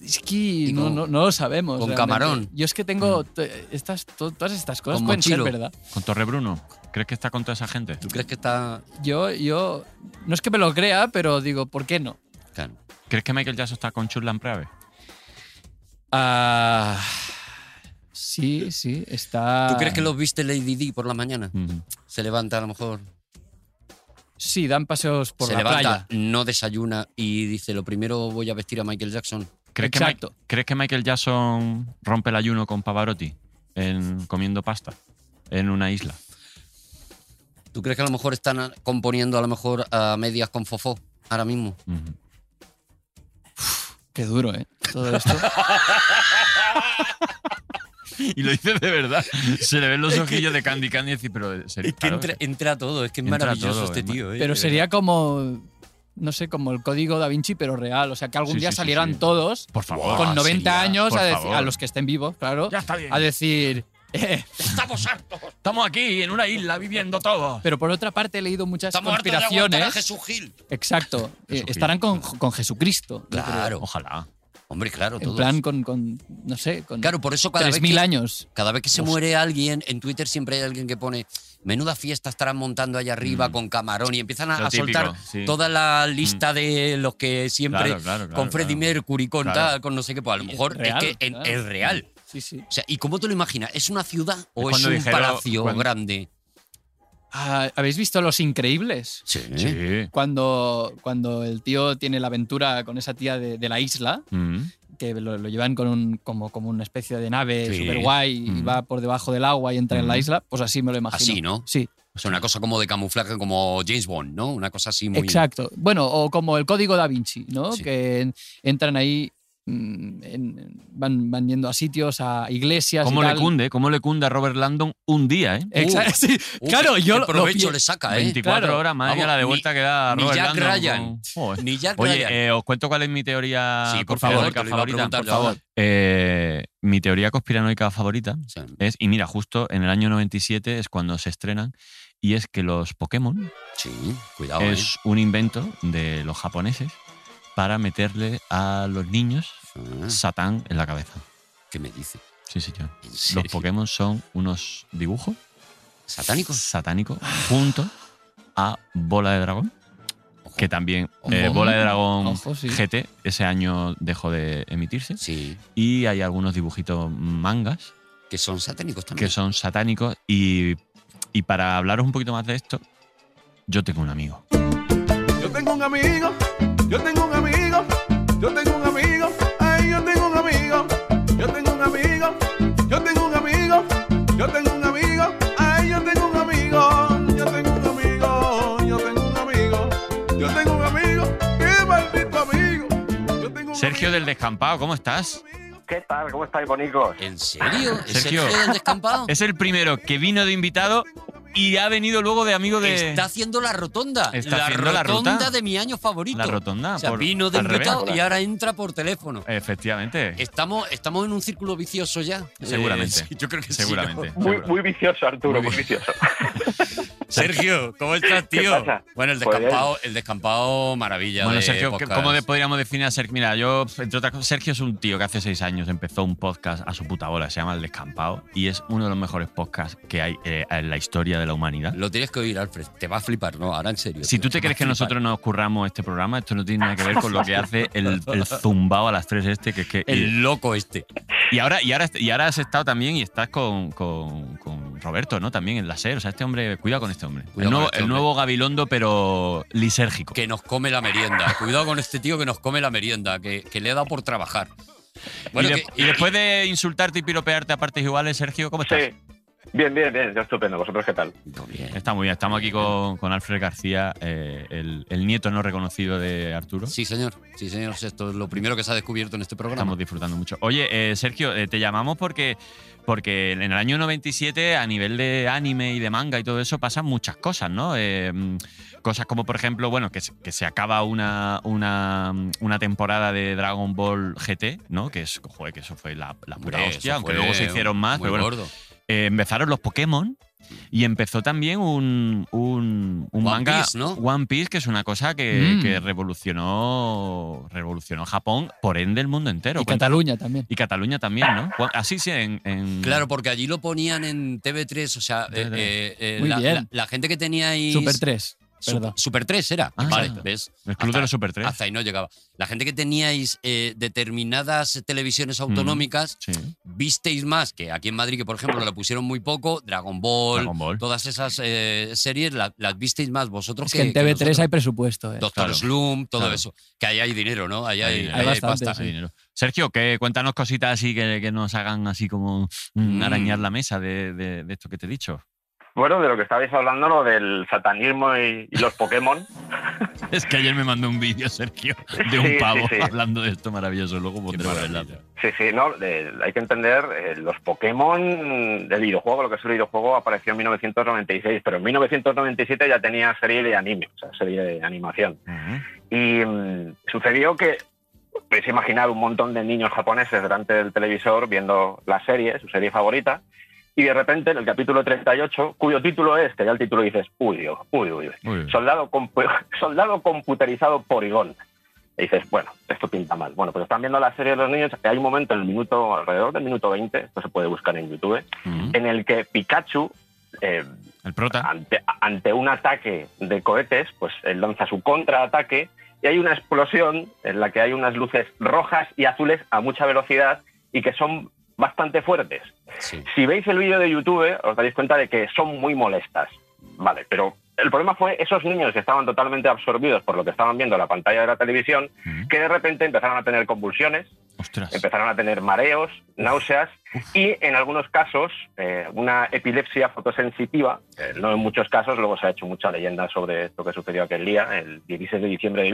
Speaker 2: es que
Speaker 5: y
Speaker 2: no,
Speaker 5: con-
Speaker 2: no- no lo sabemos.
Speaker 5: con
Speaker 2: realmente.
Speaker 5: Camarón.
Speaker 2: Yo es que tengo t- estas, to- todas estas cosas
Speaker 5: Con
Speaker 2: pueden ser
Speaker 5: Mochilo.
Speaker 2: verdad.
Speaker 4: ¿Con Torre Bruno? ¿Crees que está con toda esa gente?
Speaker 5: ¿Tú crees que está.?
Speaker 2: Yo, yo, no es que me lo crea, pero digo, ¿por qué no?
Speaker 5: Claro.
Speaker 4: ¿Crees que Michael Jackson está con Churlan Prave?
Speaker 2: Ah, sí, sí, está.
Speaker 5: ¿Tú crees que los viste Lady D por la mañana? Se levanta a lo mejor.
Speaker 2: Sí, dan paseos por
Speaker 5: se
Speaker 2: la
Speaker 5: levanta,
Speaker 2: playa.
Speaker 5: no desayuna y dice: Lo primero voy a vestir a Michael Jackson.
Speaker 4: ¿Crees que,
Speaker 2: Exacto.
Speaker 4: Mi- ¿Crees que Michael Jackson rompe el ayuno con Pavarotti en, comiendo pasta en una isla?
Speaker 5: ¿Tú crees que a lo mejor están componiendo a lo mejor a medias con Fofó ahora mismo?
Speaker 4: Ujú.
Speaker 2: Qué duro, ¿eh?
Speaker 5: [LAUGHS]
Speaker 2: Todo esto.
Speaker 4: Y lo dices de verdad. Se le ven los ojillos de Candy Candy y decir, pero sería.
Speaker 5: Es que entra, entra todo, es que es
Speaker 4: Entra
Speaker 5: maravilloso
Speaker 4: todo,
Speaker 5: este
Speaker 4: es ma-
Speaker 5: tío. eh,
Speaker 2: pero
Speaker 5: de
Speaker 2: sería como. No sé, como el código da Vinci, pero real. O sea, que algún
Speaker 4: Sí,
Speaker 2: día
Speaker 4: sí, sí,
Speaker 2: salieran
Speaker 4: sí.
Speaker 2: todos
Speaker 4: Por
Speaker 5: Oh,
Speaker 4: favor.
Speaker 2: con 90
Speaker 5: sería-
Speaker 2: años
Speaker 4: por
Speaker 2: a, decir-
Speaker 4: favor.
Speaker 2: a los que estén vivos, claro.
Speaker 4: Ya está bien.
Speaker 2: A decir. "Eh,
Speaker 5: Estamos hartos.
Speaker 4: Estamos aquí en una isla viviendo todos.
Speaker 2: Pero por otra parte he leído muchas
Speaker 5: Estamos hartos de aguantar a
Speaker 2: conspiraciones.
Speaker 5: Jesús Gil. [LAUGHS]
Speaker 2: Exacto. eh,
Speaker 4: Jesucristo.
Speaker 2: estarán con, con Jesucristo. yo creo.
Speaker 5: Claro,
Speaker 4: Ojalá.
Speaker 5: hombre, claro,
Speaker 2: En
Speaker 5: todos.
Speaker 2: plan con, con, no sé, con
Speaker 5: claro, por eso cada vez,
Speaker 2: 3.000
Speaker 5: que,
Speaker 2: años.
Speaker 5: cada vez que se muere alguien, en Twitter siempre hay alguien que pone menuda fiesta estarán montando allá arriba con camarón y empiezan a,
Speaker 4: Mm. Lo
Speaker 5: a soltar
Speaker 4: típico, sí. Mm.
Speaker 5: toda la lista de los que siempre
Speaker 4: Claro, claro, claro,
Speaker 5: con Freddie
Speaker 4: claro.
Speaker 5: Mercury, con
Speaker 4: Claro.
Speaker 5: tal, con no sé qué, pues a lo mejor es,
Speaker 2: real,
Speaker 5: que en-
Speaker 2: claro.
Speaker 5: es real.
Speaker 2: Sí, sí.
Speaker 5: O sea, ¿y cómo te lo imaginas? ¿Es una ciudad o es,
Speaker 4: cuando
Speaker 5: un
Speaker 4: dijeron-
Speaker 5: palacio
Speaker 4: cuando-
Speaker 5: grande?
Speaker 2: Ah, ¿Habéis visto Los Increíbles?
Speaker 5: Sí. ¿Eh?
Speaker 4: Sí.
Speaker 2: Cuando, cuando el tío tiene la aventura con esa tía de, de la isla,
Speaker 4: Mm.
Speaker 2: que lo, lo llevan con un, como, como una especie de nave
Speaker 5: Sí.
Speaker 2: super guay y
Speaker 4: Mm.
Speaker 2: va por debajo del agua y entra en la
Speaker 4: Mm.
Speaker 2: isla, pues así me lo imagino.
Speaker 5: Así, ¿no?
Speaker 2: Sí,
Speaker 5: O sea, una cosa como de camuflaje, como James Bond, ¿no? Una cosa así muy.
Speaker 2: exacto. Bueno, o como el código da Vinci, ¿no?
Speaker 5: Sí.
Speaker 2: Que en- entran ahí, mm, en- van, van yendo a sitios, a iglesias. y
Speaker 4: ¿Cómo le
Speaker 2: tal. [LAUGHS]
Speaker 4: cunde? ¿Cómo le cunde a Robert Landon un día, eh?
Speaker 5: Uh,
Speaker 2: Exacto, sí.
Speaker 5: Uf,
Speaker 2: claro, yo
Speaker 5: qué
Speaker 2: lo- lo
Speaker 5: provecho
Speaker 2: pi-
Speaker 5: le saca, ¿eh?
Speaker 4: 24
Speaker 2: claro.
Speaker 4: horas, madre mía,
Speaker 5: Vamos,
Speaker 4: la de
Speaker 5: ni-
Speaker 4: vuelta que da
Speaker 5: ni
Speaker 4: Robert
Speaker 5: Jack
Speaker 4: Landon
Speaker 5: Ryan.
Speaker 4: con- Joder.
Speaker 5: Ni Jack Ryan.
Speaker 4: Oye, eh, os cuento cuál es mi teoría
Speaker 5: Sí, por favor,
Speaker 4: conspiranoica
Speaker 5: te lo iba a
Speaker 4: favorita.
Speaker 5: preguntar
Speaker 4: Por
Speaker 5: yo
Speaker 4: favor.
Speaker 5: ahora.
Speaker 4: Eh, mi teoría conspiranoica favorita
Speaker 5: O sea,
Speaker 4: es, y mira, justo en el año 97 es cuando se estrenan, y es que los Pokémon
Speaker 5: sí, cuidado. ¿eh?
Speaker 4: es un invento de los japoneses para meterle a los niños Satán en la cabeza.
Speaker 5: ¿eh? Ah, ¿Qué me dice?
Speaker 4: Sí, señor.
Speaker 5: serio?
Speaker 4: Los Pokémon son unos dibujos
Speaker 5: ¿Satánicos?
Speaker 4: satánicos
Speaker 5: Ah.
Speaker 4: junto a Bola de Dragón, que también eh,
Speaker 5: Ojo.
Speaker 4: Bola de Dragón
Speaker 2: Ojo, sí.
Speaker 4: GT ese año dejó de emitirse.
Speaker 5: Sí.
Speaker 4: Y hay algunos dibujitos mangas
Speaker 5: Que son satánicos también.
Speaker 4: que son satánicos. Y, y para hablaros un poquito más de esto, yo tengo un amigo.
Speaker 9: Yo tengo un amigo, yo tengo un amigo, yo tengo un amigo, ay, yo tengo un amigo, yo tengo un amigo, yo tengo un amigo, yo tengo un amigo, ay, yo tengo un amigo, yo tengo un amigo, yo tengo un amigo, yo tengo un amigo, qué maldito amigo, yo tengo un
Speaker 4: Sergio del Descampado, ¿cómo estás?
Speaker 11: ¿Qué tal? ¿Cómo estáis, bonicos?
Speaker 5: ¿En serio? ¿Es
Speaker 4: Ah, Sergio.
Speaker 5: Sergio
Speaker 4: [LAUGHS]
Speaker 5: del descampado?
Speaker 4: Es el primero que vino de invitado y ha venido luego de amigo de.
Speaker 5: Está haciendo la rotonda.
Speaker 4: Está
Speaker 5: la
Speaker 4: haciendo
Speaker 5: rotonda
Speaker 4: la ruta.
Speaker 5: de mi año favorito.
Speaker 4: La rotonda,
Speaker 5: O sea,
Speaker 4: por-
Speaker 5: vino de
Speaker 4: al revés. Eh.
Speaker 5: invitado y ahora entra por teléfono.
Speaker 4: Efectivamente.
Speaker 5: Estamos, estamos en un círculo vicioso ya.
Speaker 4: Seguramente.
Speaker 5: Eh, sí, [LAUGHS] yo creo que sí, ¿no?
Speaker 4: Seguramente.
Speaker 11: Muy, muy vicioso, Arturo, muy, vicioso.
Speaker 5: Sergio, ¿cómo estás,
Speaker 11: ¿Qué
Speaker 5: tío?
Speaker 11: pasa?
Speaker 5: Bueno, el
Speaker 11: Pues
Speaker 5: descampado, el descampado maravilla.
Speaker 4: Bueno,
Speaker 5: de
Speaker 4: Sergio, ¿qué-
Speaker 5: podcast.
Speaker 4: ¿cómo le podríamos definir a Sergio? Mira, yo, entre otras cosas, Sergio es un tío que hace seis años empezó un podcast a su puta bola, se llama El Descampado, y es uno de los mejores podcasts que hay eh, en la historia de la humanidad.
Speaker 5: Lo tienes que oír, Alfred. Te va a flipar, ¿no? Ahora en serio.
Speaker 4: Si tú te
Speaker 5: va
Speaker 4: crees
Speaker 5: a
Speaker 4: que
Speaker 5: flipar.
Speaker 4: nosotros nos curramos este programa, esto no tiene nada que ver con lo que hace el, el zumbao a las tres este, que es que...
Speaker 5: El loco este.
Speaker 4: Y ahora, y, ahora, y ahora has estado también y estás con, con- con Roberto, ¿no? También en la SER. O sea, este hombre, cuidado con este hombre.
Speaker 5: Cuidado
Speaker 4: el, nuevo,
Speaker 5: con este
Speaker 4: el
Speaker 5: hombre.
Speaker 4: nuevo Gabilondo, pero lisérgico.
Speaker 5: Que nos come la merienda. Cuidado con este tío que nos come la merienda, que, que le he dado por trabajar. Bueno,
Speaker 4: y, de-
Speaker 5: que-
Speaker 4: y después de insultarte y piropearte a partes iguales, Sergio, ¿cómo estás?
Speaker 11: Sí. Bien, bien, bien, yo estupendo. ¿Vosotros qué tal?
Speaker 4: Está muy bien. Estamos aquí con, con Alfred García, eh, el, el nieto no reconocido de Arturo.
Speaker 5: Sí, señor. Sí, señor. Esto es lo primero que se ha descubierto en este
Speaker 4: Estamos
Speaker 5: programa.
Speaker 4: disfrutando mucho. Oye, eh, Sergio, eh, te llamamos porque, porque en el año 97, a nivel de anime y de manga y todo eso, pasan muchas cosas, ¿no? Eh, mm, cosas como, por ejemplo, bueno, que, se- que se acaba una, una, mm, una temporada de Dragon Ball GT, ¿no? Que es, joder, que eso fue la, la
Speaker 5: Hombre,
Speaker 4: pura hostia,
Speaker 5: eso
Speaker 4: aunque
Speaker 5: fue
Speaker 4: luego se hicieron más,
Speaker 5: muy
Speaker 4: pero bueno.
Speaker 5: gordo.
Speaker 4: Eh, empezaron los Pokémon y empezó también un, un, un
Speaker 5: One
Speaker 4: manga
Speaker 5: Piece, ¿no?
Speaker 4: One Piece, que es una cosa que,
Speaker 2: Mm.
Speaker 4: que revolucionó, revolucionó Japón, por ende el mundo entero.
Speaker 2: Y
Speaker 4: Cuenta-
Speaker 2: Cataluña también.
Speaker 4: y Cataluña también, ¿no? Gua- Así sí, en, en-
Speaker 5: Claro, porque allí lo ponían en TV3, o sea, eh,
Speaker 4: TV3.
Speaker 5: eh, eh,
Speaker 2: Muy
Speaker 5: la,
Speaker 2: bien.
Speaker 5: la- la gente que tenía ahí.
Speaker 2: Super 3. Perdón.
Speaker 5: Sup- Super 3 era.
Speaker 4: Ah,
Speaker 5: vale,
Speaker 4: sí.
Speaker 5: ¿ves?
Speaker 4: el Club
Speaker 5: Hasta-
Speaker 4: de los Super 3.
Speaker 5: Hasta ahí no llegaba. La gente que teníais eh, determinadas
Speaker 4: Mm.
Speaker 5: televisiones autonómicas,
Speaker 4: Sí.
Speaker 5: visteis más que aquí en Madrid, que por ejemplo la pusieron muy poco, Dragon Ball,
Speaker 4: Dragon Ball.
Speaker 5: todas esas eh, series la- las visteis más vosotros
Speaker 2: Es
Speaker 5: que,
Speaker 2: que en
Speaker 5: que
Speaker 2: TV3 hay
Speaker 5: nosotros.
Speaker 2: presupuesto. eh.
Speaker 5: Doctor
Speaker 4: Claro,
Speaker 5: Slum, todo
Speaker 4: claro.
Speaker 5: eso. Que ahí hay dinero, ¿no? Ahí
Speaker 4: Ahí
Speaker 5: hay,
Speaker 4: hay-
Speaker 5: ahí hay
Speaker 2: bastante,
Speaker 5: pasta.
Speaker 2: sí.
Speaker 4: Hay dinero. Sergio, que cuéntanos cositas así que, que nos hagan así como mm,
Speaker 5: Mm.
Speaker 4: arañar la mesa de, de- de esto que te he dicho.
Speaker 11: Bueno, de lo que estabais hablando, lo del satanismo y, y los Pokémon.
Speaker 4: [LAUGHS] Es que ayer me mandó un vídeo, Sergio, de
Speaker 11: Sí,
Speaker 4: un
Speaker 11: sí,
Speaker 4: pavo
Speaker 11: sí.
Speaker 4: hablando de esto maravilloso. Luego pondremos el enlace.
Speaker 11: Sí, sí, no, eh, hay que entender, eh, los Pokémon del videojuego, lo que es el videojuego, apareció en 1996, pero en 1997 ya tenía serie de anime, o sea, serie de animación.
Speaker 4: Ujú.
Speaker 5: Mm-hmm.
Speaker 11: Y mm, sucedió que, podéis imaginar un montón de niños japoneses delante del televisor viendo la serie, su serie favorita, y de repente en el capítulo 38, cuyo título es, que ya el título dices, uy, Dios, uy, uy, uy,
Speaker 4: Muy bien.
Speaker 11: soldado, compu- [LAUGHS] soldado computerizado Poligón. Y dices, bueno, esto pinta mal. Bueno, pues están viendo la serie de los niños. Hay un momento, en el minuto, alrededor del minuto 20, esto se puede buscar en YouTube,
Speaker 4: Ujú.
Speaker 11: en el que Pikachu, eh,
Speaker 4: Mm-hmm. El prota.
Speaker 11: ante, ante un ataque de cohetes, pues él lanza su contraataque y hay una explosión en la que hay unas luces rojas y azules a mucha velocidad y que son bastante fuertes.
Speaker 5: Sí.
Speaker 11: Si veis el vídeo de YouTube, os daréis cuenta de que son muy molestas. Vale, pero el problema fue esos niños que estaban totalmente absorbidos por lo que estaban viendo en la pantalla de la televisión,
Speaker 4: Ujú.
Speaker 11: que de repente empezaron a tener convulsiones,
Speaker 4: Mm-hmm. Ostras.
Speaker 11: empezaron a tener mareos, náuseas y en algunos casos eh, una epilepsia fotosensitiva. Eh, no en muchos casos, luego se ha hecho mucha leyenda sobre esto que sucedió aquel día, el 16 de diciembre de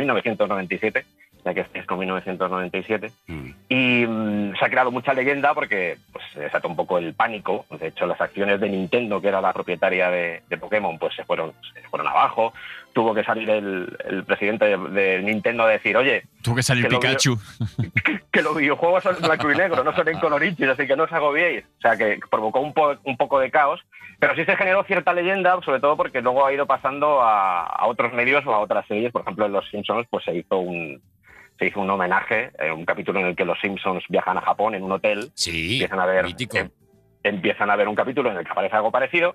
Speaker 11: 1997, ya que estáis con 1997.
Speaker 5: Mm.
Speaker 11: Y mm, se ha creado mucha leyenda porque pues, se desató un poco el pánico. De hecho, las acciones de Nintendo, que era la propietaria de, de Pokémon, pues se fueron, se fueron abajo. Tuvo que salir el, el presidente de, de Nintendo a decir, oye,
Speaker 4: Tuvo que salir
Speaker 11: que lo veo-
Speaker 4: Pikachu.
Speaker 11: que los videojuegos son en blanco y negro, no son en colorichis, así que no os agobiéis. O sea, que provocó un, po- un poco de caos, pero sí se generó cierta leyenda, sobre todo porque luego ha ido pasando a, a otros medios o a otras series. Por ejemplo, en Los Simpsons pues se hizo un, se hizo un homenaje, eh, un capítulo en el que los Simpsons viajan a Japón en un hotel. empiezan a ver, em- empiezan a ver un capítulo en el que aparece algo parecido.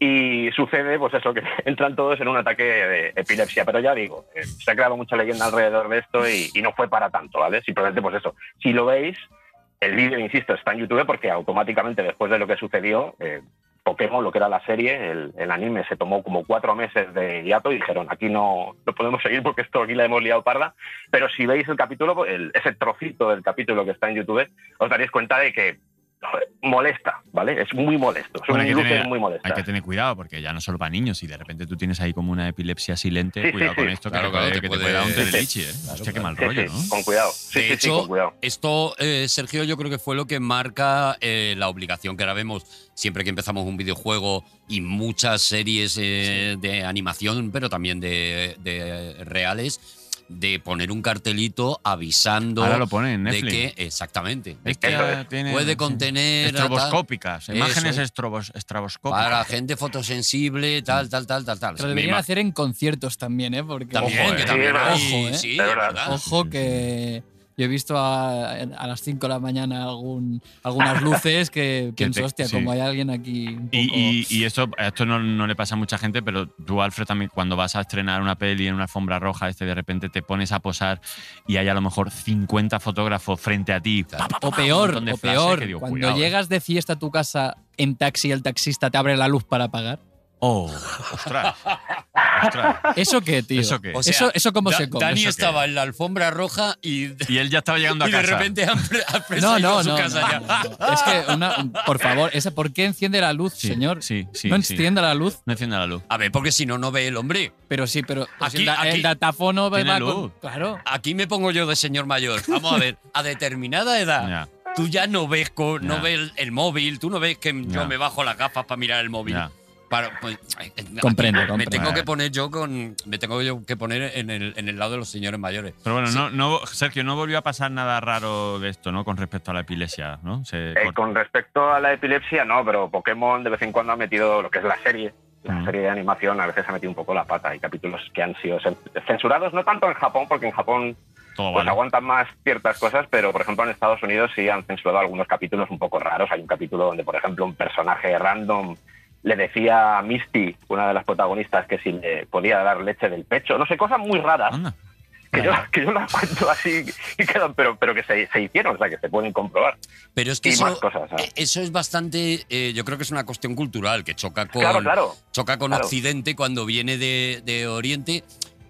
Speaker 11: Y sucede, pues eso, que [LAUGHS] entran todos en un ataque de epilepsia. Pero ya digo, eh, se ha creado mucha leyenda alrededor de esto y, y no fue para tanto, ¿vale? Simplemente, pues eso. Si lo veis, el vídeo, insisto, está en YouTube porque automáticamente después de lo que sucedió, eh, Pokémon, lo que era la serie, el, el anime, se tomó como cuatro meses de hiato y dijeron, aquí no, no podemos seguir porque esto aquí la hemos liado parda. Pero si veis el capítulo, pues, el- ese trocito del capítulo que está en YouTube, os daréis cuenta de que joder, molesta, ¿vale? Es muy molesto, son
Speaker 4: Bueno, hay, que
Speaker 11: luces
Speaker 4: tener,
Speaker 11: muy molestas.
Speaker 4: hay que tener cuidado porque ya no solo para niños, si de repente tú tienes ahí como una epilepsia silente,
Speaker 11: Sí, sí,
Speaker 4: cuidado con
Speaker 11: sí.
Speaker 4: esto, que, te
Speaker 5: Claro, claro,
Speaker 4: puede,
Speaker 5: te
Speaker 4: que te
Speaker 5: puede-
Speaker 4: puede dar un
Speaker 5: Sí, sí.
Speaker 4: teleleche, ¿eh? Hostia, qué mal
Speaker 11: Sí,
Speaker 4: rollo,
Speaker 11: sí,
Speaker 4: ¿no?
Speaker 11: Con cuidado. Sí,
Speaker 5: De
Speaker 11: sí, sí,
Speaker 5: hecho,
Speaker 11: con cuidado.
Speaker 5: esto, eh, Sergio, yo creo que fue lo que marca eh, la obligación que ahora vemos siempre que empezamos un videojuego y muchas series eh, de animación, pero también de, de reales, de poner un cartelito avisando
Speaker 4: Ahora lo ponen en
Speaker 5: de
Speaker 4: Netflix.
Speaker 5: que, exactamente, de
Speaker 4: Esta
Speaker 5: que
Speaker 4: tiene- sí.
Speaker 5: puede contener... a tal-
Speaker 4: Estroboscópicas,
Speaker 5: Eso
Speaker 4: imágenes
Speaker 5: es.
Speaker 4: estrobos- estroboscópicas.
Speaker 5: para gente fotosensible, tal, tal, tal, tal, tal.
Speaker 2: Pero lo
Speaker 5: Me
Speaker 2: deberían
Speaker 5: ima-
Speaker 2: hacer en conciertos también, ¿eh? Porque
Speaker 5: También,
Speaker 4: Ojo,
Speaker 5: que
Speaker 4: eh.
Speaker 5: también
Speaker 11: Sí,
Speaker 5: hay-
Speaker 2: ojo, eh.
Speaker 5: sí,
Speaker 11: De
Speaker 5: es
Speaker 11: verdad.
Speaker 5: verdad.
Speaker 2: Ojo que yo he visto a, a las 5 de la mañana algún,
Speaker 4: [LAUGHS]
Speaker 2: algunas luces que pienso,
Speaker 4: te-
Speaker 2: hostia,
Speaker 4: sí.
Speaker 2: como hay alguien aquí un poco...
Speaker 4: Y, y- y esto, a esto no, no le pasa a mucha gente, pero tú, Alfred, también cuando vas a estrenar una peli en una alfombra roja, este de repente te pones a posar y hay a lo mejor 50 fotógrafos frente a ti. Pa, pa, pa,
Speaker 2: o
Speaker 4: pa, un
Speaker 2: peor,
Speaker 4: montón de
Speaker 2: o
Speaker 4: frases
Speaker 2: peor,
Speaker 4: que digo,
Speaker 2: cuando
Speaker 4: cuidado, eh.
Speaker 2: llegas de fiesta a tu casa en taxi, el taxista te abre la luz para pagar.
Speaker 4: Oh,
Speaker 5: [LAUGHS]
Speaker 4: ostras. ostras.
Speaker 2: ¿Eso qué, tío?
Speaker 4: ¿Eso qué?
Speaker 5: O sea,
Speaker 2: ¿Eso, eso cómo
Speaker 5: Da-
Speaker 2: se come?
Speaker 5: Dani
Speaker 4: ¿Eso qué?
Speaker 5: estaba en la alfombra roja y...
Speaker 4: Y él ya estaba llegando a
Speaker 5: y de
Speaker 4: casa.
Speaker 5: repente han pre- han presa
Speaker 2: [LAUGHS] No,
Speaker 5: ido
Speaker 2: no,
Speaker 5: a su
Speaker 2: no,
Speaker 5: casa
Speaker 2: no,
Speaker 5: ya.
Speaker 2: no, no. Es que, una- por favor, esa, ¿por qué enciende la luz,
Speaker 4: Sí,
Speaker 2: señor?
Speaker 4: sí, sí,
Speaker 2: no
Speaker 4: sí.
Speaker 2: encienda la luz,
Speaker 4: No encienda la luz.
Speaker 5: A ver, porque si no, no ve el hombre.
Speaker 2: pero sí, pero pues,
Speaker 5: Aquí-
Speaker 2: el, da- el
Speaker 5: aquí-
Speaker 2: datafono va-
Speaker 4: Tiene
Speaker 2: va con-
Speaker 4: luz.
Speaker 2: Claro.
Speaker 5: Aquí me pongo yo de señor mayor. Vamos a ver, a determinada edad,
Speaker 4: Ya,
Speaker 5: tú ya no ves, co- no
Speaker 4: Ya.
Speaker 5: ves el, el móvil, tú no ves que
Speaker 4: Ya.
Speaker 5: yo me bajo las gafas para mirar el móvil.
Speaker 4: ya.
Speaker 5: Para, pues, ay, eh,
Speaker 2: Comprendo,
Speaker 5: aquí Me
Speaker 2: comprendo.
Speaker 5: tengo que poner yo con, me tengo yo que poner en el, en el lado de los señores mayores.
Speaker 4: Pero bueno,
Speaker 5: Sí.
Speaker 4: no, no, Sergio, no volvió a pasar nada raro de esto, ¿no? Con respecto a la epilepsia, ¿no? Se
Speaker 11: Eh,
Speaker 4: cortó.
Speaker 11: con respecto a la epilepsia, no, pero Pokémon de vez en cuando ha metido lo que es la serie. La
Speaker 4: Ujú.
Speaker 11: serie de animación a veces ha metido un poco la pata. Hay capítulos que han sido cen- censurados, no tanto en Japón, porque en Japón
Speaker 4: Todo
Speaker 11: pues
Speaker 4: vale.
Speaker 11: aguantan más ciertas cosas, pero por ejemplo en Estados Unidos sí han censurado algunos capítulos un poco raros. Hay un capítulo donde, por ejemplo, un personaje random le decía a Misty, una de las protagonistas, que si le podía dar leche del pecho. No sé, cosas muy raras
Speaker 4: Anda.
Speaker 11: que yo, que yo las cuento así y quedan, pero, pero que se, se hicieron, o sea, que se pueden comprobar.
Speaker 5: Pero es que
Speaker 11: Y
Speaker 5: eso,
Speaker 11: más cosas, ah. ¿sabes?
Speaker 5: eh, eso es bastante, eh, yo creo que es una cuestión cultural que choca con,
Speaker 11: Claro, claro.
Speaker 5: choca con
Speaker 11: Claro.
Speaker 5: Occidente cuando viene de, de Oriente,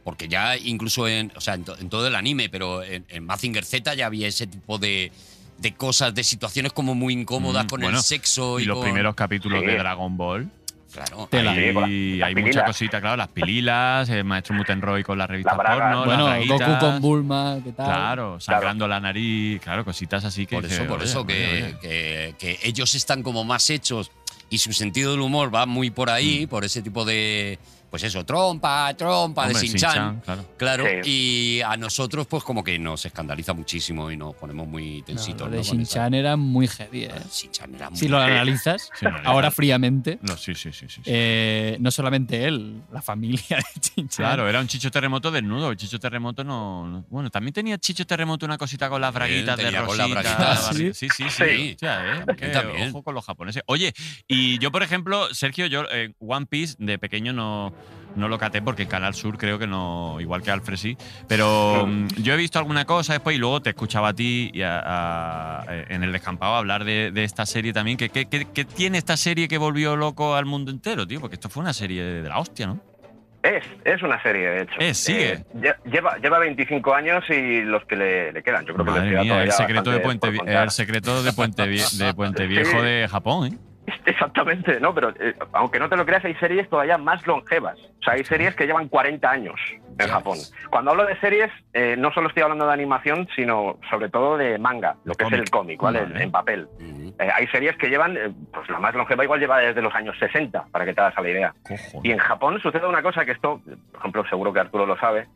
Speaker 5: porque ya incluso en, o sea, en, to- en todo el anime, pero en, en Mazinger Z ya había ese tipo de, de cosas, de situaciones como muy incómodas
Speaker 4: Mm,
Speaker 5: con
Speaker 4: bueno,
Speaker 5: el sexo y,
Speaker 4: Y los
Speaker 5: con-
Speaker 4: primeros capítulos
Speaker 11: Sí.
Speaker 4: de Dragon Ball.
Speaker 5: Claro.
Speaker 2: Tela.
Speaker 11: Sí, con las-
Speaker 4: Hay,
Speaker 11: las
Speaker 4: hay
Speaker 11: pililas.
Speaker 4: mucha cosita, claro, las pililas, el maestro Mutenroy con la revista
Speaker 11: La braga.
Speaker 4: porno,
Speaker 2: bueno,
Speaker 4: las braguitas,
Speaker 2: Goku con Bulma, ¿qué tal?
Speaker 4: Claro, sangrando la nariz, claro, cositas así que.
Speaker 5: Por eso,
Speaker 4: dices,
Speaker 5: por
Speaker 4: oye,
Speaker 5: eso que,
Speaker 4: oye, oye.
Speaker 5: que- que ellos están como más hechos y su sentido del humor va muy por ahí,
Speaker 4: Mm.
Speaker 5: por ese tipo de, pues eso, trompa, trompa,
Speaker 4: Hombre,
Speaker 5: de
Speaker 4: Shin-chan,
Speaker 5: Shin-Chan.
Speaker 4: claro.
Speaker 5: Claro, y a nosotros, pues como que nos escandaliza muchísimo y nos ponemos muy
Speaker 2: No,
Speaker 5: tensitos.
Speaker 2: lo de
Speaker 5: ¿no? Con esa-
Speaker 2: Shin-Chan era muy heavy, ¿eh?
Speaker 5: Ah, Shin-chan era muy.
Speaker 2: Si lo analizas,
Speaker 4: Sí, analizas.
Speaker 2: ahora fríamente,
Speaker 4: No, sí, sí, sí. sí, sí.
Speaker 2: eh, no solamente él, la familia de Shin-Chan.
Speaker 4: Claro, era un chicho terremoto desnudo. El chicho terremoto no, no- Bueno, también tenía chicho terremoto una cosita con las
Speaker 5: También
Speaker 4: braguitas de
Speaker 5: tenía
Speaker 4: Rosita.
Speaker 5: con las
Speaker 4: la
Speaker 5: braguitas.
Speaker 4: barriga. Sí, sí, sí.
Speaker 5: Sí.
Speaker 4: Hostia, eh,
Speaker 5: También,
Speaker 4: que
Speaker 5: también.
Speaker 4: Ojo con los japoneses. Oye, y yo, por ejemplo, Sergio, yo eh, One Piece de pequeño no, no lo caté porque el Canal Sur creo que no, igual que Alfred sí. Pero mm, yo he visto alguna cosa después y luego te escuchaba a ti y a- a- eh, en el descampado hablar de, de esta serie también. ¿Qué que, que- que tiene esta serie que volvió loco al mundo entero, tío? Porque esto fue una serie de la hostia, ¿no?
Speaker 11: Es, es una serie, de hecho.
Speaker 4: Es, sigue.
Speaker 11: Eh, lle- lleva, lleva 25 años y los que le, le quedan. Yo creo que
Speaker 4: Madre
Speaker 11: les queda
Speaker 4: mía, el
Speaker 11: todavía
Speaker 4: secreto, de
Speaker 11: bastante
Speaker 4: Puente,
Speaker 11: por
Speaker 4: Vie-
Speaker 11: contar.
Speaker 4: el secreto de, Puente Vie-
Speaker 11: [LAUGHS]
Speaker 4: de Puente Viejo de Japón, ¿eh?
Speaker 11: Exactamente, ¿no? Pero eh, aunque no te lo creas, hay series todavía más longevas. O sea, hay series que llevan 40 años en
Speaker 5: Ya
Speaker 11: Japón.
Speaker 5: ves.
Speaker 11: Cuando hablo de series, eh, no solo estoy hablando de animación, sino sobre todo de manga, lo que
Speaker 4: Cómic.
Speaker 11: es el cómic, ¿vale?
Speaker 4: Vale.
Speaker 11: En papel.
Speaker 5: Ujú.
Speaker 11: Eh, hay series que llevan, eh, pues la más longeva igual lleva desde los años 60, para que te hagas a la idea. Y
Speaker 4: Cojones.
Speaker 11: en Japón sucede una cosa que esto, por ejemplo, seguro que Arturo lo sabe.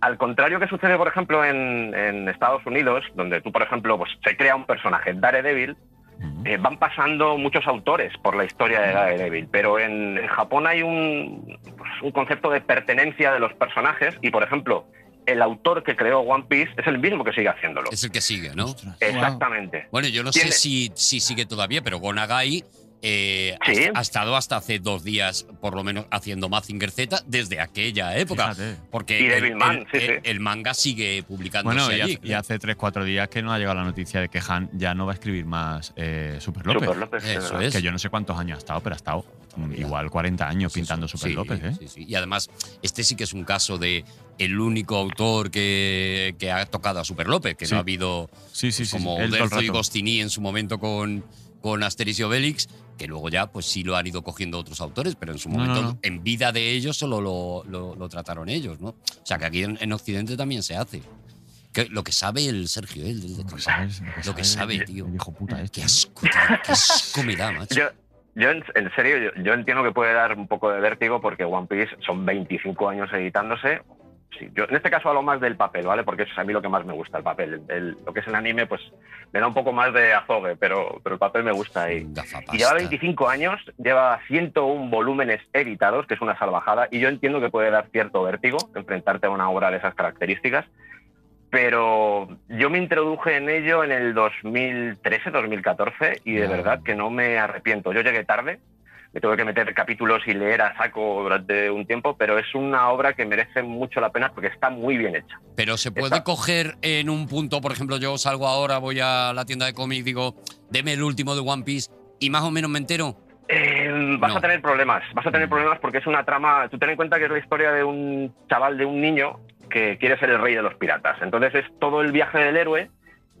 Speaker 11: Al contrario que sucede, por ejemplo, en, en Estados Unidos, donde tú, por ejemplo, pues, se crea un personaje, Daredevil,
Speaker 4: Ujú.
Speaker 11: eh, van pasando muchos autores por la historia de Daredevil, pero en, en Japón hay un, pues, un concepto de pertenencia de los personajes y, por ejemplo, el autor que creó One Piece es el mismo que sigue haciéndolo.
Speaker 5: Es el que sigue, ¿no?
Speaker 11: Exactamente.
Speaker 5: Bueno, yo no sé
Speaker 11: Tiene-
Speaker 5: si, si sigue todavía, pero Gonagai eh, ha-
Speaker 11: Sí.
Speaker 5: ha, estado hasta hace dos días, por lo menos, haciendo Mazinger Z desde aquella época. Porque
Speaker 11: Y
Speaker 5: el,
Speaker 11: Devilman,
Speaker 5: el-
Speaker 11: sí, sí.
Speaker 5: el- el manga sigue publicándose
Speaker 4: Bueno, y
Speaker 5: allí.
Speaker 4: hace, y hace tres, cuatro días que nos ha llegado la noticia de que Han ya no va a escribir más eh, Super López.
Speaker 11: Super López, sí,
Speaker 5: Eso
Speaker 11: ¿verdad?
Speaker 5: es.
Speaker 4: Que yo no sé cuántos años ha estado, pero ha estado mm, igual 40 años pintando Super
Speaker 5: Sí,
Speaker 4: López. ¿eh?
Speaker 5: sí, sí. Y además, este sí que es un caso de el único autor que, que ha tocado a Super López, que
Speaker 4: Sí.
Speaker 5: no ha habido
Speaker 4: Sí, sí,
Speaker 5: pues,
Speaker 4: sí,
Speaker 5: como
Speaker 4: sí, él todo el
Speaker 5: Uderzo y
Speaker 4: rato.
Speaker 5: Gostini en su momento con, con Asterix y Obelix, que luego ya pues sí lo han ido cogiendo otros autores, pero en su
Speaker 4: No, no,
Speaker 5: momento,
Speaker 4: no.
Speaker 5: en vida de ellos, solo lo, lo- lo trataron ellos, ¿no? O sea, que aquí en, en Occidente también se hace. Que lo que sabe el Sergio, el, del descansar. lo que sabe, tío.
Speaker 4: este, ¿eh?
Speaker 5: Qué asco, tío, qué asco me da, macho.
Speaker 11: Yo, yo en, en serio, yo, yo entiendo que puede dar un poco de vértigo porque One Piece son 25 años editándose. Sí, yo en este caso hablo más del papel, ¿vale? Porque eso es a mí lo que más me gusta, el papel. El- el- lo que es el anime, pues me da un poco más de azogue, pero, pero el papel me gusta. Y,
Speaker 5: Gafapasta.
Speaker 11: y lleva 25 años, lleva 101 volúmenes editados, que es una salvajada, y yo entiendo que puede dar cierto vértigo enfrentarte a una obra de esas características, pero yo me introduje en ello en el 2013-2014 y de verdad que no me arrepiento. Yo llegué tarde, me tuve que meter capítulos y leer a saco durante un tiempo, pero es una obra que merece mucho la pena porque está muy bien hecha.
Speaker 5: Pero se puede
Speaker 11: Está-
Speaker 5: coger en un punto, por ejemplo, yo salgo ahora, voy a la tienda de cómics, digo, deme el último de One Piece y más o menos me entero.
Speaker 11: Eh, vas a tener problemas, vas a tener problemas porque es una trama, tú ten en cuenta que es la historia de un chaval, de un niño que quiere ser el rey de los piratas. Entonces es todo el viaje del héroe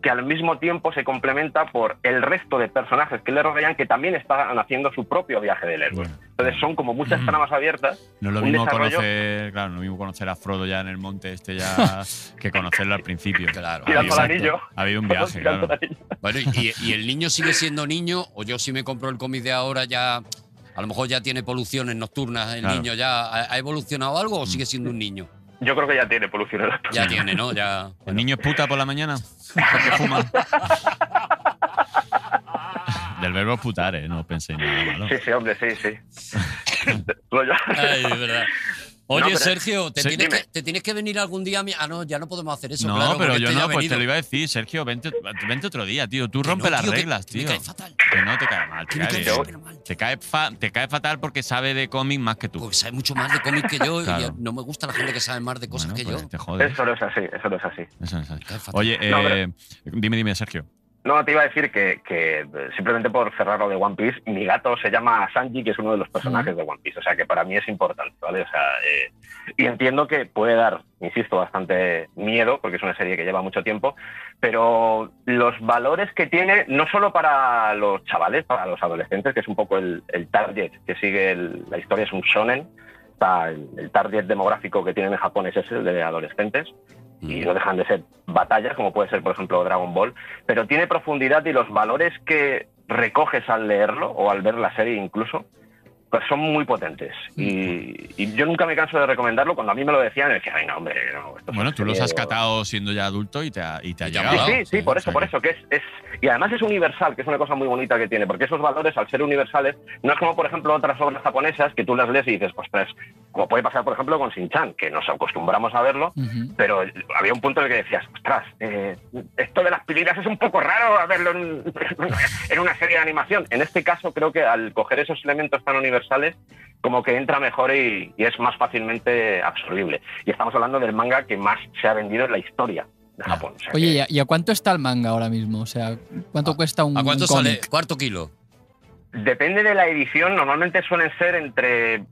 Speaker 11: que al mismo tiempo se complementa por el resto de personajes que le rodean que también están haciendo su propio viaje del héroe. Entonces son como muchas tramas abiertas.
Speaker 4: Mm. No es lo
Speaker 11: un
Speaker 4: mismo
Speaker 11: desarrollo-
Speaker 4: conocer, claro, no es lo mismo conocer a Frodo ya en el monte
Speaker 11: [LAUGHS]
Speaker 4: este ya que conocerlo al principio. Claro.
Speaker 11: Tirando
Speaker 4: Había-
Speaker 11: al anillo.
Speaker 4: Ha habido un viaje, claro.
Speaker 5: Bueno, y, y el niño sigue siendo niño, o yo si me compro el cómic de ahora ya, a lo mejor ya tiene poluciones nocturnas, el
Speaker 11: Claro.
Speaker 5: niño ya ha, ha evolucionado algo o sigue siendo un niño.
Speaker 11: Yo creo que ya tiene polución el
Speaker 5: Ya tiene,
Speaker 4: [LAUGHS]
Speaker 5: ¿no? Ya.
Speaker 4: ¿El niño es puta por la mañana? Porque fuma. Del verbo putar, ¿eh? No pensé en nada malo.
Speaker 11: Sí, sí, hombre, sí, sí. Rollo-
Speaker 5: Ay, de verdad. Oye,
Speaker 4: No, pero-
Speaker 5: Sergio, ¿te,
Speaker 4: Sí,
Speaker 5: tienes
Speaker 4: dime.
Speaker 5: que, te tienes que venir algún día a mi- Ah, no, ya no podemos hacer eso.
Speaker 4: No,
Speaker 5: claro,
Speaker 4: pero
Speaker 5: porque
Speaker 4: yo
Speaker 5: este ya
Speaker 4: no,
Speaker 5: ha
Speaker 4: pues te lo
Speaker 5: venido.
Speaker 4: iba a decir, Sergio, vente, vente otro día, tío. Tú rompe
Speaker 5: no,
Speaker 4: las
Speaker 5: tío, que-
Speaker 4: reglas,
Speaker 5: que me
Speaker 4: tío.
Speaker 5: cae fatal.
Speaker 4: Que no te cae mal, te
Speaker 5: me
Speaker 4: cae,
Speaker 5: cae
Speaker 4: bien. te, cae fa- te cae fatal porque sabe de cómics más que tú. Porque
Speaker 5: sabe mucho más de cómics que yo
Speaker 4: Claro.
Speaker 5: y no me gusta la gente que sabe más de cosas que yo.
Speaker 4: pues Te jodes.
Speaker 11: Eso no es así, eso no es así.
Speaker 4: Eso no es así. Oye,
Speaker 11: No,
Speaker 4: eh, dime, dime, Sergio.
Speaker 11: No, te iba a decir que, que simplemente por cerrar lo de One Piece, mi gato se llama Sanji, que es uno de los personajes de One Piece. O sea que para mí es importante, ¿vale? O sea, eh, y entiendo que puede dar, insisto, bastante miedo, porque es una serie que lleva mucho tiempo, pero los valores que tiene, no solo para los chavales, para los adolescentes, que es un poco el, el target que sigue el- la historia, es un shonen, está el, el target demográfico que tienen en Japón es ese, el de adolescentes,
Speaker 4: Mm.
Speaker 11: y no dejan de ser batallas, como puede ser, por ejemplo, Dragon Ball, pero tiene profundidad y los valores que recoges al leerlo o al ver la serie incluso, pues son muy potentes.
Speaker 4: Mm.
Speaker 11: Y, y yo nunca me canso de recomendarlo. Cuando a mí me lo decían, me decía, venga, hombre, no, esto es
Speaker 4: Bueno,
Speaker 11: una
Speaker 4: tú los
Speaker 11: serie
Speaker 4: has
Speaker 11: o-
Speaker 4: catado siendo ya adulto y te ha, y te ha
Speaker 11: Sí,
Speaker 4: llegado.
Speaker 11: Sí, sí, por eso, por eso, que es, es- Y además es universal, que es una cosa muy bonita que tiene, porque esos valores, al ser universales, no es como, por ejemplo, otras obras japonesas que tú las lees y dices, ostras, como puede pasar, por ejemplo, con Shin-Chan, que nos acostumbramos a verlo, pero había un punto en el que decías, ostras, eh, esto de las pilinas es un poco raro verlo en, [LAUGHS] en una serie de animación. En este caso, creo que al coger esos elementos tan universales, como que entra mejor y, y es más fácilmente absorbible. Y estamos hablando del manga que más se ha vendido en la historia de Japón. O sea,
Speaker 2: Oye, ¿y a, y a cuánto está el manga ahora mismo? O sea, ¿cuánto cuesta un
Speaker 5: ¿A cuánto
Speaker 2: un
Speaker 5: sale?
Speaker 2: cómic?
Speaker 5: ¿Cuarto kilo?
Speaker 11: Depende de la edición, normalmente suelen ser entre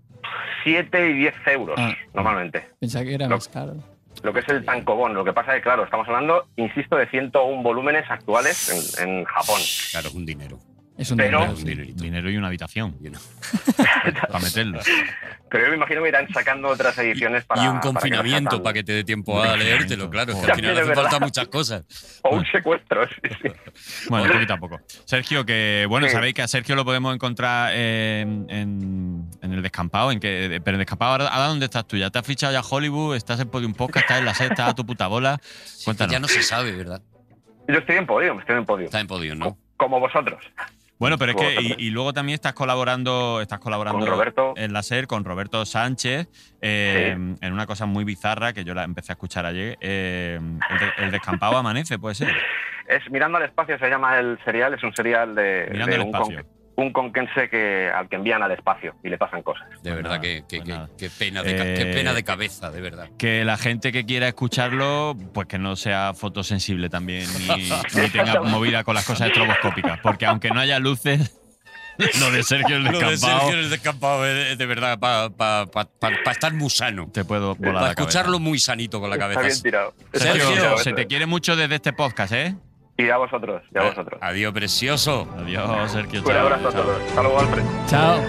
Speaker 11: 7 y 10 euros,
Speaker 2: Ah.
Speaker 11: normalmente.
Speaker 2: Pensaba que era más caro.
Speaker 11: Lo que es el tancobón. Lo que pasa es que, claro, estamos hablando, insisto, de 101 volúmenes actuales en, en Japón.
Speaker 5: Claro, es un dinero.
Speaker 2: Es un
Speaker 11: Pero-
Speaker 2: dinero.
Speaker 4: Dinero y una habitación. [LAUGHS] Para meterlo.
Speaker 11: Pero yo me imagino que irán sacando otras ediciones para.
Speaker 5: y un
Speaker 11: para que no sea
Speaker 5: confinamiento
Speaker 11: tan-
Speaker 5: para que te dé tiempo a leértelo, claro. Oh. es que al
Speaker 11: También
Speaker 5: final
Speaker 11: es
Speaker 5: hace
Speaker 11: verdad.
Speaker 5: falta muchas cosas.
Speaker 11: O un secuestro, sí, sí.
Speaker 4: Bueno, poquito a poco. Sergio, que bueno,
Speaker 11: Sí.
Speaker 4: sabéis que a Sergio lo podemos encontrar en, en- en el descampado, en que, eh, pero en el descampado, ahora, ahora dónde estás tú? ¿Ya te has fichado ya a Hollywood? ¿Estás en Podium Podcast? ¿Estás en la sexta? a tu puta bola? Cuéntanos.
Speaker 5: Ya no se sabe, ¿verdad?
Speaker 11: Yo estoy en podio, estoy en podio.
Speaker 5: Está en podio, ¿no?
Speaker 11: Como vosotros.
Speaker 4: Bueno, pero es
Speaker 11: Luego
Speaker 4: que. Y,
Speaker 11: también.
Speaker 4: y luego también estás colaborando. Estás colaborando
Speaker 11: Con Roberto.
Speaker 5: eh,
Speaker 4: en la SER con Roberto Sánchez. eh, En una cosa muy bizarra que yo la empecé a escuchar ayer. eh, el, de- el descampado amanece,
Speaker 11: [LAUGHS]
Speaker 4: puede ser.
Speaker 11: Es Mirando al Espacio, se llama el serial, es un serial de,
Speaker 4: Mirando
Speaker 11: de
Speaker 4: al
Speaker 11: un,
Speaker 4: espacio.
Speaker 11: conque- un conquense que, al que envían al espacio y le pasan cosas.
Speaker 5: De verdad, que que- que- qué pena de, ca-
Speaker 4: Eh,
Speaker 5: qué pena de cabeza, de verdad.
Speaker 4: Que la gente que quiera escucharlo, pues que no sea fotosensible también ni, ni
Speaker 11: [LAUGHS]
Speaker 4: tenga movida con las cosas estroboscópicas. Porque aunque no haya luces, [LAUGHS] lo de Sergio el
Speaker 5: Lo de
Speaker 4: descampado.
Speaker 5: Sergio el descampado, eh, de, de verdad, para estar muy sano.
Speaker 4: Te puedo volar
Speaker 5: Para
Speaker 4: la cabeza.
Speaker 5: escucharlo muy sanito con la cabeza.
Speaker 4: Sergio, se te quiere mucho desde este podcast, ¿eh?
Speaker 11: ¿eh? Y a vosotros, y a
Speaker 5: Eh,
Speaker 11: vosotros.
Speaker 5: Adiós, precioso.
Speaker 4: Adiós, Sergio.
Speaker 11: Un
Speaker 4: chao,
Speaker 11: abrazo a
Speaker 4: chao.
Speaker 11: todos. Hasta luego, Alfred.
Speaker 2: Chao.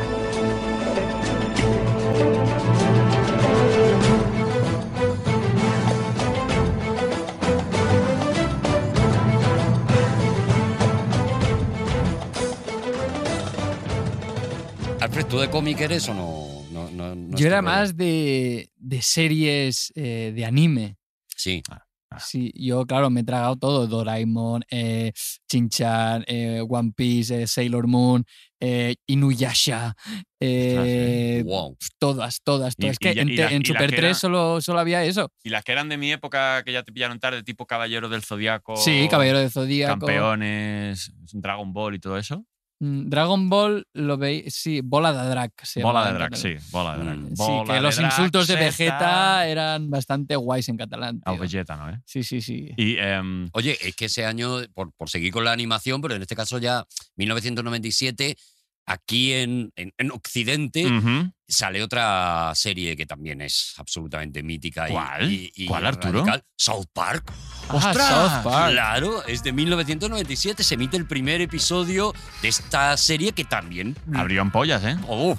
Speaker 5: Alfred, ¿tú de cómic eres o no? No- no- no
Speaker 2: Yo era
Speaker 5: estoy-
Speaker 2: más de, de series eh, de anime.
Speaker 5: Sí.
Speaker 2: Sí, yo, claro, me he tragado todo. Doraemon, eh, Chinchan, One Piece, eh, Sailor Moon, eh, Inuyasha. eh,
Speaker 5: Wow.
Speaker 2: Todas, todas,
Speaker 4: Y-
Speaker 2: todas. Es
Speaker 4: y
Speaker 2: que
Speaker 4: ya-
Speaker 2: en,
Speaker 4: y
Speaker 2: te-
Speaker 4: la-
Speaker 2: en
Speaker 4: y la
Speaker 2: Super
Speaker 4: que
Speaker 2: 3
Speaker 4: era-
Speaker 2: solo, solo había eso.
Speaker 4: Y las que eran de mi época, que ya te pillaron tarde, tipo Caballero del Zodíaco.
Speaker 2: Sí, Caballero del Zodíaco.
Speaker 4: Campeones, Dragon Ball y todo eso.
Speaker 2: Mm, Dragon Ball lo veis. Sí, Bola de Drag. se
Speaker 4: bola de
Speaker 2: llamaba en
Speaker 4: drag, sí,
Speaker 2: catalán. Eh,
Speaker 4: bola de drag.
Speaker 5: Mm,
Speaker 2: Sí, que los insultos de Vegeta
Speaker 5: eh,
Speaker 2: eran bastante guays en catalán.
Speaker 4: A
Speaker 2: tío.
Speaker 4: Vegeta, ¿no? Eh?
Speaker 2: Sí, sí, sí.
Speaker 4: Y, em,
Speaker 5: Oye, es que ese año, por, por seguir con la animación, pero en este caso ya 1997, aquí en, en- en Occidente
Speaker 4: Ujú.
Speaker 5: sale otra serie que también es absolutamente mítica. y-
Speaker 4: ¿Cuál?
Speaker 5: Y, y
Speaker 4: ¿Cuál, Arturo?
Speaker 5: radical. South Park.
Speaker 2: Ah,
Speaker 5: ¡Ostras!
Speaker 2: South Park.
Speaker 5: Claro, es de 1997, se emite el primer episodio de esta serie que también...
Speaker 4: Abrió ampollas, ¿eh?
Speaker 5: ¡Uh!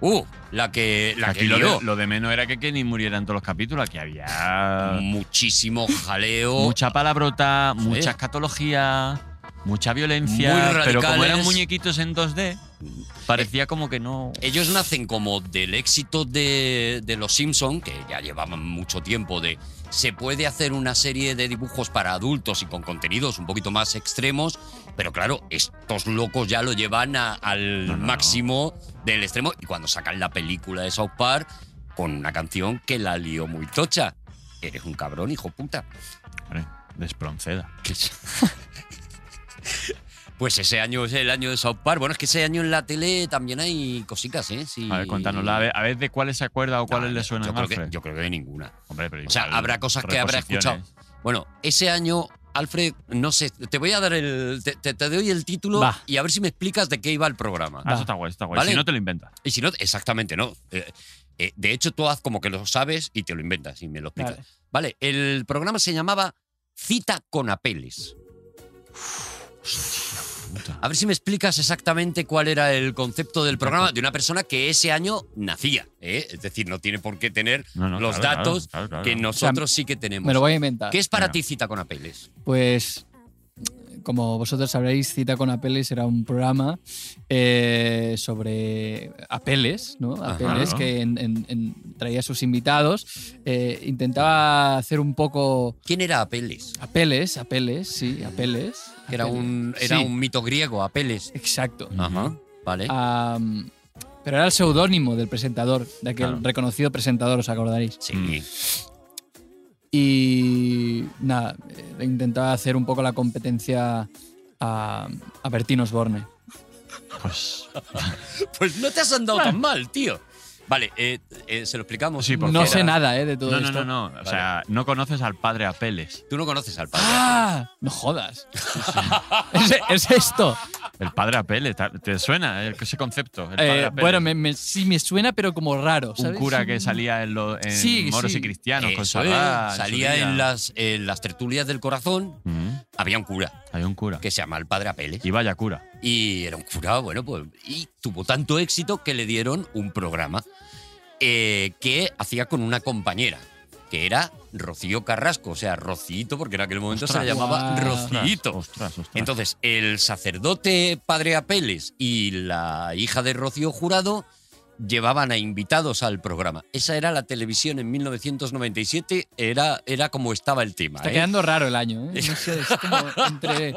Speaker 5: ¡Uh! La que, Mm. la que
Speaker 4: Aquí lo
Speaker 5: lió.
Speaker 4: de, lo de menos era que Kenny muriera en todos los capítulos, aquí había
Speaker 5: Muchísimo jaleo.
Speaker 4: mucha palabrota, mucha
Speaker 5: Sí.
Speaker 4: escatología, mucha violencia.
Speaker 5: Muy
Speaker 4: pero como eran
Speaker 5: radicales.
Speaker 4: muñequitos en 2D, parecía como que no.
Speaker 5: Ellos nacen como del éxito de, de Los Simpson, que ya llevaban mucho tiempo de se puede hacer una serie de dibujos para adultos y con contenidos un poquito más extremos, pero claro, estos locos ya lo llevan a- al máximo del extremo y cuando sacan la película de South Park con una canción que la lió muy tocha. Eres un cabrón, hijo puta.
Speaker 4: Hombre, Despronceda.
Speaker 5: [LAUGHS] Pues ese año es el año de South Park. Bueno, es que ese año en la tele también hay cositas, ¿eh? Sí.
Speaker 4: A ver, cuéntanosla, a ver, a ver de cuáles se acuerda o cuáles le suenan
Speaker 5: yo creo que-
Speaker 4: Alfred.
Speaker 5: yo creo que de ninguna.
Speaker 4: Hombre, pero
Speaker 5: O sea,
Speaker 4: igual,
Speaker 5: habrá cosas que habrá escuchado.
Speaker 4: reposiciones.
Speaker 5: Bueno, ese año, Alfred, no sé, te voy a dar el. Te, te- te doy el título
Speaker 4: Va.
Speaker 5: y a ver si me explicas de qué iba el programa.
Speaker 4: Ah, eso está guay, está guay.
Speaker 5: Vale.
Speaker 4: Si no te lo inventas.
Speaker 5: Y si no, exactamente, no. Eh, eh, de hecho, tú haz como que lo sabes y te lo inventas y me lo explicas. Vale,
Speaker 2: Vale.
Speaker 5: el programa se llamaba Cita con Apeles. A ver si me explicas exactamente cuál era el concepto del programa de una persona que ese año nacía. ¿eh? Es decir, no tiene por qué tener
Speaker 4: No, no,
Speaker 5: los
Speaker 4: claro,
Speaker 5: datos
Speaker 4: claro, claro, claro.
Speaker 5: que nosotros
Speaker 2: O sea,
Speaker 5: sí que tenemos.
Speaker 2: me lo voy a inventar.
Speaker 5: ¿Qué es para
Speaker 4: Venga.
Speaker 5: ti Cita con Apeles?
Speaker 2: Pues, como vosotros sabréis, Cita con Apeles era un programa eh, sobre Apeles, ¿no?
Speaker 5: Ajá.
Speaker 2: Apeles que en- en- en- traía a sus invitados. eh, intentaba hacer un poco
Speaker 5: ¿Quién era Apeles?
Speaker 2: Apeles, Apeles, sí, Apeles.
Speaker 5: Que Era,
Speaker 2: Apeles.
Speaker 5: un, era
Speaker 2: Sí,
Speaker 5: un mito griego, Apeles.
Speaker 2: Exacto.
Speaker 5: Ajá, vale.
Speaker 4: Ah.
Speaker 2: Am, pero era el seudónimo del presentador, de aquel
Speaker 5: Claro.
Speaker 2: reconocido presentador, os acordaréis.
Speaker 4: Mm.
Speaker 5: Sí.
Speaker 2: Y nada, eh, intentaba hacer un poco la competencia a, a Bertín Osborne.
Speaker 4: Pues
Speaker 5: [LAUGHS] Pues no te has andado tan mal, tío. Vale, eh, eh, se lo explicamos.
Speaker 4: Ah. Sí, por
Speaker 2: No
Speaker 4: favor.
Speaker 2: sé nada eh, de todo
Speaker 4: No, no,
Speaker 2: esto.
Speaker 4: no, no. O sea, no conoces al padre Apeles.
Speaker 5: Tú no conoces al padre.
Speaker 2: ¡Ah! No jodas. ¿Es, [LAUGHS] es esto.
Speaker 4: El padre Apeles, ¿te- ¿te suena ese concepto? El
Speaker 2: Eh,
Speaker 4: padre Apeles.
Speaker 2: bueno, me, me- sí me suena, pero como raro.
Speaker 4: un
Speaker 2: ¿sabes? Mm,
Speaker 4: cura que salía en, los
Speaker 2: Sí,
Speaker 4: moros
Speaker 2: sí.
Speaker 4: y cristianos con
Speaker 5: Eso es,
Speaker 4: Sabá, en su
Speaker 5: salía
Speaker 4: día.
Speaker 5: en las, en las tertulias del corazón.
Speaker 4: Mm,
Speaker 5: Había un cura
Speaker 4: hay un cura.
Speaker 5: que se llama el padre Apeles.
Speaker 4: Y vaya cura.
Speaker 5: Y era un cura, bueno, pues. Y tuvo tanto éxito que le dieron un programa eh, que hacía con una compañera, que era Rocío Carrasco, o sea, Rocito, porque en aquel momento se le
Speaker 2: Ostras,
Speaker 5: llamaba
Speaker 2: guau.
Speaker 5: Rocito.
Speaker 4: Ostras, ostras.
Speaker 5: Entonces, el sacerdote padre Apeles y la hija de Rocío Jurado llevaban a invitados al programa. Esa era la televisión en 1997, era, era como estaba el tema.
Speaker 2: Está
Speaker 5: ¿eh?
Speaker 2: quedando raro el año, ¿eh? No sé, es como entre,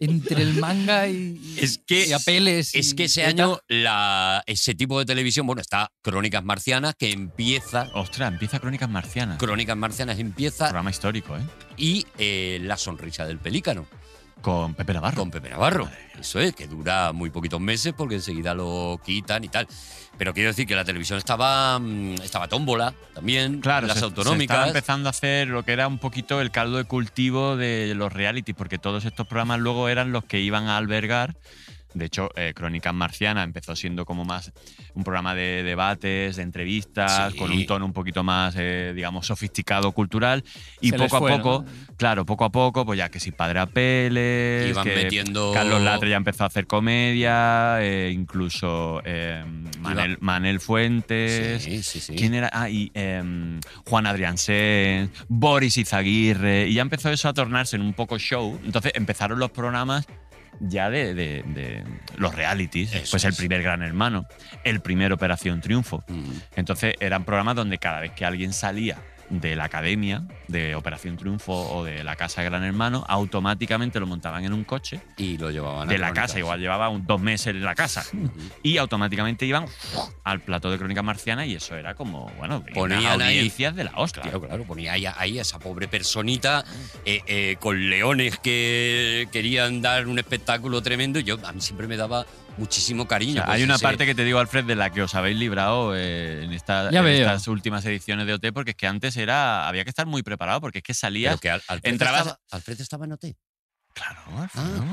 Speaker 2: entre el manga y,
Speaker 5: Es que,
Speaker 2: y apeles.
Speaker 5: es
Speaker 2: y-
Speaker 5: que ese
Speaker 2: y
Speaker 5: año la, ese tipo de televisión, bueno, está Crónicas Marcianas, que empieza...
Speaker 4: Ostras, empieza Crónicas Marcianas.
Speaker 5: Crónicas Marcianas empieza
Speaker 4: Programa histórico, ¿eh?
Speaker 5: y eh, La Sonrisa del Pelícano.
Speaker 4: Con Pepe Navarro.
Speaker 5: Con Pepe Navarro. Eso es, que dura muy poquitos meses porque enseguida lo quitan y tal. Pero quiero decir que la televisión estaba, mm, estaba tómbola también,
Speaker 4: Claro,
Speaker 5: las
Speaker 4: se- se
Speaker 5: autonómicas.
Speaker 4: estaba empezando a hacer lo que era un poquito el caldo de cultivo de los reality, porque todos estos programas luego eran los que iban a albergar. De hecho, eh, Crónicas Marciana empezó siendo como más un programa de debates, de entrevistas,
Speaker 5: Sí.
Speaker 4: con un tono un poquito más, eh, digamos, sofisticado cultural. Y
Speaker 2: Se les
Speaker 4: poco
Speaker 2: fue,
Speaker 4: a poco, claro, poco a poco, pues ya que si Padre Apeles,
Speaker 5: Iban
Speaker 4: que
Speaker 5: metiendo-
Speaker 4: Carlos Latre ya empezó a hacer comedia, eh, incluso eh, Manel, Manel Fuentes.
Speaker 5: Sí, sí, sí.
Speaker 4: ¿Quién era? Ah, y em, Juan Adrián Sen, Boris Izaguirre. Y ya empezó eso a tornarse en un poco show. Entonces empezaron los programas ya de, de- de los realities.
Speaker 5: Eso
Speaker 4: pues el
Speaker 5: es.
Speaker 4: primer Gran Hermano, el primer Operación Triunfo.
Speaker 5: Mm.
Speaker 4: Entonces eran programas donde cada vez que alguien salía de la academia de Operación Triunfo o de la casa Gran Hermano, automáticamente lo montaban en un coche
Speaker 5: Y lo llevaban a
Speaker 4: de la
Speaker 5: Crónicas.
Speaker 4: casa, igual llevaba un- dos meses en la casa. Y automáticamente iban ¡fua! al plató de Crónica Marciana y eso era como, bueno,
Speaker 5: Ponían
Speaker 4: unas
Speaker 5: ahí.
Speaker 4: audiencias de la hostia.
Speaker 5: Claro, claro, ponía ahí, ahí a esa pobre personita eh, eh, con leones que querían dar un espectáculo tremendo. y Yo, a mí siempre me daba muchísimo
Speaker 4: O
Speaker 5: cariño.
Speaker 4: sea,
Speaker 5: pues,
Speaker 4: hay una
Speaker 5: ese-
Speaker 4: parte que te digo, Alfred, de la que os habéis librado eh, en, esta-
Speaker 2: Ya
Speaker 4: en
Speaker 2: veo.
Speaker 4: estas últimas ediciones de OT, porque es que antes era había que estar muy preparado, porque es que salías.
Speaker 5: pero que Al- Alfredo
Speaker 4: entrabas-
Speaker 5: estaba, Alfredo estaba en OT.
Speaker 4: Claro, Alfredo.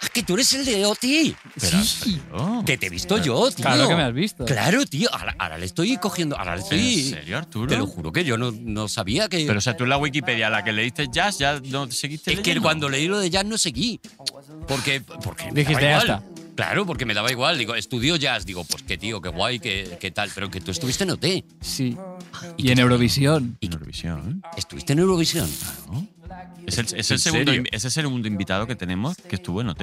Speaker 5: ¡Ah, que tú eres el de OT!
Speaker 4: Pero,
Speaker 2: Sí.
Speaker 4: Alfredo.
Speaker 5: Que te he visto yo, tío.
Speaker 2: Claro que me has visto.
Speaker 5: Claro, tío. Ahora, ahora le estoy cogiendo. Ahora le
Speaker 4: ¿En
Speaker 5: estoy.
Speaker 4: serio,
Speaker 5: Te lo
Speaker 4: Arturo?
Speaker 5: juro que yo no, no sabía que.
Speaker 4: Pero, o sea, tú en la Wikipedia, la que leíste jazz, ya no seguiste.
Speaker 5: es que
Speaker 4: leyendo.
Speaker 5: cuando leí lo de jazz no seguí. Porque. porque me
Speaker 2: Dijiste,
Speaker 5: daba
Speaker 2: ya
Speaker 5: igual. Claro, porque me daba igual. Digo, estudio jazz. Digo, pues qué tío, qué guay, qué, qué tal. Pero que tú estuviste en OT.
Speaker 2: Sí. Y en Eurovisión.
Speaker 4: En Eurovisión.
Speaker 5: ¿Estuviste en Eurovisión?
Speaker 4: Es el, es
Speaker 5: ¿En
Speaker 4: el segundo,
Speaker 5: serio?
Speaker 4: invi- ese es el segundo invitado que tenemos que estuvo en OT.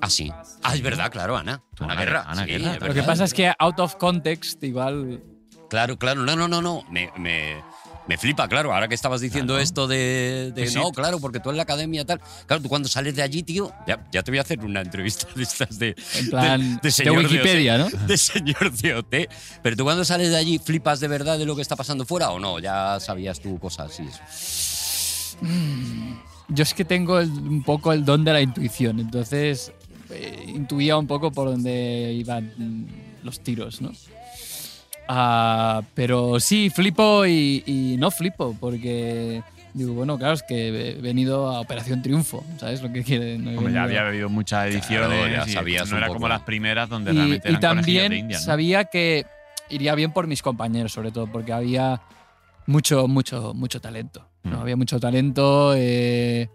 Speaker 5: Ah, sí. Ah, es verdad, claro, Ana.
Speaker 4: Tú,
Speaker 5: Ana
Speaker 4: Ana-
Speaker 5: Guerra.
Speaker 4: Ana
Speaker 5: sí,
Speaker 4: Guerra. Lo
Speaker 5: es
Speaker 4: que
Speaker 2: Lo que
Speaker 5: verdad.
Speaker 2: pasa es que out of context, igual.
Speaker 5: Claro, claro. No, no, no, no. Me. me- me flipa, claro, ahora que estabas diciendo
Speaker 4: Claro.
Speaker 5: esto de, de,
Speaker 2: Pues
Speaker 4: Sí, sí.
Speaker 5: no, claro, porque tú en la academia tal. Claro, tú cuando sales de allí, tío, ya, ya te voy a hacer una entrevista de estas de,
Speaker 2: En plan.
Speaker 5: de
Speaker 2: De,
Speaker 5: señor de
Speaker 2: Wikipedia, ¿no?
Speaker 5: [LAUGHS] de señor de OT. Pero tú cuando sales de allí, ¿flipas de verdad de lo que está pasando fuera o no? Ya sabías tú cosas y eso.
Speaker 2: Yo es que tengo el- un poco el don de la intuición, entonces eh, intuía un poco por dónde iban mm, los tiros, ¿no? Ah, pero sí, flipo y, y no flipo, porque digo, bueno, claro, es que he venido a Operación Triunfo, ¿sabes lo que quieren? No he
Speaker 4: Hombre, ya
Speaker 2: venido-
Speaker 4: había habido muchas ediciones.
Speaker 5: ya
Speaker 4: y
Speaker 5: sabías
Speaker 4: no
Speaker 5: un
Speaker 4: era
Speaker 5: poco.
Speaker 4: como las primeras donde
Speaker 2: y,
Speaker 4: realmente
Speaker 2: y
Speaker 4: eran conejillos
Speaker 2: también
Speaker 4: de India. ¿no?
Speaker 2: sabía que iría bien por mis compañeros, sobre todo, porque había mucho, mucho, mucho talento. ¿no?
Speaker 4: Mm.
Speaker 2: Había mucho talento. eh,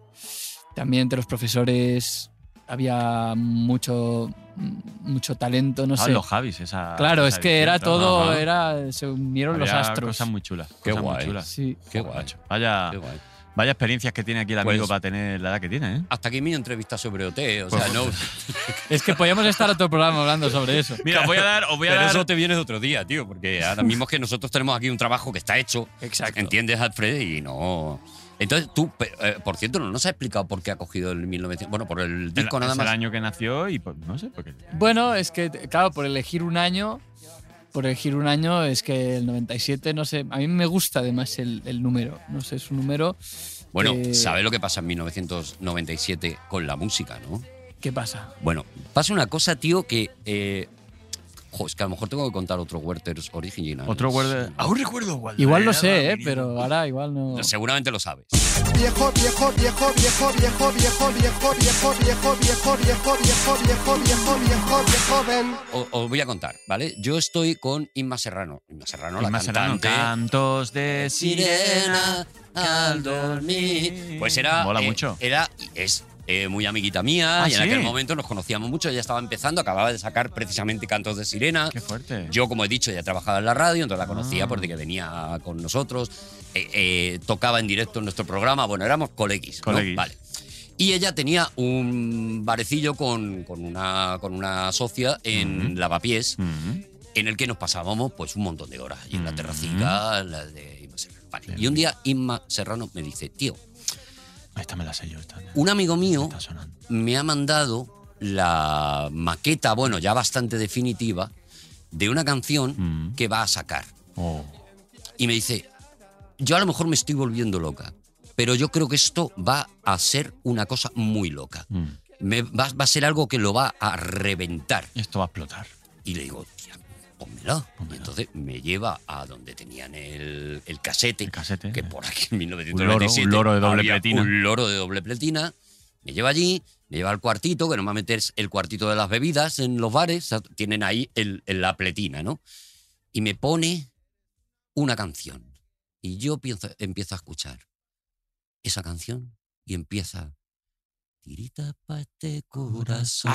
Speaker 2: también entre los profesores había mucho, mucho talento, no
Speaker 4: Estaban
Speaker 2: sé.
Speaker 4: Ah, los Javis, esa.
Speaker 2: Claro,
Speaker 4: esa
Speaker 2: es que era
Speaker 4: edición, ¿no?
Speaker 2: todo,
Speaker 4: Ajá.
Speaker 2: era, se unieron los
Speaker 4: Había
Speaker 2: astros.
Speaker 4: Cosas muy chulas.
Speaker 5: Qué
Speaker 4: cosas muy
Speaker 5: guay.
Speaker 4: chulas.
Speaker 2: Sí.
Speaker 5: Qué
Speaker 4: Joder,
Speaker 5: guay.
Speaker 4: macho.
Speaker 2: Ah.
Speaker 4: Vaya,
Speaker 5: Qué guay.
Speaker 4: vaya experiencias que tiene aquí el amigo
Speaker 5: Pues-
Speaker 4: para tener la edad que
Speaker 5: [LAUGHS]
Speaker 4: tiene, ¿eh?
Speaker 5: Hasta aquí mi entrevista sobre OT.
Speaker 2: Pues
Speaker 5: O sea, no.
Speaker 2: Es que podíamos estar otro programa hablando sobre eso.
Speaker 4: Mira, voy a dar, os voy a
Speaker 5: Pero
Speaker 4: dar
Speaker 5: eso te vienes otro día, tío, porque ahora mismo es que nosotros tenemos aquí un trabajo que está hecho.
Speaker 4: Exacto.
Speaker 5: ¿Entiendes, Alfred? Y no. Entonces tú, pe- eh, por cierto, no nos has explicado por qué ha cogido el 1900. Bueno, por el
Speaker 4: el,
Speaker 5: disco nada
Speaker 4: es
Speaker 5: más.
Speaker 4: el año que nació y pues, no sé, porque
Speaker 2: Bueno, es que, claro, por elegir un año, por elegir un año es que el 97, no sé, a mí me gusta además el, el número, no sé, es un número...
Speaker 5: Bueno,
Speaker 2: que-
Speaker 5: ¿sabes lo que pasa en 1997 con la música, no?
Speaker 2: ¿Qué pasa?
Speaker 5: Bueno, pasa una cosa, tío, que. eh, jo, es que a lo mejor tengo que contar otro Werther's original.
Speaker 4: otro Ah, guarda. Aún recuerdo
Speaker 2: Igual lo sé, ¿eh? pero ahora igual no...
Speaker 5: Seguramente lo sabes.
Speaker 10: Viejo, viejo, viejo, viejo, viejo, viejo, viejo, viejo, viejo, viejo, viejo, viejo, viejo, viejo, viejo, viejo, ven.
Speaker 5: O- Os voy a contar, ¿vale? Yo estoy con Inma Serrano. Inma Serrano, la
Speaker 4: Inma Serrano, Eh,
Speaker 5: cantante.
Speaker 4: cantos de sirena.
Speaker 5: Sirena al dormir. Pues era.
Speaker 4: Mola
Speaker 5: eh,
Speaker 4: mucho.
Speaker 5: Era. Es. eh, muy amiguita mía,
Speaker 4: Ah,
Speaker 5: y en
Speaker 4: ¿sí?
Speaker 5: aquel momento nos conocíamos mucho. Ella estaba empezando, acababa de sacar precisamente Cantos de Sirena.
Speaker 4: Qué fuerte.
Speaker 5: Yo, como he dicho, ya trabajaba en la radio, entonces la conocía
Speaker 4: Ah.
Speaker 5: porque venía con nosotros, eh, eh, tocaba en directo en nuestro programa, bueno, éramos coleguis. ¿no?
Speaker 4: Coleguis.
Speaker 5: Vale. Y ella tenía un barecillo con, con una, con una socia en Lavapiés,
Speaker 4: Mm.
Speaker 5: en el que nos pasábamos pues un montón de horas. Y en la terracita, la de Inma Serrano. Vale. Y un día Inma Serrano me dice, tío,
Speaker 4: Esta me la sé yo. Esta.
Speaker 5: un amigo mío me ha mandado la maqueta, bueno, ya bastante definitiva, de una canción
Speaker 4: Mm.
Speaker 5: que va a sacar.
Speaker 4: Oh,
Speaker 5: Y me dice, yo a lo mejor me estoy volviendo loca, pero yo creo que esto va a ser una cosa muy loca.
Speaker 4: mm.
Speaker 5: Me- va, va a ser algo que lo va a reventar.
Speaker 4: Esto va a explotar.
Speaker 5: Y le digo, tía, pónmela. Y entonces me lleva a donde tenían el, el casete.
Speaker 4: eh.
Speaker 5: Que por aquí en 1997
Speaker 4: Un loro, un loro de doble
Speaker 5: había
Speaker 4: pletina.
Speaker 5: Un loro de doble pletina. Me lleva allí, me lleva al cuartito, que normalmente es el cuartito de las bebidas en los bares. o sea, tienen ahí el- el- la pletina, ¿no? Y me pone una canción. Y yo pienso- empiezo a escuchar esa canción y empieza. Tirita pa' este corazón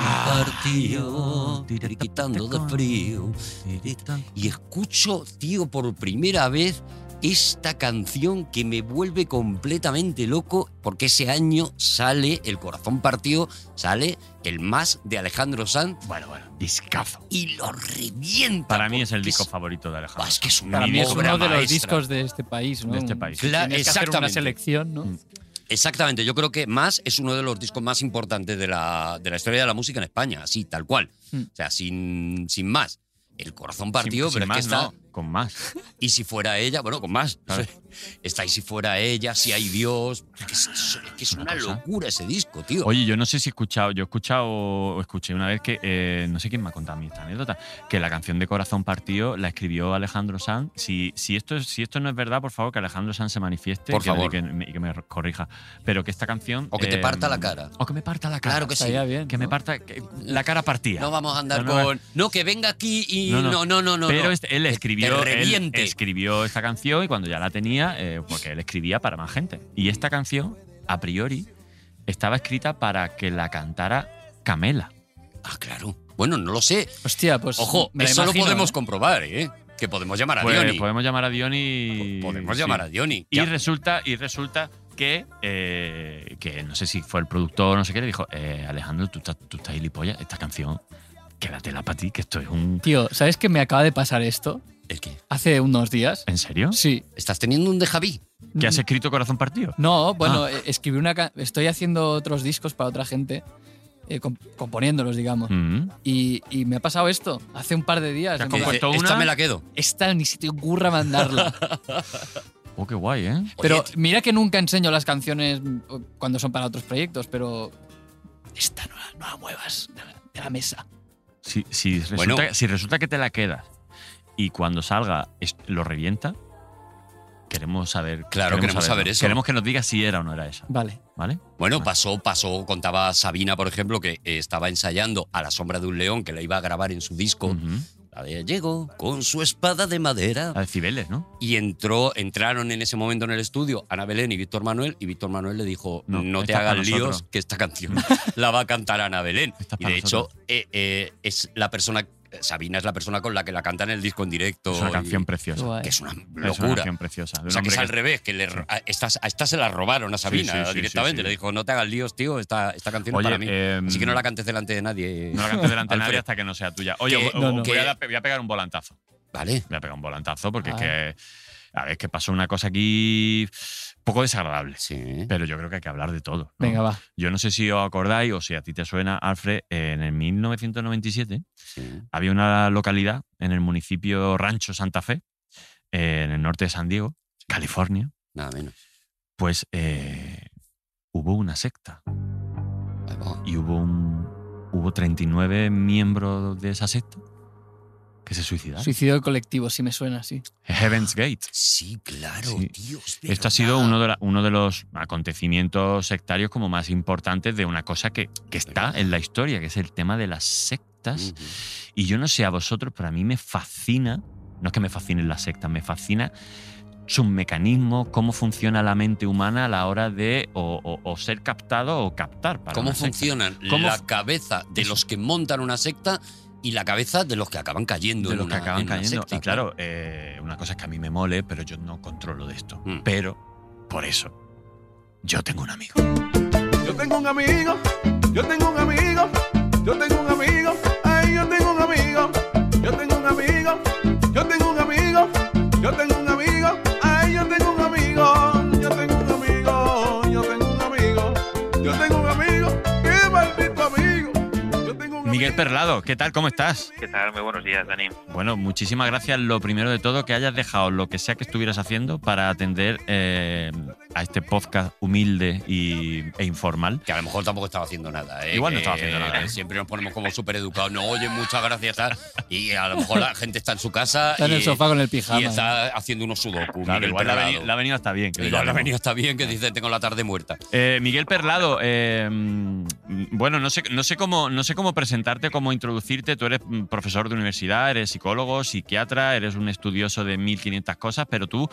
Speaker 5: partido, quitando de frío. tirita. Y escucho, tío, por primera vez esta canción que me vuelve completamente loco, porque ese año sale El corazón partido, sale el más de Alejandro Sanz.
Speaker 4: Bueno, bueno, discazo.
Speaker 5: Y lo revienta.
Speaker 4: Para mí es el disco favorito de Alejandro.
Speaker 5: Es que es una
Speaker 2: Para mí es
Speaker 5: obra
Speaker 2: uno de los
Speaker 5: maestra.
Speaker 2: discos de este país, ¿no?
Speaker 4: De este país.
Speaker 2: Tienes
Speaker 5: Cla-
Speaker 2: que hacer una
Speaker 5: exactamente. Mm.
Speaker 2: selección, ¿no? Pues
Speaker 5: Exactamente, yo creo que Más es uno de los discos más importantes de la, de la historia de la música en España, así, tal cual.
Speaker 2: Mm.
Speaker 5: O sea, sin, sin más. El corazón partido,
Speaker 4: Hmm. sin
Speaker 5: pero es
Speaker 4: más,
Speaker 5: que está.
Speaker 4: no, con
Speaker 5: [LAUGHS]
Speaker 4: más.
Speaker 5: Y si fuera ella, bueno, con más. Está y si fuera ella, si hay Dios. Es que es, es que es una, locura ese disco, tío.
Speaker 4: Oye, yo no sé si he escuchado, yo he escuchado o escuché una vez que, eh, no sé quién me ha contado a mí esta anécdota, que la canción de Corazón Partido la escribió Alejandro Sanz. Si, si, esto, es- si esto no es verdad, por favor, que Alejandro Sanz se manifieste
Speaker 5: Por
Speaker 4: y que-
Speaker 5: favor.
Speaker 4: Y, que, me- y que me corrija. Pero que esta canción. eh,
Speaker 5: O que te parta la cara.
Speaker 4: O que me parta la cara.
Speaker 5: Claro que sí.
Speaker 4: Estaría bien, que me parta. que la cara partida.
Speaker 5: No vamos a andar
Speaker 4: No, no,
Speaker 5: con. No, que venga aquí y.
Speaker 4: No,
Speaker 5: No,
Speaker 4: no.
Speaker 5: no, no, no. no
Speaker 4: Pero este- él escribió,
Speaker 5: Que te
Speaker 4: él
Speaker 5: reviente.
Speaker 4: escribió esta canción y cuando ya la tenía, eh, porque él escribía para más gente. Y esta canción, a priori, estaba escrita para que la cantara Camela.
Speaker 5: Ah, claro. Bueno, no lo sé.
Speaker 2: Hostia, pues.
Speaker 5: Ojo,
Speaker 2: me la
Speaker 5: eso
Speaker 2: imagino,
Speaker 5: lo podemos
Speaker 2: ¿eh?
Speaker 5: comprobar, ¿eh? Que podemos llamar a
Speaker 4: Pues
Speaker 5: Diony.
Speaker 4: podemos llamar a Diony.
Speaker 5: podemos llamar a Diony.
Speaker 4: Y
Speaker 5: Ya.
Speaker 4: resulta, y resulta que, eh, que no sé si fue el productor, no sé qué, le dijo, eh, Alejandro, tú estás, tú estás gilipollas, esta canción, quédatela para ti, que esto es un...
Speaker 2: Tío, ¿sabes que me acaba de pasar esto?
Speaker 5: ¿El qué?
Speaker 2: Hace unos días.
Speaker 4: ¿En serio?
Speaker 2: Sí.
Speaker 5: ¿Estás teniendo un déjà vu?
Speaker 4: ¿Que has escrito Corazón Partido?
Speaker 2: No, bueno,
Speaker 4: Ah.
Speaker 2: eh, escribí una. ca- Estoy haciendo otros discos para otra gente, eh, comp- componiéndolos, digamos.
Speaker 4: Mm.
Speaker 2: Y, y me ha pasado esto hace un par de días.
Speaker 4: ¿Te has
Speaker 2: En plan,
Speaker 4: compuesto
Speaker 5: Esta
Speaker 4: una?
Speaker 5: me la quedo.
Speaker 2: Esta ni se te
Speaker 5: [LAUGHS]
Speaker 2: ocurra mandarla.
Speaker 4: Oh, qué guay, ¿eh?
Speaker 2: pero mira que nunca enseño las canciones mm, cuando son para otros proyectos, pero esta no la, no la muevas de la, de la mesa.
Speaker 4: Si, si resulta,
Speaker 5: Bueno.
Speaker 4: si resulta que te la quedas y cuando salga es- lo revienta, queremos saber.
Speaker 5: Claro, queremos
Speaker 4: saberlo.
Speaker 5: saber eso.
Speaker 4: Queremos que nos digas si era o no era esa.
Speaker 2: Vale.
Speaker 4: ¿Vale?
Speaker 5: Bueno, pasó, pasó, contaba Sabina, por ejemplo, que eh, estaba ensayando a la sombra de un león que la iba a grabar en su disco. La de Llegó con su espada de madera.
Speaker 4: A ver, Cibeles, ¿no?
Speaker 5: Y entró, entraron en ese momento en el estudio Ana Belén y Víctor Manuel, y Víctor Manuel le dijo:
Speaker 4: No,
Speaker 5: No, te
Speaker 4: esta es para
Speaker 5: hagas líos,
Speaker 4: nosotros".
Speaker 5: que
Speaker 4: [LAUGHS]
Speaker 5: esta canción la va a cantar Ana Belén.
Speaker 4: Esta es
Speaker 5: Y
Speaker 4: para
Speaker 5: de hecho,
Speaker 4: nosotros.
Speaker 5: eh, eh, es la persona, Sabina es la persona con la que la canta en el disco en directo.
Speaker 4: Es una
Speaker 5: y-
Speaker 4: canción preciosa.
Speaker 2: Guay.
Speaker 5: que es una
Speaker 4: Es una
Speaker 5: locura.
Speaker 4: canción preciosa. de
Speaker 5: O
Speaker 4: un
Speaker 5: sea, que
Speaker 4: hombre
Speaker 5: es al
Speaker 4: que-
Speaker 5: revés, que le, a, estas, a estas se las robaron a Sabina
Speaker 4: sí, sí, sí,
Speaker 5: directamente.
Speaker 4: sí.
Speaker 5: Le dijo, no te hagas líos, tío, esta, esta canción
Speaker 4: Oye,
Speaker 5: es para mí.
Speaker 4: eh,
Speaker 5: Así que no la cantes delante de nadie.
Speaker 4: No la cantes delante de nadie
Speaker 5: Alfred.
Speaker 4: hasta que no sea tuya. Oye, o-
Speaker 5: Que-
Speaker 4: o-
Speaker 5: no, no.
Speaker 4: Voy, a,
Speaker 5: que-
Speaker 4: voy a pegar un volantazo.
Speaker 5: Vale.
Speaker 4: Voy a pegar un volantazo porque
Speaker 2: Ah.
Speaker 4: es que. A ver, es que pasó una cosa aquí poco desagradable.
Speaker 5: Sí.
Speaker 4: Pero yo creo que hay que hablar de todo. ¿no?
Speaker 2: Venga, va.
Speaker 4: Yo no sé si os acordáis o si a ti te suena, Alfred, en el 1997
Speaker 5: sí.
Speaker 4: había una localidad en el municipio Rancho Santa Fe, eh, en el norte de San Diego, California,
Speaker 5: Nada menos.
Speaker 4: pues eh, hubo una secta
Speaker 5: Ahí va.
Speaker 4: y hubo, un, hubo 39 miembros de esa secta que se suicidaron.
Speaker 2: Suicidio colectivo, si me suena así.
Speaker 4: Heaven's Gate.
Speaker 5: Sí, claro,
Speaker 4: Sí.
Speaker 5: tío. es
Speaker 4: Esto ha
Speaker 5: verdad.
Speaker 4: sido uno de, la- uno de los acontecimientos sectarios como más importantes de una cosa que, que está en la historia, que es el tema de las sectas.
Speaker 5: Ujú.
Speaker 4: Y yo no sé a vosotros, pero a mí me fascina, no es que me fascinen las sectas, me fascina sus mecanismos, cómo funciona la mente humana a la hora de o, o- o ser captado o captar. Para
Speaker 5: ¿Cómo
Speaker 4: una secta.
Speaker 5: funcionan
Speaker 4: ¿Cómo
Speaker 5: la
Speaker 4: fu-
Speaker 5: cabeza de
Speaker 4: Eso.
Speaker 5: los que montan una secta y la cabeza de los que acaban cayendo
Speaker 4: De
Speaker 5: en
Speaker 4: los que
Speaker 5: una-
Speaker 4: acaban
Speaker 5: en una
Speaker 4: cayendo.
Speaker 5: secta,
Speaker 4: y claro, eh, una cosa es que a mí me mole, pero yo no controlo de esto.
Speaker 5: Mm.
Speaker 4: Pero, por eso, yo tengo un amigo.
Speaker 9: Yo tengo un amigo, yo tengo un amigo, yo tengo un amigo, ay, yo tengo un amigo, yo tengo un amigo,
Speaker 4: Perlado, ¿qué tal? ¿Cómo estás?
Speaker 12: ¿Qué tal? Muy buenos días, Dani.
Speaker 4: Bueno, muchísimas gracias. Lo primero de todo, que hayas dejado lo que sea que estuvieras haciendo para atender eh, a este podcast humilde y, e informal.
Speaker 5: Que a lo mejor tampoco estaba haciendo nada. ¿eh?
Speaker 4: Igual no
Speaker 5: Que
Speaker 4: estaba haciendo nada.
Speaker 5: Siempre nos ponemos como súper educados. No, oye, muchas gracias. tal. Y a lo mejor la gente está en su casa.
Speaker 2: Está en
Speaker 5: Ah, y-
Speaker 2: el sofá con el pijama. eh.
Speaker 5: Y está haciendo unos sudoku.
Speaker 4: Claro,
Speaker 5: Miguel
Speaker 4: igual la ha
Speaker 5: Perlado.
Speaker 4: veni- la ha venido hasta bien. que
Speaker 5: Igual la ha
Speaker 4: digamos.
Speaker 5: venido hasta bien que dice, tengo la tarde muerta.
Speaker 4: Eh, Miguel Perlado, eh, mm, bueno, no sé, no, sé cómo, no sé cómo presentarte, cómo introducirte. Tú eres mm, profesor de universidad, eres psicólogo, psiquiatra, eres un estudioso de 1500 cosas, pero tú,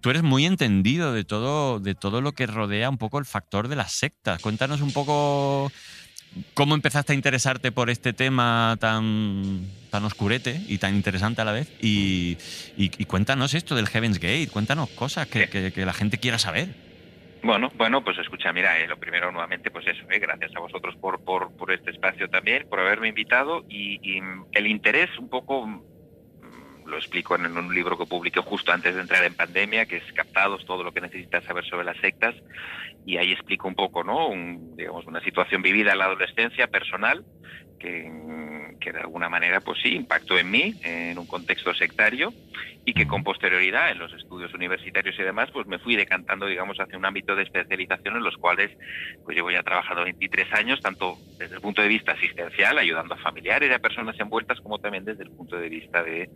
Speaker 4: tú eres muy entendido de todo, de todo lo que rodea un poco el factor de las sectas. Cuéntanos un poco cómo empezaste a interesarte por este tema tan, tan oscurete y tan interesante a la vez. Y, y- y cuéntanos esto del Heaven's Gate, cuéntanos cosas que- que- que la gente quiera saber.
Speaker 12: Bueno, bueno, pues escucha, mira, eh, lo primero nuevamente, pues eso, eh, gracias a vosotros por, por, por este espacio también, por haberme invitado y, y, mm, el interés un poco, mm, lo explico en un libro que publiqué justo antes de entrar en pandemia, que es Captados, todo lo que necesitas saber sobre las sectas, y ahí explico un poco, ¿no? Un- digamos, una situación vivida en la adolescencia personal, que, mm, que de alguna manera, pues sí, impactó en mí, eh, en un contexto sectario, y que con posterioridad en los estudios universitarios y demás, pues me fui decantando, digamos, hacia un ámbito de especialización en los cuales pues llevo ya trabajando 23 años, tanto desde el punto de vista asistencial, ayudando a familiares y a personas envueltas, como también desde el punto de vista de,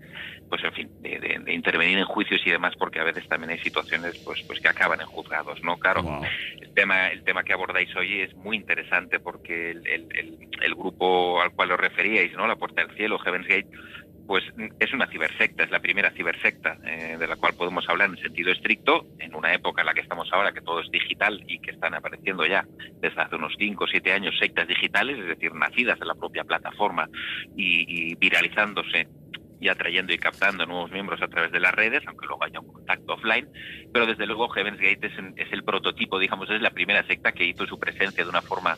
Speaker 12: pues en fin, de, de- de intervenir en juicios y demás, porque a veces también hay situaciones pues, pues que acaban en juzgados, ¿no? Claro, el, tema, el tema que abordáis hoy es muy interesante porque el, el- el- el grupo al cual os referíais, ¿no? La Puerta del Cielo, Heaven's Gate, pues mm, es una cibersecta, es la primera cibersecta eh, de la cual podemos hablar en sentido estricto, en una época en la que estamos ahora, que todo es digital y que están apareciendo ya desde hace unos 5 o 7 años sectas digitales, es decir, nacidas en la propia plataforma y, y viralizándose y atrayendo y captando nuevos miembros a través de las redes, aunque luego haya un contacto offline, pero desde luego Heaven's Gate es, en- es el prototipo, digamos, es la primera secta que hizo su presencia de una forma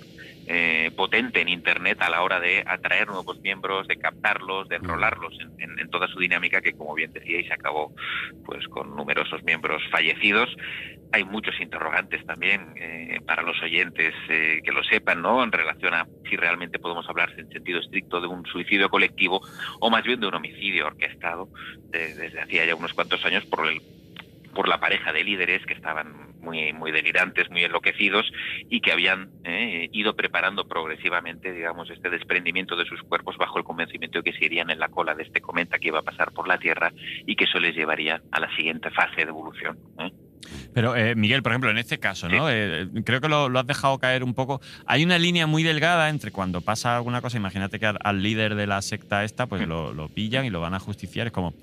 Speaker 12: eh, potente en Internet a la hora de atraer nuevos miembros, de captarlos, de enrolarlos en, en- en toda su dinámica, que como bien decíais acabó pues con numerosos miembros fallecidos. Hay muchos interrogantes también eh, para los oyentes eh, que lo sepan, ¿no? En relación a si realmente podemos hablar en sentido estricto de un suicidio colectivo o más bien de un homicidio orquestado de- desde hacía ya unos cuantos años por el por la pareja de líderes que estaban muy, muy delirantes, muy enloquecidos y que habían eh, ido preparando progresivamente, digamos, este desprendimiento de sus cuerpos bajo el convencimiento de que se irían en la cola de este cometa que iba a pasar por la Tierra y que eso les llevaría a la siguiente fase de evolución. ¿eh?
Speaker 4: Pero, eh, Miguel, por ejemplo, en este caso, ¿no? Eh, creo que lo, lo has dejado caer un poco. Hay una línea muy delgada entre cuando pasa alguna cosa, imagínate que al, al líder de la secta esta, pues
Speaker 12: Mm.
Speaker 4: lo, lo pillan y lo van a justiciar. Es como.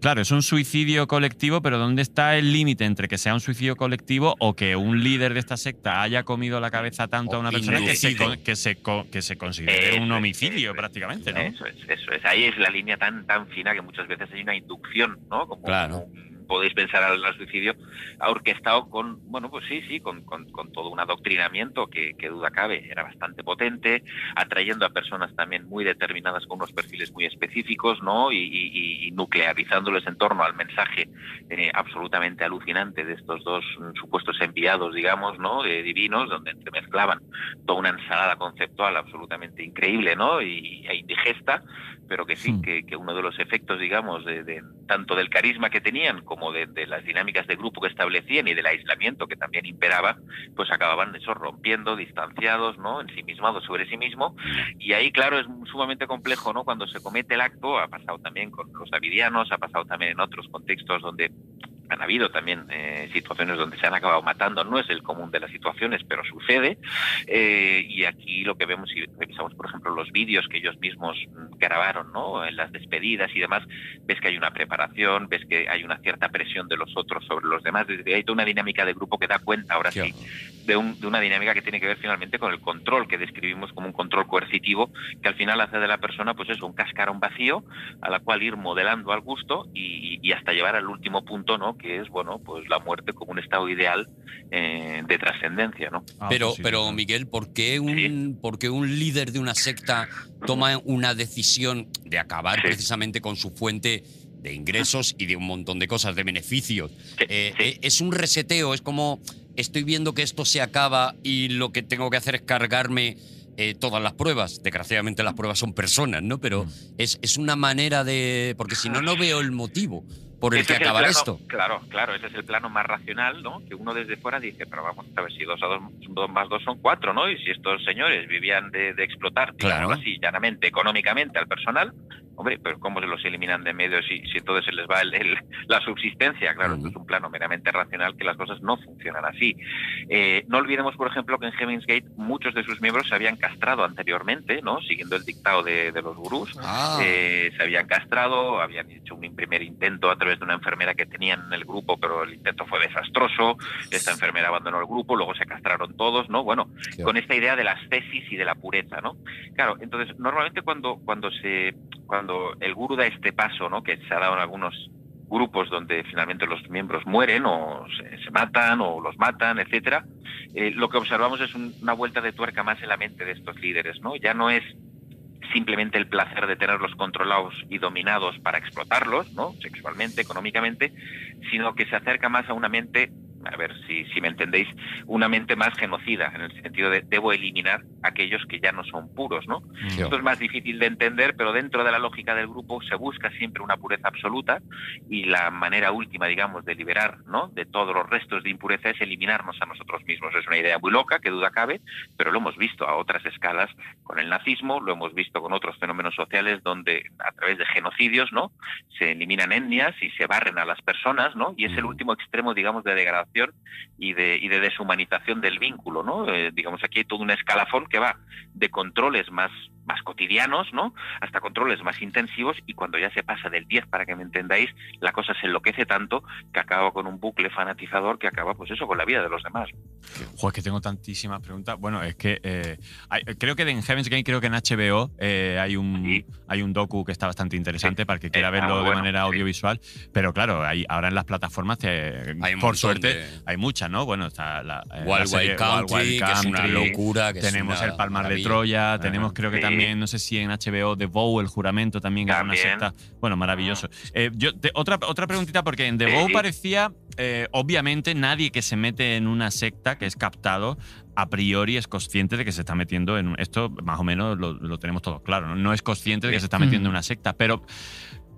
Speaker 4: Claro, es un suicidio colectivo, pero ¿dónde está el límite entre que sea un suicidio colectivo o que un líder de esta secta haya comido la cabeza tanto a una persona que se,
Speaker 12: inducido.
Speaker 4: con- que, se, co- que se considere
Speaker 12: Eso
Speaker 4: un
Speaker 12: es, ¿Eh?
Speaker 4: homicidio prácticamente, ¿no?
Speaker 12: Eso es, eso es. Ahí es la línea tan, tan fina que muchas veces hay una inducción, ¿no? Como
Speaker 5: Claro.
Speaker 12: podéis pensar al, al suicidio, ha orquestado con, bueno, pues sí, sí, con, con- con todo un adoctrinamiento que, que duda cabe, era bastante potente, atrayendo a personas también muy determinadas con unos perfiles muy específicos, ¿no? Y, y- y- y nuclearizándoles en torno al mensaje eh, absolutamente alucinante de estos dos mm, supuestos enviados, digamos, ¿no? Eh, divinos, donde entremezclaban toda una ensalada conceptual absolutamente increíble, ¿no? Y, e indigesta, pero que sí, que, que uno de los efectos, digamos, de, de- tanto del carisma que tenían como de, de las dinámicas de grupo que establecían y del aislamiento que también imperaba, pues acababan eso rompiendo, distanciados, ¿no? Ensimismados sobre sí mismo. Y ahí, claro, es sumamente complejo, ¿no? Cuando se comete el acto, ha pasado también con los davidianos, ha pasado también en otros contextos donde han habido también eh, situaciones donde se han acabado matando, no es el común de las situaciones, pero sucede. Eh, y aquí lo que vemos, si revisamos, por ejemplo, los vídeos que ellos mismos mm, grabaron, ¿no? En las despedidas y demás, ves que hay una preparación, ves que hay una cierta presión de los otros sobre los demás. Es decir, hay toda una dinámica de grupo que da cuenta ahora sí de, un- de una dinámica que tiene que ver finalmente con el control que describimos como un control coercitivo que al final hace de la persona pues eso un cascarón vacío a la cual ir modelando al gusto y, y hasta llevar al último punto no que es bueno pues la muerte como un estado ideal eh, de trascendencia no
Speaker 5: pero, pero Miguel, ¿por qué, un, por qué un líder de una secta toma una decisión de acabar precisamente con su fuente de ingresos y de un montón de cosas, de beneficios? Eh, eh, Es un reseteo, es como estoy viendo que esto se acaba y lo que tengo que hacer es cargarme eh, todas las pruebas. Desgraciadamente las pruebas son personas, ¿no?
Speaker 4: Mm.
Speaker 5: Pero es, es una manera de... Porque si no, no veo el motivo por el
Speaker 12: Ese
Speaker 5: que
Speaker 12: es el
Speaker 5: acabar
Speaker 12: plano-
Speaker 5: esto.
Speaker 12: Claro, claro, ese es el plano más racional, ¿no? Que uno desde fuera dice, pero vamos a ver si dos, a dos, dos más dos son cuatro, ¿no? Y si estos señores vivían de, de explotar, digamos
Speaker 5: Claro.
Speaker 12: así, llanamente, económicamente al personal, hombre, pero ¿cómo se los eliminan de medio si, si entonces se les va el- el- la subsistencia? Claro, esto es un plano meramente racional que las cosas no funcionan así. Eh, no olvidemos, por ejemplo, que en Heaven's Gate muchos de sus miembros se habían castrado anteriormente, ¿no? Siguiendo el dictado de, de los gurús.
Speaker 5: Ah.
Speaker 12: Eh, se habían castrado, habían hecho un primer intento a través de una enfermera que tenían en el grupo, pero el intento fue desastroso. Esta enfermera abandonó el grupo, luego se castraron todos, ¿no? Bueno, con esta idea de las tesis y de la pureza, ¿no? Claro, entonces, normalmente cuando, cuando, se, cuando el gurú da este paso, ¿no? Que se ha dado en algunos grupos donde finalmente los miembros mueren o se, se matan o los matan, etcétera, eh, lo que observamos es un- una vuelta de tuerca más en la mente de estos líderes, ¿no? Ya no es simplemente el placer de tenerlos controlados y dominados para explotarlos, ¿no? Sexualmente, económicamente, sino que se acerca más a una mente, a ver si, si me entendéis, una mente más genocida, en el sentido de debo eliminar aquellos que ya no son puros, ¿no? Esto es más difícil de entender, pero dentro de la lógica del grupo se busca siempre una pureza absoluta y la manera última, digamos, de liberar ¿no? de todos los restos de impureza es eliminarnos a nosotros mismos. Es una idea muy loca, que duda cabe, pero lo hemos visto a otras escalas con el nazismo, lo hemos visto con otros fenómenos sociales donde a través de genocidios ¿no? se eliminan etnias y se barren a las personas ¿no? y es el último extremo, digamos, de degradación y de, y de deshumanización del vínculo. ¿no? Eh, digamos, aquí hay todo un escalafón que va de controles más más cotidianos, ¿no? Hasta controles más intensivos y cuando ya se pasa del 10, para que me entendáis, la cosa se enloquece tanto que acaba con un bucle fanatizador que acaba, pues eso, con la vida de los demás.
Speaker 4: Joder, es que tengo tantísimas preguntas. Bueno, es que eh, hay- creo que en Heaven's Game, creo que en HBO eh, hay un hay un docu que está bastante interesante para el que quiera
Speaker 5: Está
Speaker 4: verlo
Speaker 5: muy
Speaker 4: de
Speaker 5: bueno,
Speaker 4: manera audiovisual. Pero claro, hay, ahora en las plataformas, te-
Speaker 5: Hay un
Speaker 4: por
Speaker 5: montón
Speaker 4: suerte,
Speaker 5: de-
Speaker 4: hay muchas, ¿no? Bueno, está la, eh,
Speaker 5: Wild
Speaker 4: la
Speaker 5: Wild
Speaker 4: serie
Speaker 5: Country, que es una locura, que es
Speaker 4: tenemos
Speaker 5: una
Speaker 4: el Palmar
Speaker 5: maravilla.
Speaker 4: de Troya,
Speaker 5: Ajá.
Speaker 4: tenemos creo que
Speaker 5: Sí.
Speaker 4: también, no sé si en HBO, The Bow, El Juramento también, que era una
Speaker 5: También.
Speaker 4: secta. Bueno, maravilloso. Eh, yo te- otra, otra preguntita, porque en The
Speaker 5: Sí.
Speaker 4: Bow parecía, eh, obviamente, nadie que se mete en una secta que es captado, a priori es consciente de que se está metiendo en un- esto, más o menos lo, lo tenemos todos claro, ¿no? No es consciente de que se está metiendo en
Speaker 12: Mm.
Speaker 4: una secta, pero.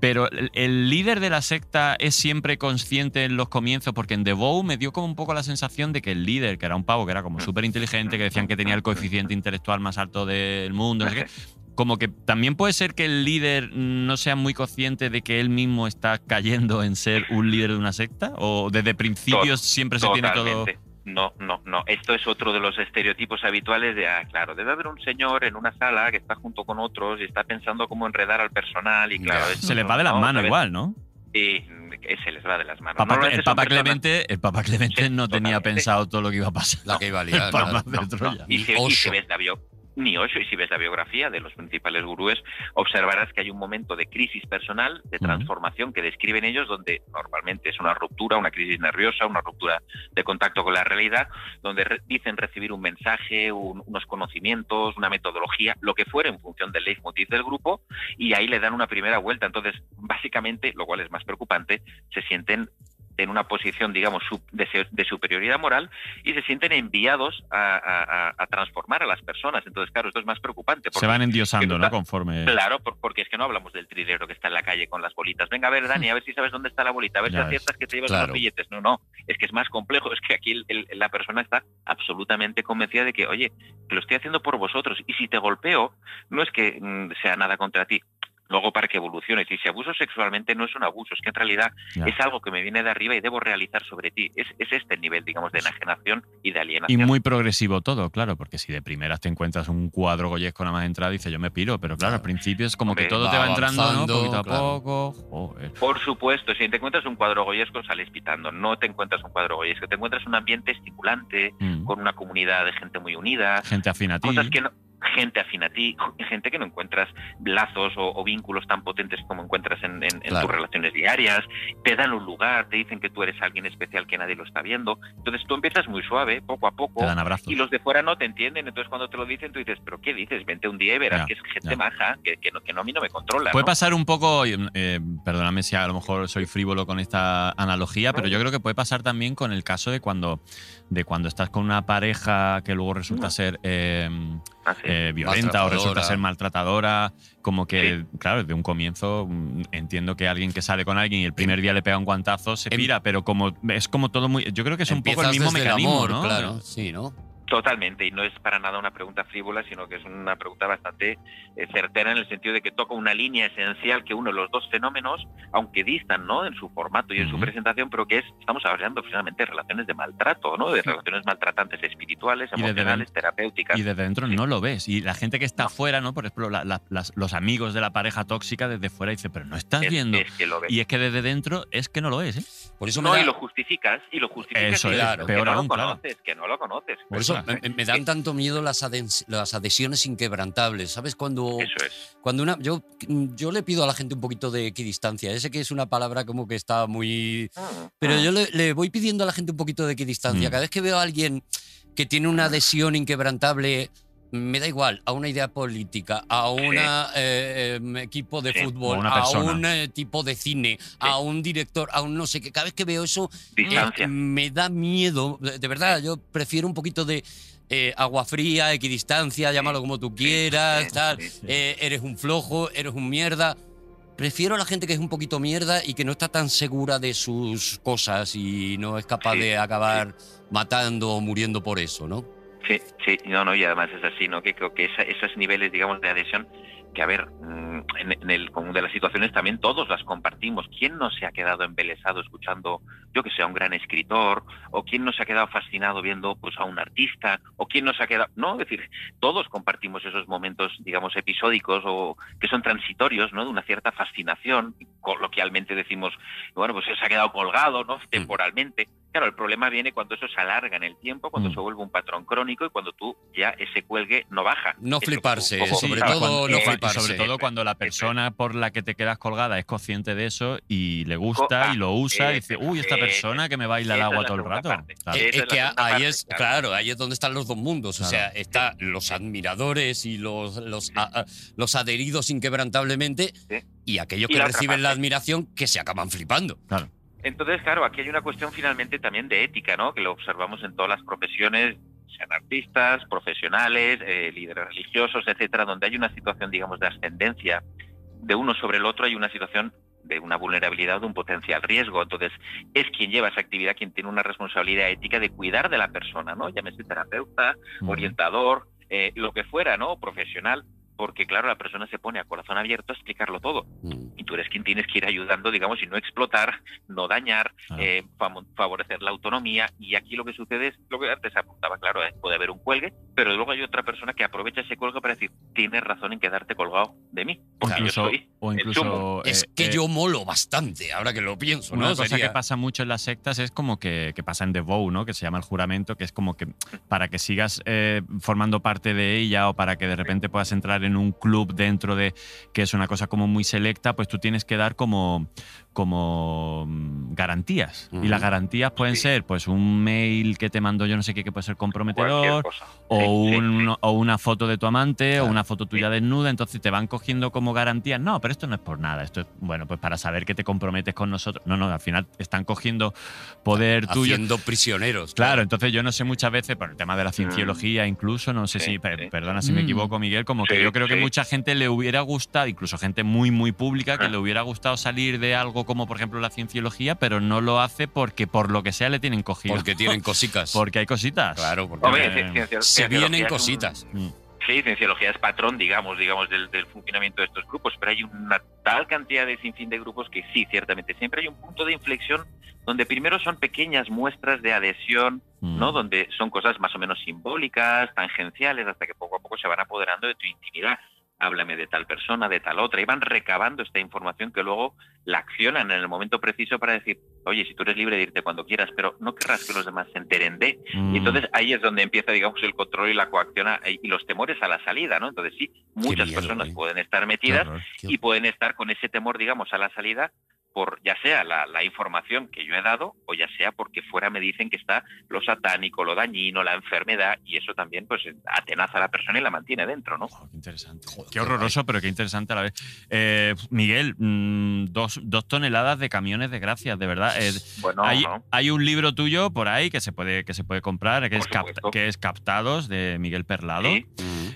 Speaker 4: Pero el, el líder de la secta es siempre consciente en los comienzos, porque en The Bow me dio como un poco la sensación de que el líder, que era un pavo, que era
Speaker 12: Mm.
Speaker 4: como súper inteligente, que decían que tenía el coeficiente intelectual más alto del mundo, no sé qué, como que también puede ser que el líder no sea muy consciente de que él mismo está cayendo en ser un líder de una secta, o desde principios siempre se tiene todo.
Speaker 12: Totalmente. No, no, no. Esto es otro de los estereotipos habituales de, ah, claro, debe haber un señor en una sala que está junto con otros y está pensando cómo enredar al personal y claro... esto
Speaker 4: Se les
Speaker 12: no-
Speaker 4: va de las
Speaker 12: no,
Speaker 4: manos
Speaker 12: ¿sabes?
Speaker 4: igual, ¿no?
Speaker 12: Sí, mm, que se les va de las manos.
Speaker 4: Papa-
Speaker 12: Normalmente
Speaker 4: el,
Speaker 12: son
Speaker 4: Papa
Speaker 12: personas-
Speaker 4: Clemente, el Papa Clemente no tenía pensado todo lo que iba a pasar.
Speaker 5: La que iba a
Speaker 4: El [LAUGHS]
Speaker 5: liar.
Speaker 4: Palmar
Speaker 5: claro.
Speaker 4: de Troya.
Speaker 12: Y si, y si ves la bio- ni Osho, y si ves la biografía de los principales gurúes, observarás que hay un momento de crisis personal, de transformación que describen ellos, donde normalmente es una ruptura, una crisis nerviosa, una ruptura de contacto con la realidad, donde re- dicen recibir un mensaje, un- unos conocimientos, una metodología, lo que fuera en función del leitmotiv del grupo, y ahí le dan una primera vuelta. Entonces, básicamente, lo cual es más preocupante, se sienten en una posición, digamos, sup- de, se- de superioridad moral y se sienten enviados a, a- a- a transformar a las personas. Entonces, claro, esto es más preocupante.
Speaker 4: Se van endiosando, ¿no? Conforme.
Speaker 12: Claro, por- porque es que no hablamos del trilero que está en la calle con las bolitas. Venga, a ver,
Speaker 4: [LAUGHS]
Speaker 12: Dani, a ver si sabes dónde está la bolita, a ver
Speaker 4: Ya
Speaker 12: si
Speaker 4: ves.
Speaker 12: aciertas que te llevas
Speaker 4: Claro.
Speaker 12: unos billetes. No, no, es que es más complejo. Es que aquí el- el- la persona está absolutamente convencida de que, oye, que lo estoy haciendo por vosotros y si te golpeo, no es que mm, sea nada contra ti. Luego para que evoluciones. Y si abuso sexualmente no es un abuso, es que en realidad
Speaker 4: Ya.
Speaker 12: es algo que me viene de arriba y debo realizar sobre ti. Es, es este el nivel, digamos, de enajenación y de
Speaker 4: Y
Speaker 12: alienación.
Speaker 4: muy progresivo todo, claro, porque si de primeras te encuentras un cuadro goyesco nada más entrada, dices yo me piro, pero claro, al principio es como que
Speaker 12: Hombre,
Speaker 4: todo
Speaker 12: va
Speaker 4: te va entrando, ¿no?
Speaker 12: avanzando,
Speaker 4: Poquito a
Speaker 12: claro.
Speaker 4: poco. Joder.
Speaker 12: Por supuesto, si te encuentras un cuadro goyesco sales pitando, no te encuentras un cuadro goyesco, te encuentras un ambiente estimulante, con una comunidad de gente muy unida,
Speaker 4: Mm. Gente afín a ti.
Speaker 12: cosas que no, gente afín a ti, gente que no encuentras lazos o, o vínculos tan potentes como encuentras en, en- en
Speaker 4: Claro.
Speaker 12: tus relaciones diarias, te dan un lugar, te dicen que tú eres alguien especial que nadie lo está viendo, entonces tú empiezas muy suave, poco a poco,
Speaker 4: Te dan abrazos.
Speaker 12: y los de fuera no te entienden, entonces cuando te lo dicen tú dices, pero ¿qué dices? Vente un día y verás
Speaker 4: Ya,
Speaker 12: que es gente
Speaker 4: ya.
Speaker 12: maja, que, que no, que no, a mí no me controla.
Speaker 4: Puede
Speaker 12: ¿no?
Speaker 4: pasar un poco, eh, perdóname si a lo mejor soy frívolo con esta analogía, pero yo creo que puede pasar también con el
Speaker 12: Ah,
Speaker 4: caso de cuando, de cuando estás con una pareja que luego resulta ser eh, eh, eh, violenta o
Speaker 5: Maltratadora.
Speaker 4: resulta ser maltratadora. Como que, claro, desde un comienzo mm, entiendo que alguien que sale con alguien y el primer día le pega un guantazo se pira, pero como es como todo muy. Yo creo que es un poco el
Speaker 5: Empiezas
Speaker 4: mismo
Speaker 5: desde el
Speaker 4: mecanismo,
Speaker 5: amor,
Speaker 4: ¿no?
Speaker 5: claro, sí, ¿no?
Speaker 12: Totalmente, y no es para nada una pregunta frívola, sino que es una pregunta bastante eh, certera en el sentido de que toca una línea esencial que une los dos fenómenos, aunque distan ¿no? en su formato y en su presentación, pero que es, estamos hablando finalmente de relaciones de maltrato, ¿no? de relaciones maltratantes espirituales,
Speaker 4: Y desde
Speaker 12: emocionales, terapéuticas.
Speaker 4: Y desde dentro no lo ves. Y la gente que está afuera, ¿no? Por ejemplo, la- la- las- los amigos de la pareja tóxica desde fuera dice, pero no estás
Speaker 12: Es-
Speaker 4: viendo.
Speaker 12: es que lo ves.
Speaker 4: Y es que desde dentro es que no lo es, ¿eh?
Speaker 5: Por
Speaker 12: no, y lo justificas, y lo justificas
Speaker 4: Eso
Speaker 12: y
Speaker 4: es,
Speaker 12: dices,
Speaker 4: claro.
Speaker 12: que
Speaker 4: peor
Speaker 12: no
Speaker 4: aún,
Speaker 12: lo
Speaker 4: claro.
Speaker 12: conoces, que no lo conoces.
Speaker 5: Por eso me, me dan tanto miedo las, adens- las adhesiones inquebrantables. ¿Sabes cuando.? Cuando una. Yo, yo le pido a la gente un poquito de equidistancia. Ya sé que es una palabra como que está muy. Pero yo le, le voy pidiendo a la gente un poquito de equidistancia.
Speaker 4: Mm.
Speaker 5: Cada vez que veo a alguien que tiene una adhesión inquebrantable. Me da igual a una idea política, a un equipo de
Speaker 4: Sí,
Speaker 5: fútbol,
Speaker 4: a una
Speaker 5: a
Speaker 4: persona.
Speaker 5: un eh, tipo de cine, a un director, a un no sé qué. Cada vez que veo eso,
Speaker 4: Mm.
Speaker 12: Distancia.
Speaker 5: eh, me da miedo. De de verdad, yo prefiero un poquito de eh, agua fría, equidistancia, llámalo como tú quieras, tal. Eh, eres un flojo, eres un mierda. Prefiero a la gente que es un poquito mierda y que no está tan segura de sus cosas y no es capaz de acabar matando o muriendo por eso, ¿no?
Speaker 12: Sí, sí, no, no, y además es así, ¿no? Que creo que esa- esos niveles, digamos, de adhesión, que a ver, mm, en, en el común de las situaciones también todos las compartimos. ¿Quién no se ha quedado embelesado escuchando, yo que sé, a un gran escritor? ¿O quién no se ha quedado fascinado viendo pues, a un artista? ¿O quién no se ha quedado...? No, es decir, todos compartimos esos momentos, digamos, episódicos o que son transitorios, ¿no? De una cierta fascinación. Coloquialmente decimos, bueno, pues se ha quedado colgado,
Speaker 5: Mm.
Speaker 12: ¿no? Temporalmente. Claro, el problema viene cuando eso se alarga en el tiempo, cuando
Speaker 5: Mm.
Speaker 12: se vuelve un patrón crónico y cuando tú ya ese cuelgue no baja.
Speaker 5: No
Speaker 12: Eso,
Speaker 5: fliparse,
Speaker 12: un poco,
Speaker 5: sobre
Speaker 12: ¿sabes?
Speaker 5: todo no
Speaker 12: Eh,
Speaker 5: fliparse.
Speaker 4: Sobre todo cuando la persona por la que te quedas colgada es consciente de eso y le
Speaker 5: Co-
Speaker 4: gusta
Speaker 5: ah,
Speaker 4: y lo usa y dice,
Speaker 5: eh,
Speaker 4: uy, esta
Speaker 5: eh,
Speaker 4: persona que me baila el
Speaker 5: esa es
Speaker 4: agua
Speaker 5: la
Speaker 4: todo el
Speaker 5: segunda
Speaker 4: rato.
Speaker 5: parte.
Speaker 4: Claro.
Speaker 5: Eh, Es, que ahí es, claro. ahí es donde están los dos mundos. O sea, están los admiradores y los, los, a- a- los adheridos inquebrantablemente y aquellos
Speaker 12: Y
Speaker 5: que
Speaker 12: la otra
Speaker 5: reciben la admiración que se acaban flipando.
Speaker 12: Entonces, claro, aquí hay una cuestión finalmente también de ética, ¿no? Que lo observamos en todas las profesiones, sean artistas, profesionales, eh, líderes religiosos, etcétera, donde hay una situación, digamos, de ascendencia de uno sobre el otro, hay una situación de una vulnerabilidad o de un potencial riesgo. Entonces, es quien lleva esa actividad quien tiene una responsabilidad ética de cuidar de la persona, ¿no? Llámese terapeuta, orientador, eh, lo que fuera, ¿no? Profesional, porque claro, la persona se pone a corazón abierto a explicarlo todo. Y tú eres quien tienes que ir ayudando, digamos, y no explotar, no dañar, eh, famo- favorecer la autonomía. Y aquí lo que sucede es lo que antes apuntaba, claro, eh, puede haber un cuelgue, pero luego hay otra persona que aprovecha ese cuelgue para decir, tienes razón en quedarte colgado de mí. Porque yo
Speaker 4: incluso-
Speaker 12: soy
Speaker 4: o
Speaker 12: el
Speaker 4: incluso,
Speaker 12: sumo".
Speaker 4: eh,
Speaker 5: Es que
Speaker 4: eh,
Speaker 5: yo molo bastante, ahora que lo pienso,
Speaker 4: Una
Speaker 5: Pues, ¿no?
Speaker 4: cosa
Speaker 5: Sería-
Speaker 4: que pasa mucho en las sectas es como que, que pasa en The Vow, ¿no? Que se llama el juramento, que es como que para que sigas eh, formando parte de ella o para que de repente puedas entrar en un club dentro de que es una cosa como muy selecta, pues tú tienes que dar como como mm, garantías. Y las garantías pueden ser pues un mail que te mandó yo no sé qué que puede ser comprometedor o, un- o una foto de tu amante o una foto tuya desnuda, entonces te van cogiendo como garantías. No, pero esto no es por nada, esto es bueno, pues para saber que te comprometes con nosotros. No, no, al final están cogiendo poder tuyo.
Speaker 5: Haciendo Mm. prisioneros.
Speaker 4: Claro, entonces yo no sé muchas veces, por el tema de la cienciología incluso, no sé si, per- perdona si me
Speaker 5: Mm.
Speaker 4: equivoco Miguel, como que yo creo que
Speaker 5: sí.
Speaker 4: mucha gente le hubiera gustado, incluso gente muy, muy pública,
Speaker 5: Mm.
Speaker 4: que le hubiera gustado salir de algo como por ejemplo la cienciología, pero no lo hace porque por lo que sea le tienen cogido.
Speaker 5: Porque tienen cosicas.
Speaker 4: porque hay cositas.
Speaker 5: Claro, porque
Speaker 4: eh,
Speaker 12: Hombre, cien- cienciolo-
Speaker 5: se vienen
Speaker 12: cienciología es un-
Speaker 5: cositas.
Speaker 12: Sí, cienciología es patrón, digamos, digamos del, del funcionamiento de estos grupos, pero hay una tal cantidad de sinfín de grupos que sí, ciertamente, siempre hay un punto de inflexión donde primero son pequeñas muestras de adhesión,
Speaker 4: Mm,
Speaker 12: ¿no? Donde son cosas más o menos simbólicas, tangenciales, hasta que poco a poco se van apoderando de tu intimidad. Háblame de tal persona, de tal otra, y van recabando esta información que luego la accionan en el momento preciso para decir, oye, si tú eres libre de irte cuando quieras, pero no querrás que los demás se enteren de. Y entonces ahí es donde empieza, digamos, el control y la coacción a- y los temores a la salida, ¿no? Entonces sí, muchas personas pueden estar metidas y pueden estar con ese temor, digamos, a la salida por ya sea la, la información que yo he dado o ya sea porque fuera me dicen que está lo satánico, lo dañino, la enfermedad y eso también pues atenaza a la persona y la mantiene dentro, ¿no?
Speaker 4: Qué interesante. Qué horroroso, pero qué interesante a la vez. Eh, Miguel, mm, dos, dos toneladas de camiones de gracias, de verdad. Eh,
Speaker 12: Bueno,
Speaker 4: hay,
Speaker 12: ¿no?
Speaker 4: hay un libro tuyo por ahí que se puede, que se puede comprar, que es, cap- que es Captados, de Miguel Perlado.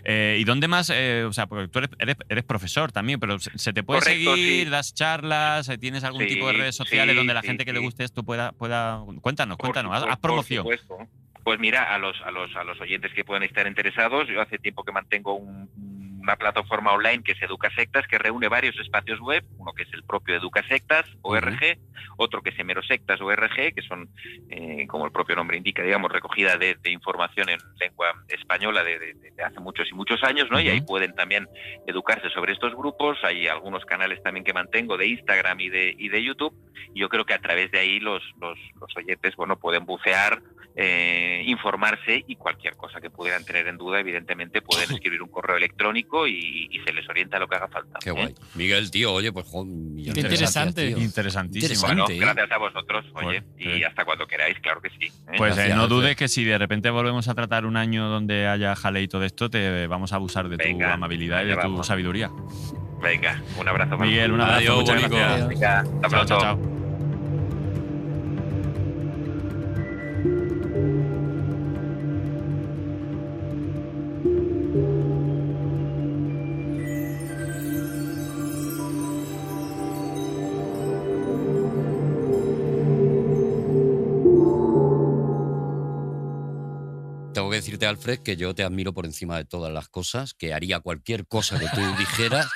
Speaker 4: Eh, ¿Y dónde más? eh, o sea, porque tú eres, eres, eres profesor también, pero se, se te puede
Speaker 12: Correcto,
Speaker 4: seguir,
Speaker 12: sí.
Speaker 4: das charlas, eh, tienes algún
Speaker 12: Sí,
Speaker 4: tipo de redes sociales
Speaker 12: sí,
Speaker 4: donde la
Speaker 12: sí,
Speaker 4: gente que le
Speaker 12: sí.
Speaker 4: guste esto pueda... pueda cuéntanos, cuéntanos, haz,
Speaker 12: por-
Speaker 4: haz
Speaker 12: por
Speaker 4: promoción.
Speaker 12: supuesto. Pues mira, a los, a, los, a los oyentes que puedan estar interesados, yo hace tiempo que mantengo un- una plataforma online que es Educa Sectas, que reúne varios espacios web, uno que es el propio Educa Sectas, ORG, otro que es Hemerosectas, ORG, que son, eh, como el propio nombre indica, digamos, recogida de, de información en lengua española de, de- de hace muchos y muchos años, ¿no? Y ahí pueden también educarse sobre estos grupos, hay algunos canales también que mantengo de Instagram y de, y de YouTube, y yo creo que a través de ahí los, los, los oyentes, bueno, pueden bucear, eh, informarse y cualquier cosa que pudieran tener en duda, evidentemente pueden escribir un correo electrónico y, y se les orienta lo que haga falta.
Speaker 5: Qué
Speaker 12: ¿eh?
Speaker 5: guay. Miguel, tío, oye, pues jo, millones
Speaker 12: Qué
Speaker 5: de gracias,
Speaker 12: interesante.
Speaker 5: tío.
Speaker 4: Interesantísimo.
Speaker 5: Interesante,
Speaker 12: Bueno,
Speaker 5: ¿eh?
Speaker 12: gracias a vosotros, oye, y hasta cuando queráis, claro que sí. ¿eh?
Speaker 4: Pues eh, no dudes que si de repente volvemos a tratar un año donde haya jaleito de esto, te vamos a abusar de tu
Speaker 12: Venga,
Speaker 4: amabilidad y de
Speaker 12: venga,
Speaker 4: tu
Speaker 12: vamos.
Speaker 4: sabiduría.
Speaker 12: Venga, un abrazo. para
Speaker 4: Miguel, un abrazo.
Speaker 12: Adiós,
Speaker 4: muchas
Speaker 12: Bonico.
Speaker 4: gracias.
Speaker 12: Venga, hasta
Speaker 4: Chao, chao,
Speaker 12: pronto.
Speaker 4: chao.
Speaker 5: Tengo que decirte, Alfred, que yo te admiro por encima de todas las cosas, que haría cualquier cosa que
Speaker 4: [LAUGHS]
Speaker 5: tú dijeras,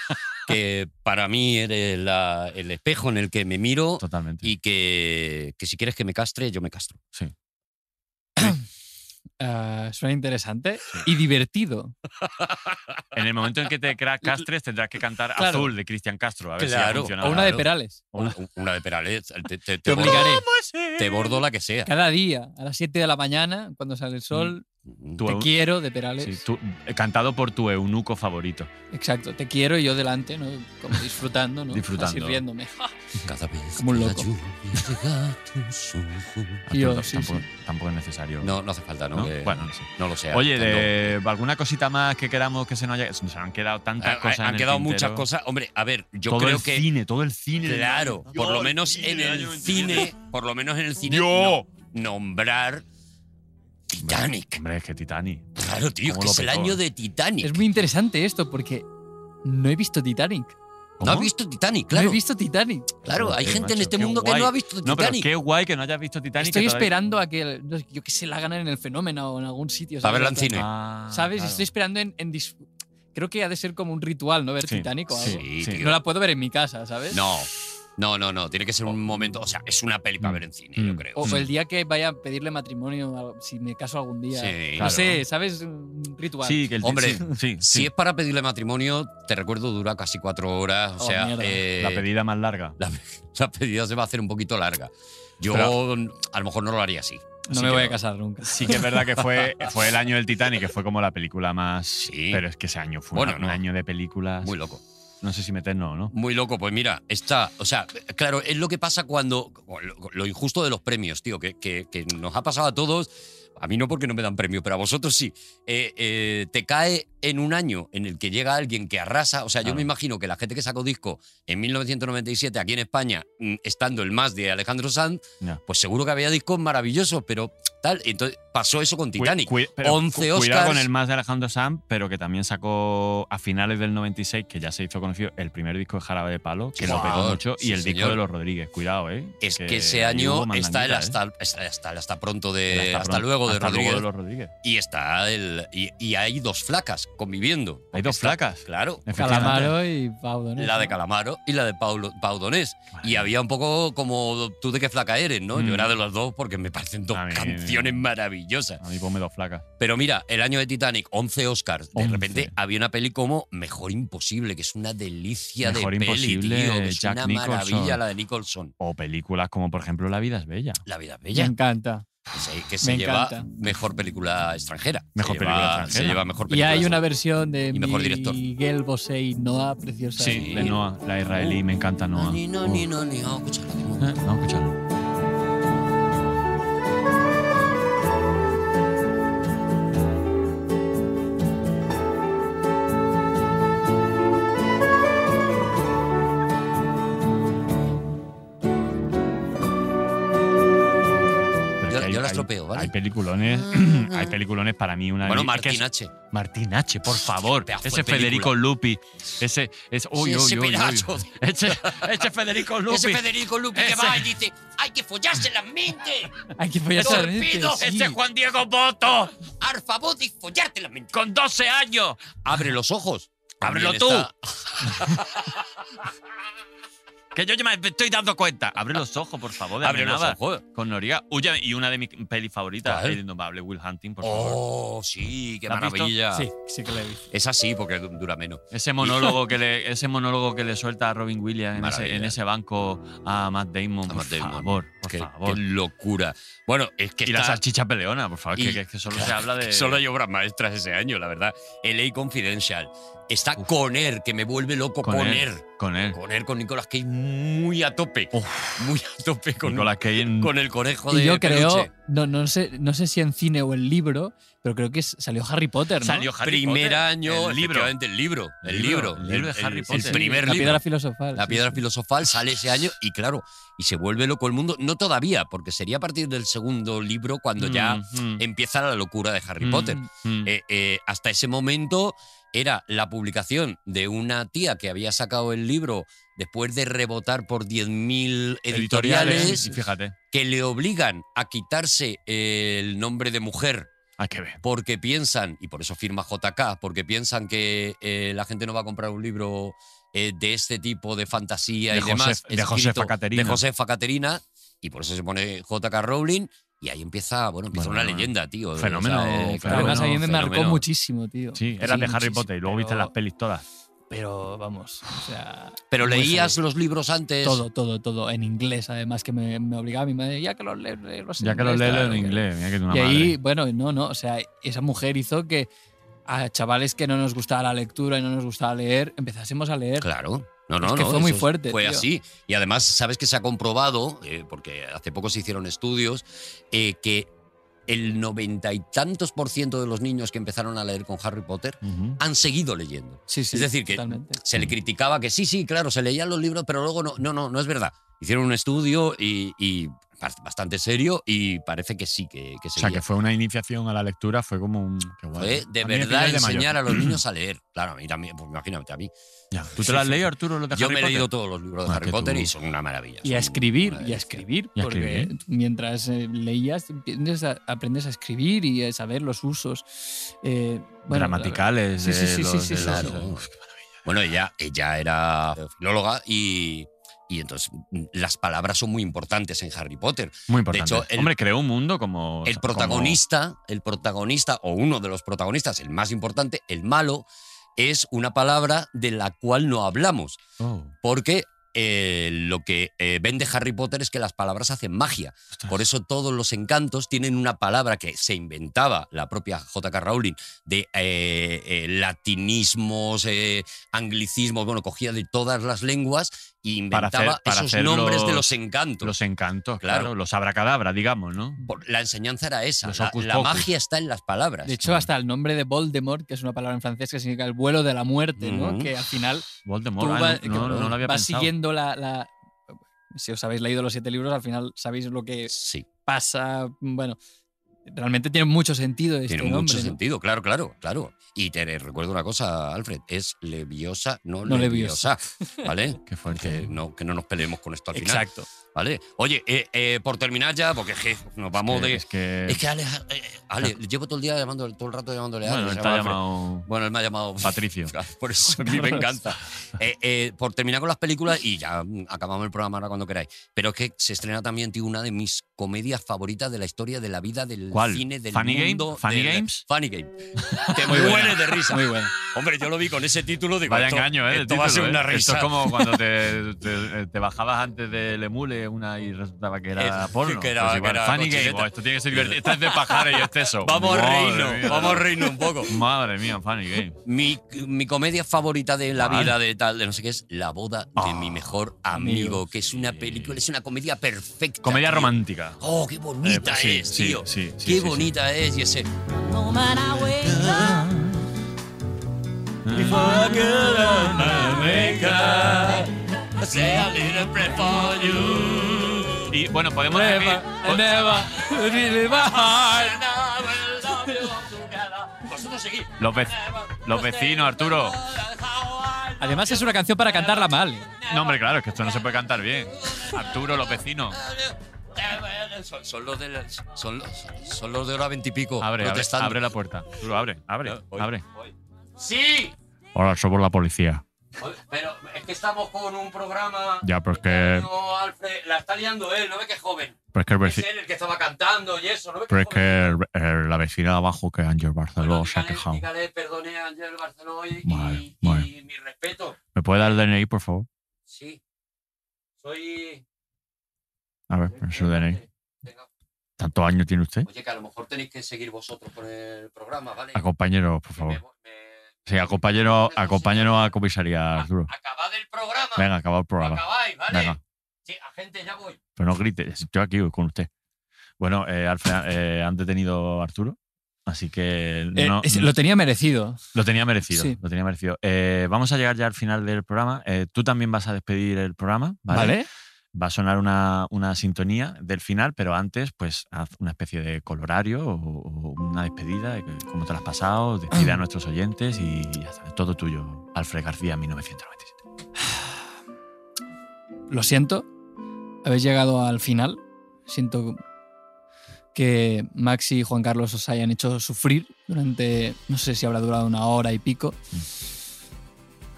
Speaker 5: que para mí eres la- el espejo en el que me miro
Speaker 4: Totalmente.
Speaker 5: y que, que si quieres que me castre, yo me castro.
Speaker 4: Sí.
Speaker 2: Ah, suena interesante y divertido.
Speaker 4: En el momento en que te cra- castres, tendrás que cantar
Speaker 2: Claro.
Speaker 4: Azul de Cristian Castro. A ver si ha
Speaker 5: Claro.
Speaker 4: funcionado.
Speaker 2: O una de Perales.
Speaker 5: Una, una de Perales. Te, te-
Speaker 2: Te
Speaker 5: bordo-
Speaker 2: obligaré.
Speaker 5: Te bordo la que sea.
Speaker 2: Cada día, a las 7 de la mañana, cuando sale
Speaker 5: Mm.
Speaker 2: el sol,
Speaker 4: Tu
Speaker 2: te
Speaker 4: eu-
Speaker 2: quiero de Perales.
Speaker 4: sí, tú- eh, cantado por tu eunuco favorito.
Speaker 2: Exacto, te quiero y yo delante, ¿no? Como disfrutando, ¿no?
Speaker 4: Disfrutando.
Speaker 2: Así riéndome.
Speaker 5: Cada vez
Speaker 2: Como un
Speaker 5: que la
Speaker 2: loco.
Speaker 5: lluvia llega a tus ojos.
Speaker 4: Ah,
Speaker 2: Yo,
Speaker 4: pero
Speaker 2: sí,
Speaker 4: tampoco, tampoco es necesario.
Speaker 5: No, no hace falta, ¿no? eh,
Speaker 4: ¿No?
Speaker 5: Que-
Speaker 4: Bueno, no sé.
Speaker 5: no lo sé.
Speaker 4: Oye,
Speaker 5: no.
Speaker 4: de- ¿alguna cosita más que queramos que se nos haya.? Se han quedado tantas
Speaker 5: Ha-
Speaker 4: cosas. en
Speaker 5: Eh, han
Speaker 4: el
Speaker 5: quedado
Speaker 4: tintero.
Speaker 5: muchas cosas. Hombre, a ver, yo
Speaker 4: todo
Speaker 5: creo
Speaker 4: el
Speaker 5: que.
Speaker 4: cine, todo el cine. del
Speaker 5: Claro,
Speaker 4: año.
Speaker 5: por lo
Speaker 4: Dios,
Speaker 5: menos
Speaker 4: cine
Speaker 5: en
Speaker 4: del
Speaker 5: el
Speaker 4: año 27.
Speaker 5: cine, por lo menos en el cine,
Speaker 4: Yo.
Speaker 5: no- nombrar Titanic.
Speaker 4: Hombre, es que Titanic.
Speaker 5: Claro, tío, es
Speaker 4: ¿Cómo
Speaker 5: que
Speaker 4: lo
Speaker 5: es el
Speaker 4: petó,
Speaker 5: año
Speaker 4: eh?
Speaker 5: de Titanic.
Speaker 2: Es muy interesante esto porque no he visto Titanic.
Speaker 5: No has visto Titanic,
Speaker 2: No
Speaker 5: claro.
Speaker 2: he visto Titanic.
Speaker 5: Claro, hay
Speaker 4: Joder,
Speaker 5: gente en
Speaker 4: macho,
Speaker 5: este
Speaker 4: qué
Speaker 5: mundo que
Speaker 4: guay.
Speaker 5: no ha visto
Speaker 4: No, pero
Speaker 5: Titanic.
Speaker 4: qué guay que no hayas visto Titanic.
Speaker 2: Estoy
Speaker 4: que todavía-
Speaker 2: esperando a que, no sé, yo qué sé, la ganan en el fenómeno o en algún sitio.
Speaker 5: Para
Speaker 2: ¿sabes?
Speaker 5: verla en cine.
Speaker 4: Ah,
Speaker 2: ¿Sabes?
Speaker 4: claro.
Speaker 2: Estoy esperando en. en dis- Creo que ha de ser como un ritual, ¿no? Ver
Speaker 4: Sí,
Speaker 2: Titanic o algo.
Speaker 5: Sí,
Speaker 4: Sí.
Speaker 5: tío.
Speaker 2: No la puedo ver en mi casa, ¿sabes?
Speaker 5: No, no, no, no. Tiene que ser un momento. O sea, es una peli para ver en cine, yo
Speaker 4: Mm.
Speaker 5: creo.
Speaker 2: O o el día que vaya a pedirle matrimonio, a- si me caso algún día.
Speaker 5: Sí.
Speaker 2: no
Speaker 5: Claro.
Speaker 2: sé, ¿sabes? Un ritual.
Speaker 4: Sí, que el
Speaker 5: Hombre,
Speaker 4: sí, sí,
Speaker 5: Si
Speaker 4: sí.
Speaker 5: es para pedirle matrimonio, te recuerdo, dura casi cuatro horas. O
Speaker 2: Oh,
Speaker 5: sea,
Speaker 2: mierda.
Speaker 5: eh,
Speaker 4: La pedida más larga.
Speaker 5: la- la pedida se va a hacer un poquito larga. Yo a lo mejor no lo haría así.
Speaker 2: No
Speaker 5: Así
Speaker 2: me
Speaker 5: que
Speaker 2: voy a casar nunca.
Speaker 4: Sí
Speaker 5: [LAUGHS]
Speaker 4: que es verdad que fue, fue el año del Titanic, que fue como la película más...
Speaker 5: Sí.
Speaker 4: Pero es que ese año fue
Speaker 5: Bueno,
Speaker 4: un,
Speaker 5: no.
Speaker 4: año de películas...
Speaker 5: Muy loco.
Speaker 4: No sé si meternos o no.
Speaker 5: Muy loco, pues mira, está, o sea, claro, es lo que pasa cuando, lo, lo injusto de los premios, tío, que, que- que nos ha pasado a todos, a mí no porque no me dan premios, pero a vosotros sí, Eh, eh, te cae en un año en el que llega alguien que arrasa, o sea, yo
Speaker 4: Claro.
Speaker 5: me imagino que la gente que sacó disco en 1997 aquí en España, mm, estando el más de Alejandro Sanz,
Speaker 4: Ya.
Speaker 5: pues seguro que había discos maravillosos, pero tal, entonces pasó eso con
Speaker 4: Cui-
Speaker 5: Titanic.
Speaker 4: cui- pero
Speaker 5: 11
Speaker 4: cu- Cuidado con
Speaker 5: Oscars.
Speaker 4: el más de Alejandro Sam, pero que también sacó a finales del 96, que ya se hizo conocido, el primer disco de Jarabe de Palo, que lo
Speaker 5: Wow,
Speaker 4: pegó mucho, y
Speaker 5: sí,
Speaker 4: el disco
Speaker 5: señor.
Speaker 4: de los Rodríguez. Cuidado, ¿eh?
Speaker 5: Es que, ese
Speaker 4: ahí
Speaker 5: año
Speaker 4: hubo
Speaker 5: está el
Speaker 4: mandanguita,
Speaker 5: hasta,
Speaker 4: ¿eh?
Speaker 5: está- está el hasta pronto de.
Speaker 4: El
Speaker 5: Hasta, luego de
Speaker 4: hasta
Speaker 5: Rodríguez.
Speaker 4: los Rodríguez.
Speaker 5: Y está el. Y, y hay dos flacas conviviendo.
Speaker 4: Hay
Speaker 5: Porque
Speaker 4: dos
Speaker 5: está-
Speaker 4: flacas.
Speaker 5: Claro.
Speaker 4: Efectivamente.
Speaker 2: Calamaro y Pau Donés,
Speaker 5: La de
Speaker 2: ¿no?
Speaker 5: Calamaro y la de Paulo, Pau Donés. Y había un poco como tú de qué flaca eres, ¿no?
Speaker 4: Mm.
Speaker 5: Yo era de los dos porque me parecen dos
Speaker 4: A mí-
Speaker 5: canciones maravillosas.
Speaker 4: A mí ponme dos flacas.
Speaker 5: Pero mira, el año de Titanic, 11 Oscars. De
Speaker 4: 11.
Speaker 5: repente había una peli como Mejor Imposible, que es una delicia
Speaker 4: Mejor
Speaker 5: de peli,
Speaker 4: Imposible,
Speaker 5: tío, que es
Speaker 4: Jack
Speaker 5: una
Speaker 4: Nicholson.
Speaker 5: maravilla la de Nicholson.
Speaker 4: O películas como, por ejemplo, La vida es bella.
Speaker 5: La vida es
Speaker 2: Me
Speaker 5: bella.
Speaker 2: encanta.
Speaker 5: que se, que se
Speaker 2: Me
Speaker 5: lleva
Speaker 2: encanta.
Speaker 5: mejor película extranjera.
Speaker 4: Mejor
Speaker 5: Se
Speaker 4: película
Speaker 5: lleva-
Speaker 4: extranjera.
Speaker 5: Se lleva mejor
Speaker 2: Y
Speaker 5: película.
Speaker 2: hay una versión de
Speaker 5: Y mejor director.
Speaker 2: Miguel Bosé y Noah preciosa.
Speaker 4: Sí, de Noah, la israelí, me encanta Noah.
Speaker 5: Ni, no, ni, no, ni, no, escucha, la tengo.
Speaker 4: Eh, Vamos a escucharlo. Pero es que
Speaker 5: Yo,
Speaker 4: hay-
Speaker 5: yo la
Speaker 4: hay
Speaker 5: tropeo, ¿vale?
Speaker 4: Hay peliculones, [CLEARS THROAT] hay peliculones para mí una de
Speaker 5: Bueno,
Speaker 4: mis-
Speaker 5: Martín
Speaker 4: es que es-
Speaker 5: H.
Speaker 4: Martín H, por favor.
Speaker 5: pedazo
Speaker 4: Ese
Speaker 5: de película.
Speaker 4: Federico Lupi. Ese es uy,
Speaker 5: Sí,
Speaker 4: uy,
Speaker 5: ese
Speaker 4: uy, uy.
Speaker 5: pedazo.
Speaker 4: [LAUGHS] Ese, ese Federico Lupi.
Speaker 5: [LAUGHS] Ese Federico Lupi que
Speaker 4: Ese-
Speaker 5: va y dice: ¡Hay que follarse la mente!
Speaker 2: Hay que follarse la mente,
Speaker 5: ¡Torpedo!
Speaker 2: sí.
Speaker 5: ¡Ese Juan Diego Boto! ¡Ar favor de follarte la mente!
Speaker 4: ¡Con 12 años!
Speaker 5: ¡Abre los ojos!
Speaker 4: Ábrelo
Speaker 5: También
Speaker 4: tú.
Speaker 5: está-
Speaker 4: Que yo ya me estoy dando cuenta. Abre los ojos, por favor, de
Speaker 5: Abre los
Speaker 4: Amenábar,
Speaker 5: ojos.
Speaker 4: Con Noriega. Huye, y una de mis pelis favoritas,
Speaker 5: ¿Cuál?
Speaker 4: El Indomable Will Hunting, por favor.
Speaker 5: ¡Oh, sí! ¡Qué
Speaker 4: ¿La has visto?
Speaker 5: maravilla!
Speaker 2: Sí, sí que le he visto.
Speaker 5: Es así porque du- dura menos.
Speaker 4: Ese monólogo, que le, ese monólogo que le suelta a Robin Williams en ese,
Speaker 5: Maravilla.
Speaker 4: en ese banco a Matt Damon,
Speaker 5: A
Speaker 4: por
Speaker 5: Matt Damon.
Speaker 4: favor, por
Speaker 5: Qué,
Speaker 4: favor.
Speaker 5: qué locura. Bueno, es que
Speaker 4: y la
Speaker 5: está-
Speaker 4: salchicha peleona, por favor,
Speaker 5: y-
Speaker 4: que, que solo se habla de...
Speaker 5: Solo hay obras maestras ese año, la verdad. LA Confidential. Está Conner, que me vuelve loco.
Speaker 4: con Er. Eh. él.
Speaker 5: Conner.
Speaker 4: Con él.
Speaker 5: Conner con Nicolas Cage muy a tope. Muy a tope con,
Speaker 4: Nicolas Cage en-
Speaker 5: con el conejo de
Speaker 2: Y yo creo,
Speaker 5: peluche.
Speaker 2: no, no, sé, no sé si en cine o en libro, pero creo que s- salió Harry Potter, ¿no?
Speaker 4: Salió Harry
Speaker 5: primer
Speaker 4: Potter,
Speaker 5: año,
Speaker 4: el libro.
Speaker 5: efectivamente, el libro. El
Speaker 4: El libro,
Speaker 5: libro.
Speaker 4: el libro de Harry
Speaker 5: El,
Speaker 4: Potter.
Speaker 5: primer
Speaker 2: La
Speaker 5: libro.
Speaker 2: piedra filosofal.
Speaker 5: La
Speaker 2: sí,
Speaker 5: piedra
Speaker 2: sí.
Speaker 5: filosofal sale ese año y claro, y se vuelve loco el mundo, no todavía, porque sería a partir del segundo libro cuando ya
Speaker 4: Mm, mm,
Speaker 5: empieza la locura de Harry
Speaker 4: mm,
Speaker 5: Potter.
Speaker 4: mm.
Speaker 5: Eh, eh, hasta ese momento era la publicación de una tía que había sacado el libro después de rebotar por 10.000 editoriales
Speaker 4: y fíjate,
Speaker 5: que le obligan a quitarse el nombre de mujer
Speaker 4: hay que ver.
Speaker 5: porque piensan, y por eso firma JK, porque piensan que eh, la gente no va a comprar un libro eh, de este tipo de fantasía
Speaker 4: De
Speaker 5: y demás.
Speaker 4: Josef- de Josefa Caterina.
Speaker 5: De Josefa Caterina, y por eso se pone JK Rowling, y ahí empieza, bueno, empieza
Speaker 4: Bueno,
Speaker 5: una
Speaker 4: bueno.
Speaker 5: leyenda, tío.
Speaker 4: Fenómeno,
Speaker 5: Eh, claro,
Speaker 2: Oh, Además,
Speaker 5: no,
Speaker 2: a mí me marcó
Speaker 5: fenómeno.
Speaker 2: muchísimo, tío.
Speaker 4: Sí, eras
Speaker 2: Sí,
Speaker 4: de Harry
Speaker 2: muchísimo,
Speaker 4: Potter y luego viste
Speaker 2: pero-
Speaker 4: las pelis todas.
Speaker 2: Pero vamos, o sea.
Speaker 5: Pero
Speaker 2: muy
Speaker 5: leías
Speaker 2: heavy.
Speaker 5: los libros antes.
Speaker 2: Todo, todo, todo. En inglés, además, que me, me obligaba mi madre. Ya que los lees, léelos en
Speaker 4: Ya que lo
Speaker 2: inglés,
Speaker 4: lees en
Speaker 2: claro, que-
Speaker 4: inglés, mira que tú una
Speaker 2: Y ahí,
Speaker 4: madre.
Speaker 2: bueno, no, no, o sea, esa mujer hizo que a chavales que no nos gustaba la lectura y no nos gustaba leer, empezásemos a leer.
Speaker 5: Claro. No, no,
Speaker 2: Es que
Speaker 5: no,
Speaker 2: fue muy
Speaker 5: eso
Speaker 2: fuerte,
Speaker 5: Fue
Speaker 2: tío.
Speaker 5: así. Y además, sabes que se ha comprobado, eh, porque hace poco se hicieron estudios, eh, que el noventa y tantos por ciento de los niños que empezaron a leer con Harry Potter
Speaker 4: Ujú.
Speaker 5: han seguido leyendo.
Speaker 2: Sí, sí,
Speaker 5: es decir, que
Speaker 2: totalmente.
Speaker 5: se le Mm. criticaba que sí, sí, claro, se leían los libros, pero luego no, no, no, no es verdad. Hicieron un estudio y, y bast- bastante serio y parece que sí, que, que
Speaker 4: O sea,
Speaker 5: seguía.
Speaker 4: que fue una iniciación a la lectura, fue como un. qué guay.
Speaker 5: Fue de
Speaker 4: A mí me
Speaker 5: verdad
Speaker 4: pillas de mayor.
Speaker 5: enseñar a
Speaker 4: [CLEARS THROAT]
Speaker 5: los niños a leer. Claro, a mí también, pues imagínate a mí.
Speaker 4: Ya. ¿Tú te lo has leído, Arturo? Los de
Speaker 5: Yo
Speaker 4: Harry
Speaker 5: me he
Speaker 4: Potter?
Speaker 5: leído todos los libros de
Speaker 4: Ah,
Speaker 5: Harry
Speaker 4: que
Speaker 5: Potter
Speaker 4: tú-
Speaker 5: y son una maravilla.
Speaker 2: Y a
Speaker 5: son
Speaker 2: escribir,
Speaker 5: una
Speaker 2: y a
Speaker 5: delicia.
Speaker 2: escribir,
Speaker 4: Y a
Speaker 2: porque
Speaker 4: escribir.
Speaker 2: tú mientras eh, leías aprendes a, aprendes a escribir y a saber los usos. eh, bueno,
Speaker 4: Gramaticales.
Speaker 2: Sí, sí,
Speaker 4: de
Speaker 2: sí, sí,
Speaker 4: los-
Speaker 2: sí,
Speaker 4: de
Speaker 2: sí,
Speaker 4: los-
Speaker 2: sí.
Speaker 4: Uf, qué maravilla.
Speaker 5: Bueno, ella, ella era filóloga y, y entonces mm, las palabras son muy importantes en Harry Potter.
Speaker 4: Muy importante.
Speaker 5: De hecho, el-
Speaker 4: Hombre, creó un mundo como.
Speaker 5: El protagonista, el protagonista o uno de los protagonistas, el más importante, el malo, es una palabra de la cual no hablamos.
Speaker 4: como- Oh,
Speaker 5: Porque eh, lo que eh, vende Harry Potter es que las palabras hacen magia.
Speaker 4: ostras.
Speaker 5: Por eso todos los encantos tienen una palabra que se inventaba la propia J.K. Rowling de eh, eh, latinismos, eh, anglicismos, bueno, cogía de todas las lenguas e
Speaker 4: Para
Speaker 5: inventaba
Speaker 4: hacer- para
Speaker 5: esos
Speaker 4: hacer
Speaker 5: nombres de
Speaker 4: los-
Speaker 5: los encantos.
Speaker 4: Los encantos, claro.
Speaker 5: Claro.
Speaker 4: Los abracadabra, digamos, ¿no?
Speaker 5: Por- la enseñanza era esa.
Speaker 4: Los
Speaker 5: La,
Speaker 4: hocus
Speaker 5: la
Speaker 4: pocus.
Speaker 5: magia está en las palabras.
Speaker 2: De hecho, hasta el nombre de Voldemort, que es una palabra en francés que significa el vuelo de la muerte, ¿no?
Speaker 5: Ujú.
Speaker 2: Que al final
Speaker 4: Voldemort.
Speaker 2: Tú
Speaker 4: ah,
Speaker 2: vas-
Speaker 4: no, no, no lo había
Speaker 2: vas
Speaker 4: pensado.
Speaker 2: siguiendo la, la- Si os habéis leído los siete libros, al final sabéis lo que
Speaker 5: sí,
Speaker 2: pasa. Bueno, realmente tiene mucho sentido este
Speaker 5: tiene
Speaker 2: nombre.
Speaker 5: mucho
Speaker 2: ¿no?
Speaker 5: sentido, claro, claro, claro. Y te recuerdo una cosa, Alfred, es leviosa, no,
Speaker 2: No
Speaker 5: leviosa,
Speaker 4: [LAUGHS]
Speaker 5: ¿vale?
Speaker 4: Qué fuerte.
Speaker 5: que, no, que no nos peleemos con esto al final.
Speaker 2: Exacto.
Speaker 5: ¿Vale? Oye, eh, eh, por terminar ya, porque je, nos vamos
Speaker 4: Que-
Speaker 5: de.
Speaker 4: Es que.
Speaker 5: Es que Ale, eh, Ale, llevo todo el día llamando, todo el rato llamándole a Ale.
Speaker 4: Bueno,
Speaker 5: se
Speaker 4: está
Speaker 5: llama Alfred.
Speaker 4: llamado.
Speaker 5: Bueno, él me ha llamado. [LAUGHS]
Speaker 4: Patricio.
Speaker 5: Por eso a mí me
Speaker 4: [LAUGHS]
Speaker 5: encanta. Eh, eh, por terminar con las películas, y ya mm, acabamos el programa ahora cuando queráis. Pero es que se estrena también, tío, una de mis comedias favoritas de la historia de la vida del
Speaker 4: ¿Cuál?
Speaker 5: cine del
Speaker 4: ¿Funny Game?
Speaker 5: mundo.
Speaker 4: ¿Funny
Speaker 5: del-
Speaker 4: Games?
Speaker 5: Funny Game.
Speaker 4: [LAUGHS]
Speaker 5: Te
Speaker 2: Muy buena,
Speaker 5: mueres de risa.
Speaker 2: Muy bueno.
Speaker 5: Hombre, yo lo vi con ese título. Digo,
Speaker 4: Vaya
Speaker 5: esto-
Speaker 4: engaño, ¿eh? del
Speaker 5: Esto va a ser
Speaker 4: título,
Speaker 5: una
Speaker 4: ¿eh? Esto
Speaker 5: risa.
Speaker 4: es como cuando
Speaker 5: [LAUGHS]
Speaker 4: te, te- te bajabas antes del emule una y resultaba que era
Speaker 5: Es-
Speaker 4: porno.
Speaker 5: que era-
Speaker 4: Pues igual,
Speaker 5: que era
Speaker 4: Funny
Speaker 5: cochineta.
Speaker 4: Game. oh, esto tiene que ser divertido. Esto es de pajares y exceso.
Speaker 5: [LAUGHS] Vamos a
Speaker 4: Oh, Madre
Speaker 5: reírnos,
Speaker 4: mía.
Speaker 5: vamos a reírnos
Speaker 4: [LAUGHS]
Speaker 5: un poco.
Speaker 4: Madre mía, Funny Game.
Speaker 5: Mi, mi comedia favorita de la
Speaker 4: Vale. Ah,
Speaker 5: vida de tal, de no sé qué es La boda de mi mejor amigo, que es una
Speaker 4: sí.
Speaker 5: película, es una comedia perfecta.
Speaker 4: Comedia
Speaker 5: tío.
Speaker 4: romántica.
Speaker 5: Oh, qué bonita
Speaker 4: Eh, sí,
Speaker 5: es,
Speaker 4: sí,
Speaker 5: tío.
Speaker 4: sí, sí, sí,
Speaker 5: qué bonita es, y ese.
Speaker 13: moment I wake up,
Speaker 5: Say a little prayer for you.
Speaker 4: Y bueno, podemos decir.
Speaker 2: Never, never, really bad.
Speaker 5: Vosotros seguid.
Speaker 4: Los, ve- los vecinos, Arturo.
Speaker 2: Además, es una canción para cantarla mal.
Speaker 4: No, hombre, claro, es que esto no se puede cantar bien. Arturo, los vecinos.
Speaker 5: Son, son los de la- son, los- son los de hora veintipico.
Speaker 4: Abre, abre,
Speaker 5: protestando.
Speaker 4: abre la puerta. Arturo, abre, abre, abre.
Speaker 5: Sí,
Speaker 4: Ahora somos la policía.
Speaker 5: pero es que estamos con un programa.
Speaker 4: Ya, pero es que.
Speaker 5: No, Alfred, la está liando él, no ve que es joven.
Speaker 4: Pero es que el
Speaker 5: Es
Speaker 4: vecino.
Speaker 5: él el que estaba cantando y eso, no ve que
Speaker 4: Pues Pero
Speaker 5: es
Speaker 4: es
Speaker 5: joven.
Speaker 4: que el- el- la vecina de abajo, que Ángel Barceló, se ha quejado.
Speaker 5: Dígale, perdone a Ángel Barceló y,
Speaker 4: Vale,
Speaker 5: y-
Speaker 4: bueno.
Speaker 5: y mi respeto.
Speaker 4: ¿Me puede dar el DNI, por favor?
Speaker 5: Sí. Soy.
Speaker 4: A ver, su DNI. ¿Tantos años tiene usted?
Speaker 5: Oye, que a lo mejor tenéis que seguir vosotros con el programa, ¿vale?
Speaker 4: Acompáñenos, por favor. Sí, acompáñenos, acompáñenos a comisaría, Arturo.
Speaker 5: Acabad el programa.
Speaker 4: Venga, acabado el
Speaker 5: Lo
Speaker 4: programa.
Speaker 5: acabáis, ¿vale?
Speaker 4: Venga.
Speaker 5: Sí, agente, ya voy.
Speaker 4: Pero no grites, estoy aquí con usted. Bueno, eh, Alfred, eh, han detenido a Arturo, así que
Speaker 2: Eh,
Speaker 4: no-
Speaker 2: es- lo tenía merecido.
Speaker 4: lo tenía merecido.
Speaker 2: Sí.
Speaker 4: Lo tenía merecido. Eh, vamos a llegar ya al final del programa. Eh, tú también vas a despedir el programa, ¿vale?
Speaker 2: ¿Vale?
Speaker 4: Va a sonar una, una sintonía del final, pero antes, pues, haz una especie de colorario o, o una despedida, de que- cómo te la has pasado, despide a nuestros oyentes y ya está, todo tuyo, Alfred García, 1997.
Speaker 2: Lo siento. Habéis llegado al final. Siento que Maxi y Juan Carlos os hayan hecho sufrir durante, no sé si habrá durado una hora y pico.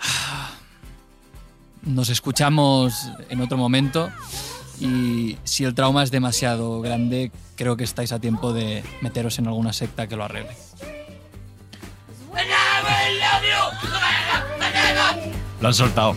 Speaker 2: Ah, Nos escuchamos en otro momento y si el trauma es demasiado grande, creo que estáis a tiempo de meteros en alguna secta que lo arregle.
Speaker 4: Lo han soltado.